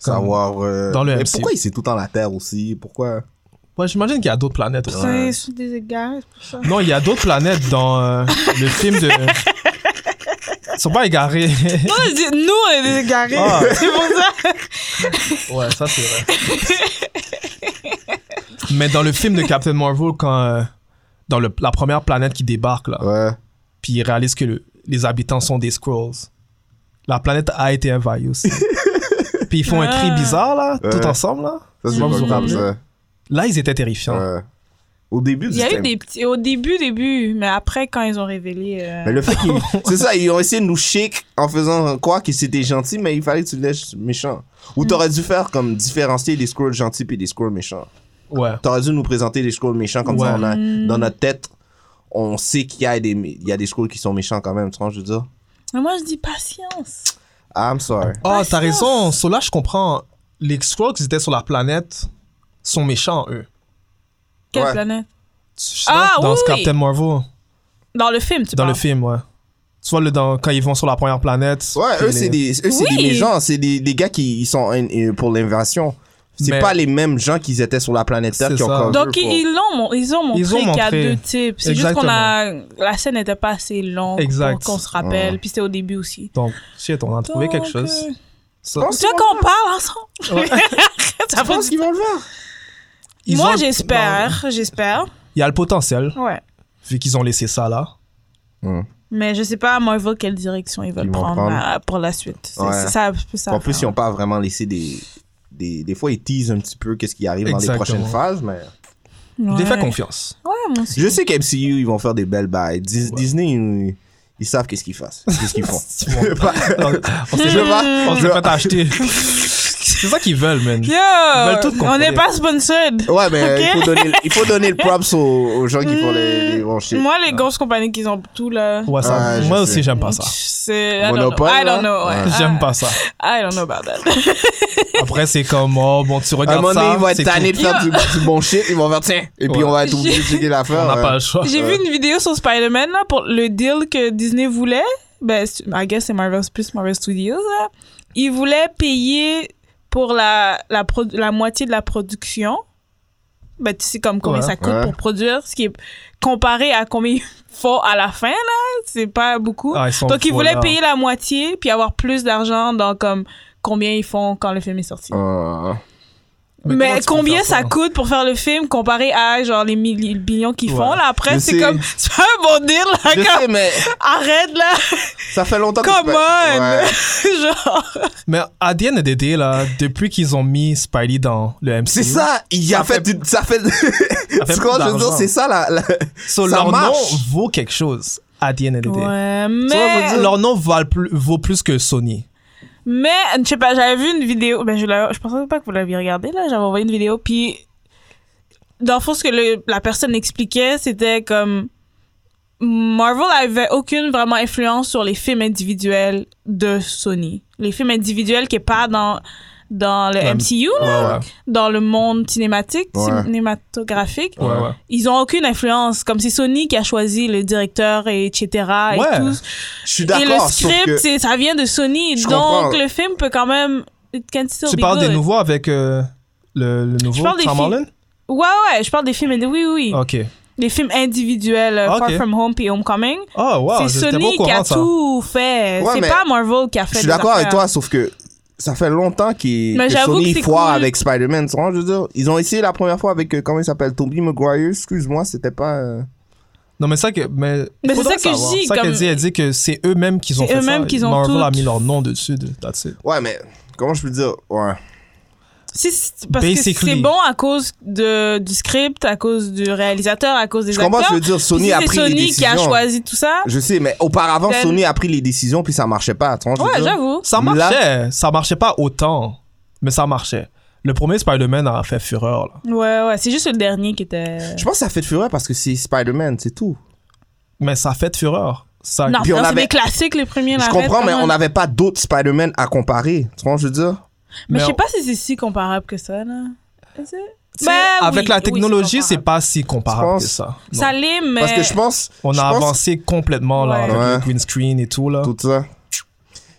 Speaker 3: Comme-
Speaker 1: Savoir. euh,
Speaker 3: Dans le
Speaker 1: mais
Speaker 3: MCU.
Speaker 1: pourquoi ils sont tout le temps la Terre aussi Pourquoi
Speaker 3: Ouais, j'imagine qu'il y a d'autres planètes aussi.
Speaker 2: C'est sous des gars, c'est pour ça.
Speaker 3: Non, il y a d'autres planètes dans euh, le film de. Ils sont pas égarés.
Speaker 2: Moi, je dis, nous, on est des égarés.
Speaker 3: Ah.
Speaker 2: *laughs* C'est pour ça.
Speaker 3: ouais, ça c'est vrai. Mais dans le film de Captain Marvel, quand. euh, dans le- la première planète qui débarque, là,
Speaker 1: Ouais.
Speaker 3: puis ils réalisent que le- les habitants sont des Skrulls. La planète a été envahie aussi. puis ils font un cri
Speaker 2: Ah.
Speaker 3: bizarre, là,
Speaker 1: Ouais.
Speaker 3: tout ensemble, là.
Speaker 1: Ça, c'est
Speaker 3: Moi,
Speaker 1: pas
Speaker 3: vous vous
Speaker 1: grave,
Speaker 3: rappelez?
Speaker 1: ça.
Speaker 3: Là, ils étaient terrifiants.
Speaker 1: Ouais. Au début du
Speaker 2: Il y a eu
Speaker 1: thème.
Speaker 2: des petits. Au début, début, mais après, quand ils ont révélé. euh,
Speaker 1: Mais le fait
Speaker 3: *laughs*
Speaker 1: qu'ils. c'est ça, ils ont essayé de nous chic en faisant croire qu'ils étaient gentils, mais il fallait que tu les laisses méchants.
Speaker 3: Mm.
Speaker 1: Ou t'aurais dû faire comme différencier les scrolls gentils puis les scrolls méchants.
Speaker 3: Ouais.
Speaker 1: T'aurais dû nous présenter les scrolls méchants comme
Speaker 3: Ouais. Mm.
Speaker 1: ça, on a- dans notre tête, on sait qu'il y a des, il y a des scrolls qui sont méchants quand même, tu vois, je veux dire.
Speaker 2: Mais moi, je dis patience.
Speaker 1: I'm sorry.
Speaker 3: Ah,
Speaker 2: Patience.
Speaker 3: t'as raison. So là, je comprends. Les Skrulls qui étaient sur la planète sont méchants, eux.
Speaker 2: Quelle
Speaker 1: Ouais.
Speaker 2: planète
Speaker 3: Tu- je
Speaker 2: Ah,
Speaker 3: pense dans
Speaker 2: oui,
Speaker 3: ce
Speaker 2: oui.
Speaker 3: Captain Marvel,
Speaker 2: Dans le film, tu
Speaker 3: dans
Speaker 2: parles.
Speaker 3: le film, ouais. Tu vois, le, dans, quand ils vont sur la première planète.
Speaker 1: Ouais,
Speaker 3: puis
Speaker 1: eux,
Speaker 3: les-
Speaker 1: c'est des, eux, c'est
Speaker 2: Oui.
Speaker 1: des méchants, c'est des, des gars qui ils sont in- euh, pour l'invasion. C'est
Speaker 3: Mais-
Speaker 1: pas les mêmes gens qu'ils étaient sur la planète Terre
Speaker 3: C'est
Speaker 1: qui ont
Speaker 3: ça.
Speaker 1: cover
Speaker 2: Donc,
Speaker 1: pour-
Speaker 2: ils l'ont, mon- ils ont montré
Speaker 3: Ils ont
Speaker 2: qu'il y a
Speaker 3: montré.
Speaker 2: deux types. C'est juste qu'on
Speaker 3: Exactement.
Speaker 2: a. La scène n'était pas assez longue
Speaker 3: Exact.
Speaker 2: pour qu'on se rappelle. Puis c'était au début aussi.
Speaker 3: Donc, shit, on a trouvé
Speaker 2: Donc,
Speaker 3: quelque chose.
Speaker 2: euh,
Speaker 3: Ça-
Speaker 1: pense-
Speaker 2: Tu vois qu'on parle ensemble
Speaker 3: Ouais.
Speaker 2: *laughs*
Speaker 1: Je
Speaker 2: Ça
Speaker 1: pense
Speaker 2: fait-
Speaker 1: qu'ils vont le voir.
Speaker 3: ils
Speaker 2: Moi,
Speaker 3: ont-
Speaker 2: j'espère. J'espère.
Speaker 3: Il y a le potentiel,
Speaker 2: Ouais.
Speaker 3: vu qu'ils ont laissé ça là.
Speaker 2: Mais je sais pas à Marvel quelle direction ils veulent
Speaker 1: Ils vont
Speaker 2: prendre,
Speaker 1: prendre.
Speaker 2: euh, pour la suite. C'est-
Speaker 1: Ouais.
Speaker 2: c'est ça, c'est ça.
Speaker 1: en plus, ils ont pas vraiment laissé des, des, des fois, ils teasent un petit peu qu'est-ce qui arrive dans les
Speaker 3: Exactement.
Speaker 1: prochaines phases, mais
Speaker 3: Je
Speaker 2: Ouais.
Speaker 3: les fais confiance.
Speaker 2: Ouais, moi aussi.
Speaker 1: Je sais qu'MCU, ils vont faire des belles bails. Dis- Disney, ils, ils savent qu'est-ce qu'ils fassent. Qu'est-ce
Speaker 3: *laughs*
Speaker 1: qu'ils font. *laughs*
Speaker 3: Bon, on on s'est
Speaker 1: Je
Speaker 3: fait,
Speaker 1: veux pas-
Speaker 3: on
Speaker 1: je
Speaker 3: s'est
Speaker 1: veux-
Speaker 3: fait acheter.
Speaker 1: *laughs*
Speaker 3: C'est ça qu'ils veulent, man.
Speaker 2: Yo!
Speaker 3: veulent tout
Speaker 2: On
Speaker 3: contrôler.
Speaker 2: n'est pas sponsored.
Speaker 1: Ouais, mais
Speaker 2: Ok.
Speaker 1: il, faut donner, il faut donner le props aux, aux gens qui Oh, font les, les bons shit.
Speaker 2: Moi, les grosses compagnies qui ont tout là.
Speaker 3: Ouais, ça-
Speaker 1: Ah, je
Speaker 3: moi
Speaker 1: sais.
Speaker 3: aussi, j'aime pas ça.
Speaker 2: C'est. I don't know.
Speaker 1: Monopole,
Speaker 2: I
Speaker 1: là.
Speaker 2: don't know. ouais.
Speaker 1: Ouais.
Speaker 3: J'aime pas ça.
Speaker 2: I don't know about that. *laughs*
Speaker 3: Après, c'est comme, oh, bon, tu
Speaker 1: À un
Speaker 3: regardes
Speaker 1: moment donné,
Speaker 3: ça.
Speaker 1: ils vont
Speaker 3: c'est
Speaker 1: être
Speaker 3: tout.
Speaker 1: tannés de faire du,
Speaker 2: *laughs*
Speaker 1: du bon shit, ils vont faire tiens, et puis
Speaker 3: Ouais.
Speaker 1: on va être obligé de checker l'affaire.
Speaker 3: On n'a
Speaker 1: euh.
Speaker 3: pas le
Speaker 2: *laughs*
Speaker 3: choix.
Speaker 2: J'ai vu une vidéo sur Spider-Man là, pour le deal que Disney voulait. Ben, c'est- I guess c'est Marvel plus Marvel Studios. Là. Ils voulaient payer pour la, la, pro- la moitié de la production. Ben, tu sais comme combien
Speaker 3: Ouais.
Speaker 2: ça coûte
Speaker 1: Ouais.
Speaker 2: pour produire, ce qui est comparé à combien *laughs* il faut à la fin, là, c'est pas beaucoup.
Speaker 3: Ah, ils sont
Speaker 2: Donc, ils
Speaker 3: fous,
Speaker 2: voulaient
Speaker 3: là.
Speaker 2: payer la moitié puis avoir plus d'argent dans comme combien ils font quand le film est sorti.
Speaker 1: Euh,
Speaker 2: Mais,
Speaker 3: Ah. comment tu peux
Speaker 2: combien
Speaker 3: faire
Speaker 2: ça coûte pour faire le film comparé à genre les milliers, billions qu'ils font
Speaker 3: Ouais.
Speaker 2: là après
Speaker 1: Je
Speaker 2: c'est
Speaker 1: sais.
Speaker 2: comme *laughs* c'est pas un bon deal là
Speaker 1: Je
Speaker 2: comme,
Speaker 1: sais, mais
Speaker 2: arrête là *laughs*
Speaker 1: ça fait longtemps que
Speaker 2: come
Speaker 1: je
Speaker 2: on
Speaker 1: Ouais.
Speaker 2: *laughs* genre
Speaker 3: Mais à the end of the day, là, depuis qu'ils ont mis Spidey dans le MCU,
Speaker 1: C'est ça, il
Speaker 3: *laughs*
Speaker 1: a
Speaker 3: Ça
Speaker 1: fait,
Speaker 3: fait-
Speaker 1: du- ça fait.
Speaker 3: fait
Speaker 1: *laughs* Tu comprends ce que je veux dire?
Speaker 3: d'argent.
Speaker 1: C'est ça la. la-
Speaker 3: so,
Speaker 1: ça
Speaker 3: leur
Speaker 1: marche.
Speaker 3: nom vaut quelque chose à the end of the day.
Speaker 2: ouais
Speaker 3: Tu vois, je veux
Speaker 2: mais
Speaker 3: dire, leur nom vaut plus, vaut plus que Sony.
Speaker 2: mais je sais pas j'avais vu une vidéo ben je la- je pensais pas que vous l'aviez regardée là j'avais envoyé une vidéo puis dans le fond ce que le- la personne expliquait c'était comme Marvel avait aucune vraiment influence sur les films individuels de Sony les films individuels qui est pas dans dans le
Speaker 3: Ouais.
Speaker 2: MCU là.
Speaker 3: Ouais, ouais.
Speaker 2: dans le monde cinématique,
Speaker 1: Ouais.
Speaker 2: cinématographique,
Speaker 3: Ouais, ouais.
Speaker 2: ils ont aucune influence. Comme c'est Sony qui a choisi le directeur, et etc. Et,
Speaker 3: Ouais.
Speaker 2: tout.
Speaker 1: Je suis
Speaker 2: et le
Speaker 1: d'accord, sauf
Speaker 2: script,
Speaker 1: que.
Speaker 2: c'est- ça vient de Sony.
Speaker 1: Je
Speaker 2: donc
Speaker 1: comprends.
Speaker 2: le film peut quand même. it can still
Speaker 3: Tu
Speaker 2: be
Speaker 3: parles des
Speaker 2: good.
Speaker 3: nouveaux avec euh, le, le nouveau
Speaker 2: parle des
Speaker 3: Tom
Speaker 2: filles.
Speaker 3: Holland?
Speaker 2: Ouais, ouais, je parle des films. indi- Oui, oui.
Speaker 3: Ok.
Speaker 2: Des films individuels, euh,
Speaker 3: Ok.
Speaker 2: Far From Home puis Homecoming.
Speaker 3: Oh, wow,
Speaker 2: c'est
Speaker 3: j'étais pas au
Speaker 2: Sony qui
Speaker 3: courant
Speaker 2: a
Speaker 3: de ça.
Speaker 2: tout fait.
Speaker 1: Ouais,
Speaker 2: c'est
Speaker 1: mais
Speaker 2: pas Marvel qui a fait
Speaker 1: Je suis
Speaker 2: les
Speaker 1: d'accord avec
Speaker 2: affaires.
Speaker 1: toi, sauf que ça fait longtemps qu'il
Speaker 2: Mais
Speaker 1: que
Speaker 2: j'avoue
Speaker 1: Sony
Speaker 2: que c'est
Speaker 1: foire
Speaker 2: cool.
Speaker 1: avec Spider-Man. tu vois, je veux dire, ils ont essayé la première fois avec, euh, comment il s'appelle, Tobey Maguire. Excuse-moi, c'était pas... euh,
Speaker 3: Non, mais ça que. Mais,
Speaker 2: Mais c'est
Speaker 3: faudrait
Speaker 2: ça que je
Speaker 3: savoir.
Speaker 2: dis,
Speaker 3: Ça qu'elle
Speaker 2: comme-
Speaker 3: dit, elle dit que c'est eux-mêmes qui ont
Speaker 2: C'est
Speaker 3: fait
Speaker 2: eux-mêmes
Speaker 3: ça.
Speaker 2: qui ont
Speaker 3: Marvel
Speaker 2: tout-
Speaker 3: a mis leur nom dessus. de- That's it.
Speaker 1: Ouais, mais comment je peux dire? Ouais.
Speaker 2: Si- si- parce que
Speaker 3: Basically.
Speaker 2: c'est bon à cause de, du script, à cause du réalisateur, à cause des
Speaker 1: Je
Speaker 2: acteurs.
Speaker 1: comprends ce que je veux dire. Sony
Speaker 2: Puis si
Speaker 1: a
Speaker 2: c'est
Speaker 1: pris
Speaker 2: Sony
Speaker 1: les décisions.
Speaker 2: qui a choisi tout ça.
Speaker 1: Je sais, mais auparavant,
Speaker 2: Then-
Speaker 1: Sony a pris les décisions, puis ça marchait pas. tu vois, je veux
Speaker 2: Ouais,
Speaker 1: dire.
Speaker 2: j'avoue.
Speaker 3: Ça
Speaker 1: Là-
Speaker 3: marchait. Ça marchait pas autant, mais ça marchait. Le premier Spider-Man a fait fureur, là.
Speaker 2: Ouais, ouais, c'est juste le dernier qui était.
Speaker 1: Je pense que ça fait de fureur parce que c'est Spider-Man, c'est tout.
Speaker 3: Mais ça a fait fureur. Ça...
Speaker 2: Non,
Speaker 1: Puis on
Speaker 2: non, c'est
Speaker 1: avait-
Speaker 2: des classiques, les premiers.
Speaker 1: Je
Speaker 2: l'arrête,
Speaker 1: comprends,
Speaker 2: quand
Speaker 1: mais on
Speaker 2: même.
Speaker 1: n'avait pas d'autres Spider-Man à comparer. Tu vois, je veux dire.
Speaker 2: Mais je sais
Speaker 3: on-
Speaker 2: pas si c'est si comparable que ça, là. Is it?
Speaker 3: tu sais,
Speaker 2: Ben
Speaker 3: avec
Speaker 2: oui,
Speaker 3: la
Speaker 2: oui, c'est
Speaker 3: technologie, c'est
Speaker 2: comparable.
Speaker 3: pas si
Speaker 1: Tu
Speaker 3: comparable
Speaker 1: penses?
Speaker 3: que ça. Non.
Speaker 2: Ça l'est, mais.
Speaker 1: Parce que je pense.
Speaker 3: On
Speaker 1: je
Speaker 3: a
Speaker 1: pense-
Speaker 3: avancé complètement, là,
Speaker 2: Ouais.
Speaker 3: avec
Speaker 1: Ouais.
Speaker 3: le green screen et tout, là.
Speaker 1: Tout ça.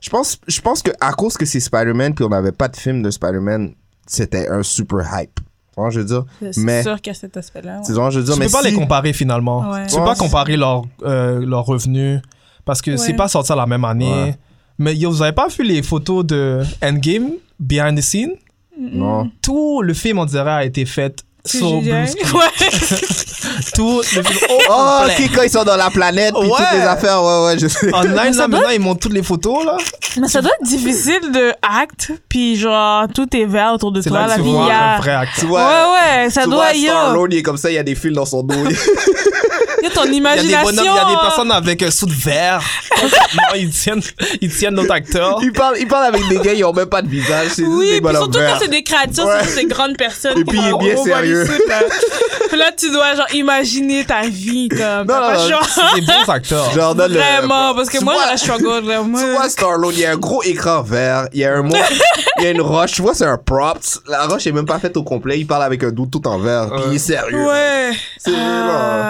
Speaker 1: Je pense, je pense que à cause que c'est Spider-Man, puis on n'avait pas de film de Spider-Man, c'était un super hype. Tu vois, je veux dire.
Speaker 2: Euh, C'est
Speaker 1: mais-
Speaker 2: sûr qu'il y a cet aspect-là. ouais.
Speaker 1: C'est genre, je veux dire,
Speaker 3: tu
Speaker 1: mais
Speaker 3: peux pas
Speaker 1: si-
Speaker 3: les comparer finalement.
Speaker 2: Ouais.
Speaker 3: Tu peux
Speaker 1: Ouais,
Speaker 3: pas
Speaker 1: c'est-
Speaker 3: comparer leurs euh, leurs revenus parce que c'est
Speaker 2: Ouais.
Speaker 3: pas sorti à la même année.
Speaker 1: Ouais.
Speaker 3: Mais yo, vous avez pas vu les photos de Endgame, behind the scene
Speaker 1: Non.
Speaker 3: Tout le film, on dirait, a été fait
Speaker 2: C'est
Speaker 3: sur
Speaker 2: génial.
Speaker 3: Blue Screen.
Speaker 2: Ouais. *laughs*
Speaker 3: Tout le film.
Speaker 1: *laughs* Oh, ok, quand ils sont dans la planète, puis
Speaker 3: Ouais.
Speaker 1: toutes les affaires, ouais, ouais, je sais.
Speaker 3: Online, là,
Speaker 2: ça doit-
Speaker 3: maintenant, ils montrent toutes les photos, là.
Speaker 2: Mais ça doit être difficile de act, puis genre, tout est vert autour de
Speaker 3: C'est
Speaker 2: toi,
Speaker 3: là
Speaker 2: la
Speaker 3: que tu
Speaker 2: vie.
Speaker 3: vois
Speaker 2: il y
Speaker 3: un
Speaker 2: a-
Speaker 3: vrai acteur.
Speaker 1: *laughs* Tu vois,
Speaker 2: Ouais, ouais, ça
Speaker 1: tu
Speaker 2: doit.
Speaker 1: vois,
Speaker 2: yo,
Speaker 1: Star-Lord, il est comme ça, il y a des fils
Speaker 3: *laughs*
Speaker 1: dans son dos.
Speaker 2: il y a ton
Speaker 3: Il y a des
Speaker 2: imagination.
Speaker 3: bonhommes, il y a des
Speaker 2: hein.
Speaker 3: personnes avec un soude vert. Complètement, ils tiennent, ils tiennent notre acteur.
Speaker 1: Il parle, il parle avec des gars, ils ont même pas de visage. C'est juste
Speaker 2: Oui,
Speaker 1: des
Speaker 2: puis
Speaker 1: bonhommes
Speaker 2: surtout quand
Speaker 1: verts.
Speaker 2: c'est des créatures,
Speaker 1: Ouais.
Speaker 2: c'est juste des grandes personnes.
Speaker 1: Et
Speaker 2: qui
Speaker 1: puis, il est
Speaker 2: vont
Speaker 1: bien
Speaker 2: au
Speaker 1: sérieux.
Speaker 2: Bollywood, là.
Speaker 1: *laughs*
Speaker 2: Puis *laughs* là, tu dois genre imaginer ta vie comme.
Speaker 1: Non,
Speaker 2: Pas
Speaker 1: non,
Speaker 2: genre,
Speaker 3: C'est des bons acteurs.
Speaker 1: Jordan, le-
Speaker 2: Vraiment, parce que
Speaker 1: euh, Tu
Speaker 2: moi,
Speaker 1: vois-
Speaker 2: là, je struggle. Là, moi.
Speaker 1: Tu vois Star-Lord, il y a un gros écran vert, il y a un
Speaker 2: *laughs*
Speaker 1: monstre, il y a une roche, tu vois, c'est un props. La roche est même pas faite au complet, il parle avec un doute tout en vert, puis il est sérieux.
Speaker 2: Ouais.
Speaker 1: C'est
Speaker 2: Ah,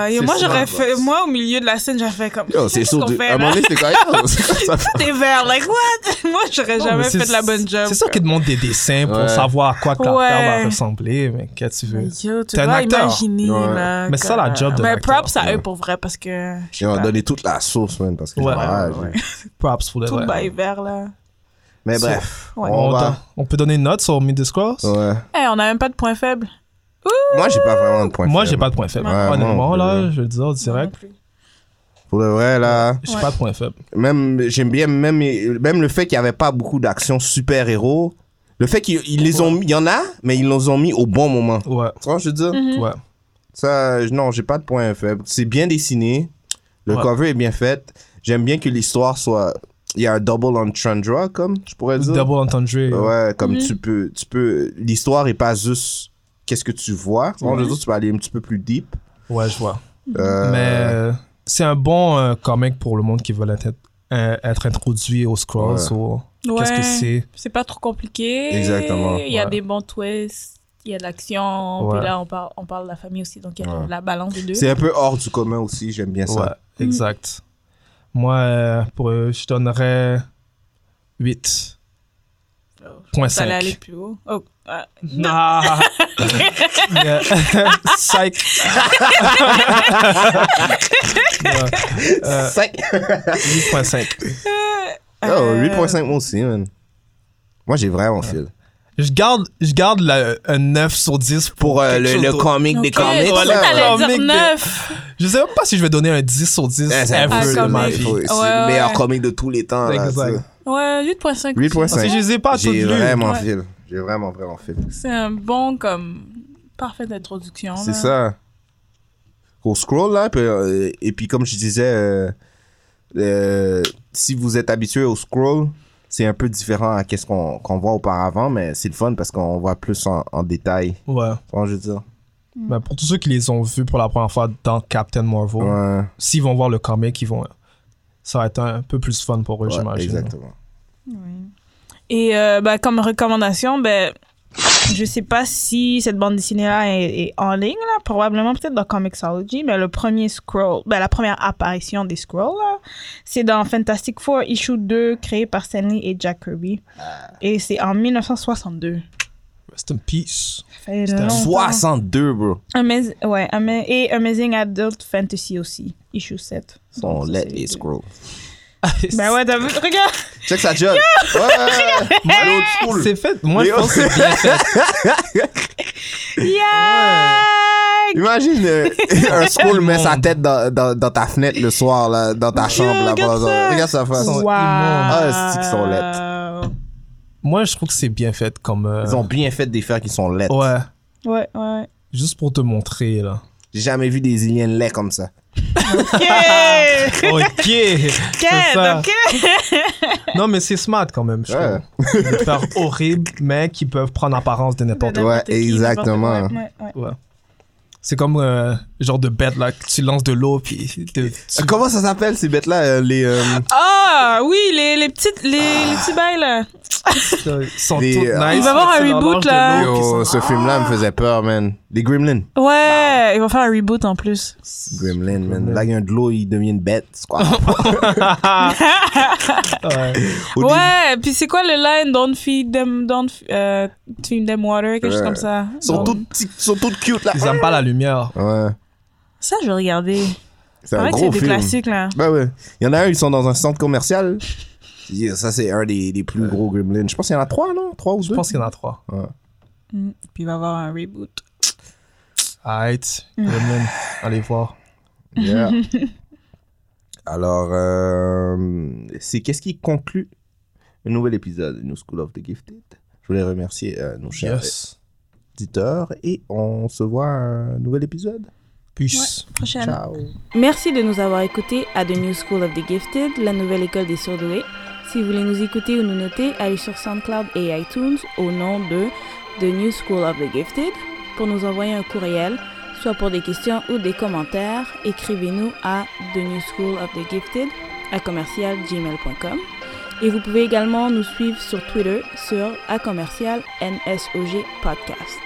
Speaker 1: là,
Speaker 2: yo,
Speaker 1: c'est
Speaker 2: moi,
Speaker 1: ça,
Speaker 2: j'aurais
Speaker 1: là.
Speaker 2: fait. Moi, au milieu de la scène, j'aurais fait comme.
Speaker 1: Yo, c'est
Speaker 2: qu'est-ce
Speaker 1: sûr,
Speaker 2: qu'on
Speaker 1: du-
Speaker 2: fait,
Speaker 1: à un
Speaker 2: là?
Speaker 1: moment
Speaker 2: *laughs*
Speaker 1: donné, c'était quand même. ça fait-
Speaker 2: T'es vert, like what? *laughs* Moi, j'aurais
Speaker 3: Non,
Speaker 2: jamais
Speaker 3: mais c'est-
Speaker 2: fait de la bonne job.
Speaker 3: C'est sûr qu'ils te montrent des dessins pour
Speaker 1: Ouais.
Speaker 3: savoir à quoi que l'acteur
Speaker 2: Ouais.
Speaker 3: va ressembler, mais qu'est-ce que tu veux?
Speaker 2: Yo, tu
Speaker 3: T'es un
Speaker 2: dois
Speaker 3: acteur.
Speaker 2: imaginer,
Speaker 1: Ouais.
Speaker 2: là,
Speaker 3: Mais c'est ça, la
Speaker 2: comme-
Speaker 3: job d'un
Speaker 2: Mais
Speaker 3: acteur.
Speaker 2: props à eux pour vrai, parce que. je sais
Speaker 1: Ils ont
Speaker 2: pas,
Speaker 1: donné toute la sauce, man, parce que
Speaker 3: Ouais,
Speaker 1: ah,
Speaker 3: ouais,
Speaker 1: j'ai-
Speaker 3: ouais. Props pour de
Speaker 2: Tout
Speaker 3: vrai.
Speaker 2: le bail vert, là.
Speaker 1: Mais
Speaker 3: Sauf-
Speaker 1: bref,
Speaker 2: Ouais.
Speaker 3: On,
Speaker 1: on va.
Speaker 3: on peut donner une note sur Mid Cross?
Speaker 1: Ouais.
Speaker 2: Eh, on a même pas de point faible.
Speaker 1: Moi, j'ai pas vraiment de point
Speaker 3: Moi,
Speaker 1: faible.
Speaker 3: j'ai pas de point faible.
Speaker 1: Ouais,
Speaker 3: Honnêtement,
Speaker 1: moi,
Speaker 3: là,
Speaker 1: euh,
Speaker 3: je vais le dire direct,
Speaker 1: Pour le vrai, là.
Speaker 3: j'ai
Speaker 2: Ouais.
Speaker 3: pas de point faible.
Speaker 1: même j'aime bien même même le fait qu'il y avait pas beaucoup d'actions super héros le fait qu'ils ils les ont mis- il y en a mais ils les ont mis au bon moment
Speaker 3: Ouais,
Speaker 2: Mm-hmm.
Speaker 1: tu vois ce que je veux dire
Speaker 3: ouais.
Speaker 1: Ça, non, j'ai pas de point faible. C'est bien dessiné. Le
Speaker 3: Ouais.
Speaker 1: cover est bien fait. J'aime bien que l'histoire soit. Il y a un double entendre, comme je pourrais dire.
Speaker 3: Double entendre.
Speaker 1: Ouais, comme
Speaker 2: Mhm.
Speaker 1: tu peux. tu peux L'histoire est pas juste qu'est-ce que tu vois. En deux autres, tu peux aller un petit peu plus deep.
Speaker 3: Ouais, je vois.
Speaker 2: Mhm.
Speaker 1: Euh,
Speaker 3: Mais euh, c'est un bon euh, comic pour le monde qui veut être, euh, être introduit aux Scrolls
Speaker 1: Ouais.
Speaker 3: ou qu'est-ce
Speaker 2: Ouais.
Speaker 3: que c'est.
Speaker 2: C'est pas trop compliqué.
Speaker 1: Exactement,
Speaker 2: Il y a
Speaker 3: ouais.
Speaker 2: des bons twists, il y a de l'action.
Speaker 3: Ouais.
Speaker 2: Puis là, on parle, on parle de la famille aussi, donc il y a
Speaker 1: Ouais.
Speaker 2: la balance des deux.
Speaker 1: C'est un peu hors du commun aussi, j'aime bien
Speaker 3: Ouais,
Speaker 1: ça.
Speaker 3: exact. Moi, euh, pour eux, je donnerais 8.5.
Speaker 2: Ça allait aller plus haut. Oh, ah, *laughs*
Speaker 3: Non. *laughs* Yeah. Psych. Ouais. Euh,
Speaker 2: *laughs*
Speaker 1: Cinq.
Speaker 3: 8.5.
Speaker 1: Oh,
Speaker 2: Euh,
Speaker 1: 8.5 moi aussi, man. Moi, j'ai vraiment fil.
Speaker 3: Je garde, je garde la- un 9 sur 10 pour,
Speaker 1: Pour euh,
Speaker 3: quelque
Speaker 1: le,
Speaker 3: chose
Speaker 1: le
Speaker 3: d'autre.
Speaker 1: comic des
Speaker 2: ok, je
Speaker 1: comics.
Speaker 2: pensais
Speaker 3: ouais,
Speaker 2: que
Speaker 3: ouais.
Speaker 2: t'allais dire
Speaker 3: Comique de-
Speaker 2: 9.
Speaker 3: Je sais même pas si je vais donner un 10 sur 10
Speaker 1: Ouais, c'est
Speaker 3: ever
Speaker 2: impossible,
Speaker 3: de ma
Speaker 2: mec.
Speaker 3: vie.
Speaker 1: faut- c'est
Speaker 2: Ouais,
Speaker 1: le meilleur
Speaker 2: ouais.
Speaker 1: comic de tous les temps. là,
Speaker 3: Exact.
Speaker 1: ça.
Speaker 2: Ouais, 8.5.
Speaker 1: 8.5.
Speaker 3: Parce que je les ai pas toutes
Speaker 1: J'ai
Speaker 3: lues.
Speaker 1: vraiment
Speaker 2: Ouais.
Speaker 1: fil. J'ai vraiment, vraiment fil.
Speaker 2: C'est un bon, comme, parfaite introduction.
Speaker 1: C'est
Speaker 2: là.
Speaker 1: ça. Qu'on scroll là, puis, euh, et puis comme je disais, euh, euh, si vous êtes habitué au scroll, c'est un peu différent à qu'est-ce qu'on qu'on voit auparavant, mais c'est le fun parce qu'on voit plus en, en détail.
Speaker 3: Ouais.
Speaker 1: Tu vois, je veux dire.
Speaker 3: Ben, pour tous ceux qui les ont vus pour la première fois dans Captain Marvel,
Speaker 1: Ouais,
Speaker 3: s'ils vont voir le comic, ils vont, ça va être un peu plus fun pour eux,
Speaker 1: ouais,
Speaker 3: j'imagine.
Speaker 1: exactement.
Speaker 2: Et euh, bah, comme recommandation, ben, je sais pas si cette bande dessinée-là est, est en ligne, là, probablement peut-être dans Comixology, mais le premier scroll, ben, la première apparition des scrolls, là, c'est dans Fantastic Four issue 2 créé par Stanley et Jack Kirby.
Speaker 1: Ah.
Speaker 2: Et c'est en 1962.
Speaker 3: Rest in peace.
Speaker 2: Ça fait
Speaker 3: C'était un
Speaker 2: longtemps.
Speaker 1: 62, bro.
Speaker 2: Amaz- ouais, ama- et Amazing Adult Fantasy aussi, issue 7.
Speaker 1: On
Speaker 2: Donc, ça,
Speaker 1: let
Speaker 2: c'est les
Speaker 1: les
Speaker 2: deux.
Speaker 1: scroll.
Speaker 2: *laughs* Ben ouais, t'as
Speaker 1: *laughs*
Speaker 2: vu, regarde!
Speaker 1: Check ça, John. Ouais, ouais,
Speaker 2: *laughs*
Speaker 1: ouais. Allô, old school.
Speaker 3: C'est fait. Moi, je
Speaker 1: Mais-
Speaker 3: pense que c'est bien fait.
Speaker 2: Yeah!
Speaker 1: Imagine euh, un school met sa tête dans, dans, dans ta fenêtre le soir, là, dans ta chambre. Là,
Speaker 2: regarde
Speaker 1: bas,
Speaker 2: ça.
Speaker 1: regarde sa face.
Speaker 3: Wow.
Speaker 1: Ah, c'est qu'ils sont
Speaker 3: Moi, je trouve que c'est bien fait comme. euh,
Speaker 1: Ils ont bien fait des faire qui sont laids.
Speaker 3: Ouais.
Speaker 2: Ouais,
Speaker 1: *laughs*
Speaker 2: ouais.
Speaker 3: Juste pour te montrer, là.
Speaker 1: J'ai jamais vu des aliens laids comme ça.
Speaker 2: Ok!
Speaker 3: Ok. c'est ça.
Speaker 2: ok!
Speaker 3: Non, mais c'est smart quand même, je
Speaker 1: Ouais.
Speaker 3: trouve. Des faire horribles, mais qui peuvent prendre apparence de n'importe quoi.
Speaker 1: Ouais, exactement.
Speaker 2: Ouais, ouais.
Speaker 3: C'est comme euh, genre de bête, là, que tu lances de l'eau, puis. te- tu-
Speaker 1: Euh, Comment ça s'appelle ces bêtes-là euh, Les. euh,
Speaker 2: Ah oui, les, les, petites, les,
Speaker 1: Ah.
Speaker 2: les petits bails là.
Speaker 3: Ils sont
Speaker 1: Des,
Speaker 3: toutes
Speaker 1: euh,
Speaker 3: nice,
Speaker 2: Il va y avoir
Speaker 3: mais
Speaker 2: un
Speaker 3: tu leur
Speaker 2: reboot,
Speaker 3: lances de
Speaker 2: là.
Speaker 3: l'eau, puis
Speaker 1: Yo,
Speaker 3: ils sont-
Speaker 1: ce film-là me faisait peur, man. Les Gremlins.
Speaker 2: Ouais, ils vont faire un reboot en plus.
Speaker 1: Gremlins, man. Là, il y a un de l'eau, il devient une bête. c'est quoi.
Speaker 3: Ouais.
Speaker 1: Au début,
Speaker 2: ouais, puis c'est quoi le line Don't feed them, don't f- euh, feed them water, quelque chose
Speaker 1: Ouais.
Speaker 2: comme ça.
Speaker 1: Ils sont
Speaker 2: Don't-
Speaker 1: toutes petites, ils sont toutes cute, là.
Speaker 3: Ils aiment pas la lumière.
Speaker 1: Ouais.
Speaker 2: Ça, je vais regarder.
Speaker 1: C'est
Speaker 2: C'est
Speaker 1: un
Speaker 2: vrai que
Speaker 1: gros
Speaker 2: c'est des
Speaker 1: film.
Speaker 2: classiques là.
Speaker 1: Ben ouais. Il y en a un, ils sont dans un centre commercial. Yeah, Ça, c'est un des, des plus gros Gremlins. Je pense qu'il y en a trois, non Trois ou deux
Speaker 3: Je pense qu'il y en a trois.
Speaker 2: Mm. Puis il va y avoir un reboot.
Speaker 3: Alright,
Speaker 2: Mm.
Speaker 3: Gremlin, allez voir.
Speaker 1: Yeah. *laughs* Alors, euh, c'est qu'est-ce qui conclut un nouvel épisode de New School of the Gifted. Je voulais remercier euh, nos chers
Speaker 3: Yes.
Speaker 1: auditeurs et on se voit à un nouvel épisode.
Speaker 3: Peace.
Speaker 2: Prochaine.
Speaker 1: Ciao.
Speaker 4: Merci de nous avoir écoutés à The New School of the Gifted, la nouvelle école des surdoués. Si vous voulez nous écouter ou nous noter, allez sur SoundCloud et iTunes au nom de The New School of the Gifted. Pour nous envoyer un courriel, soit pour des questions ou des commentaires, écrivez-nous à The New School of the Gifted à commercialgmail.com. Et vous pouvez également nous suivre sur Twitter sur à commercial NSOG Podcast.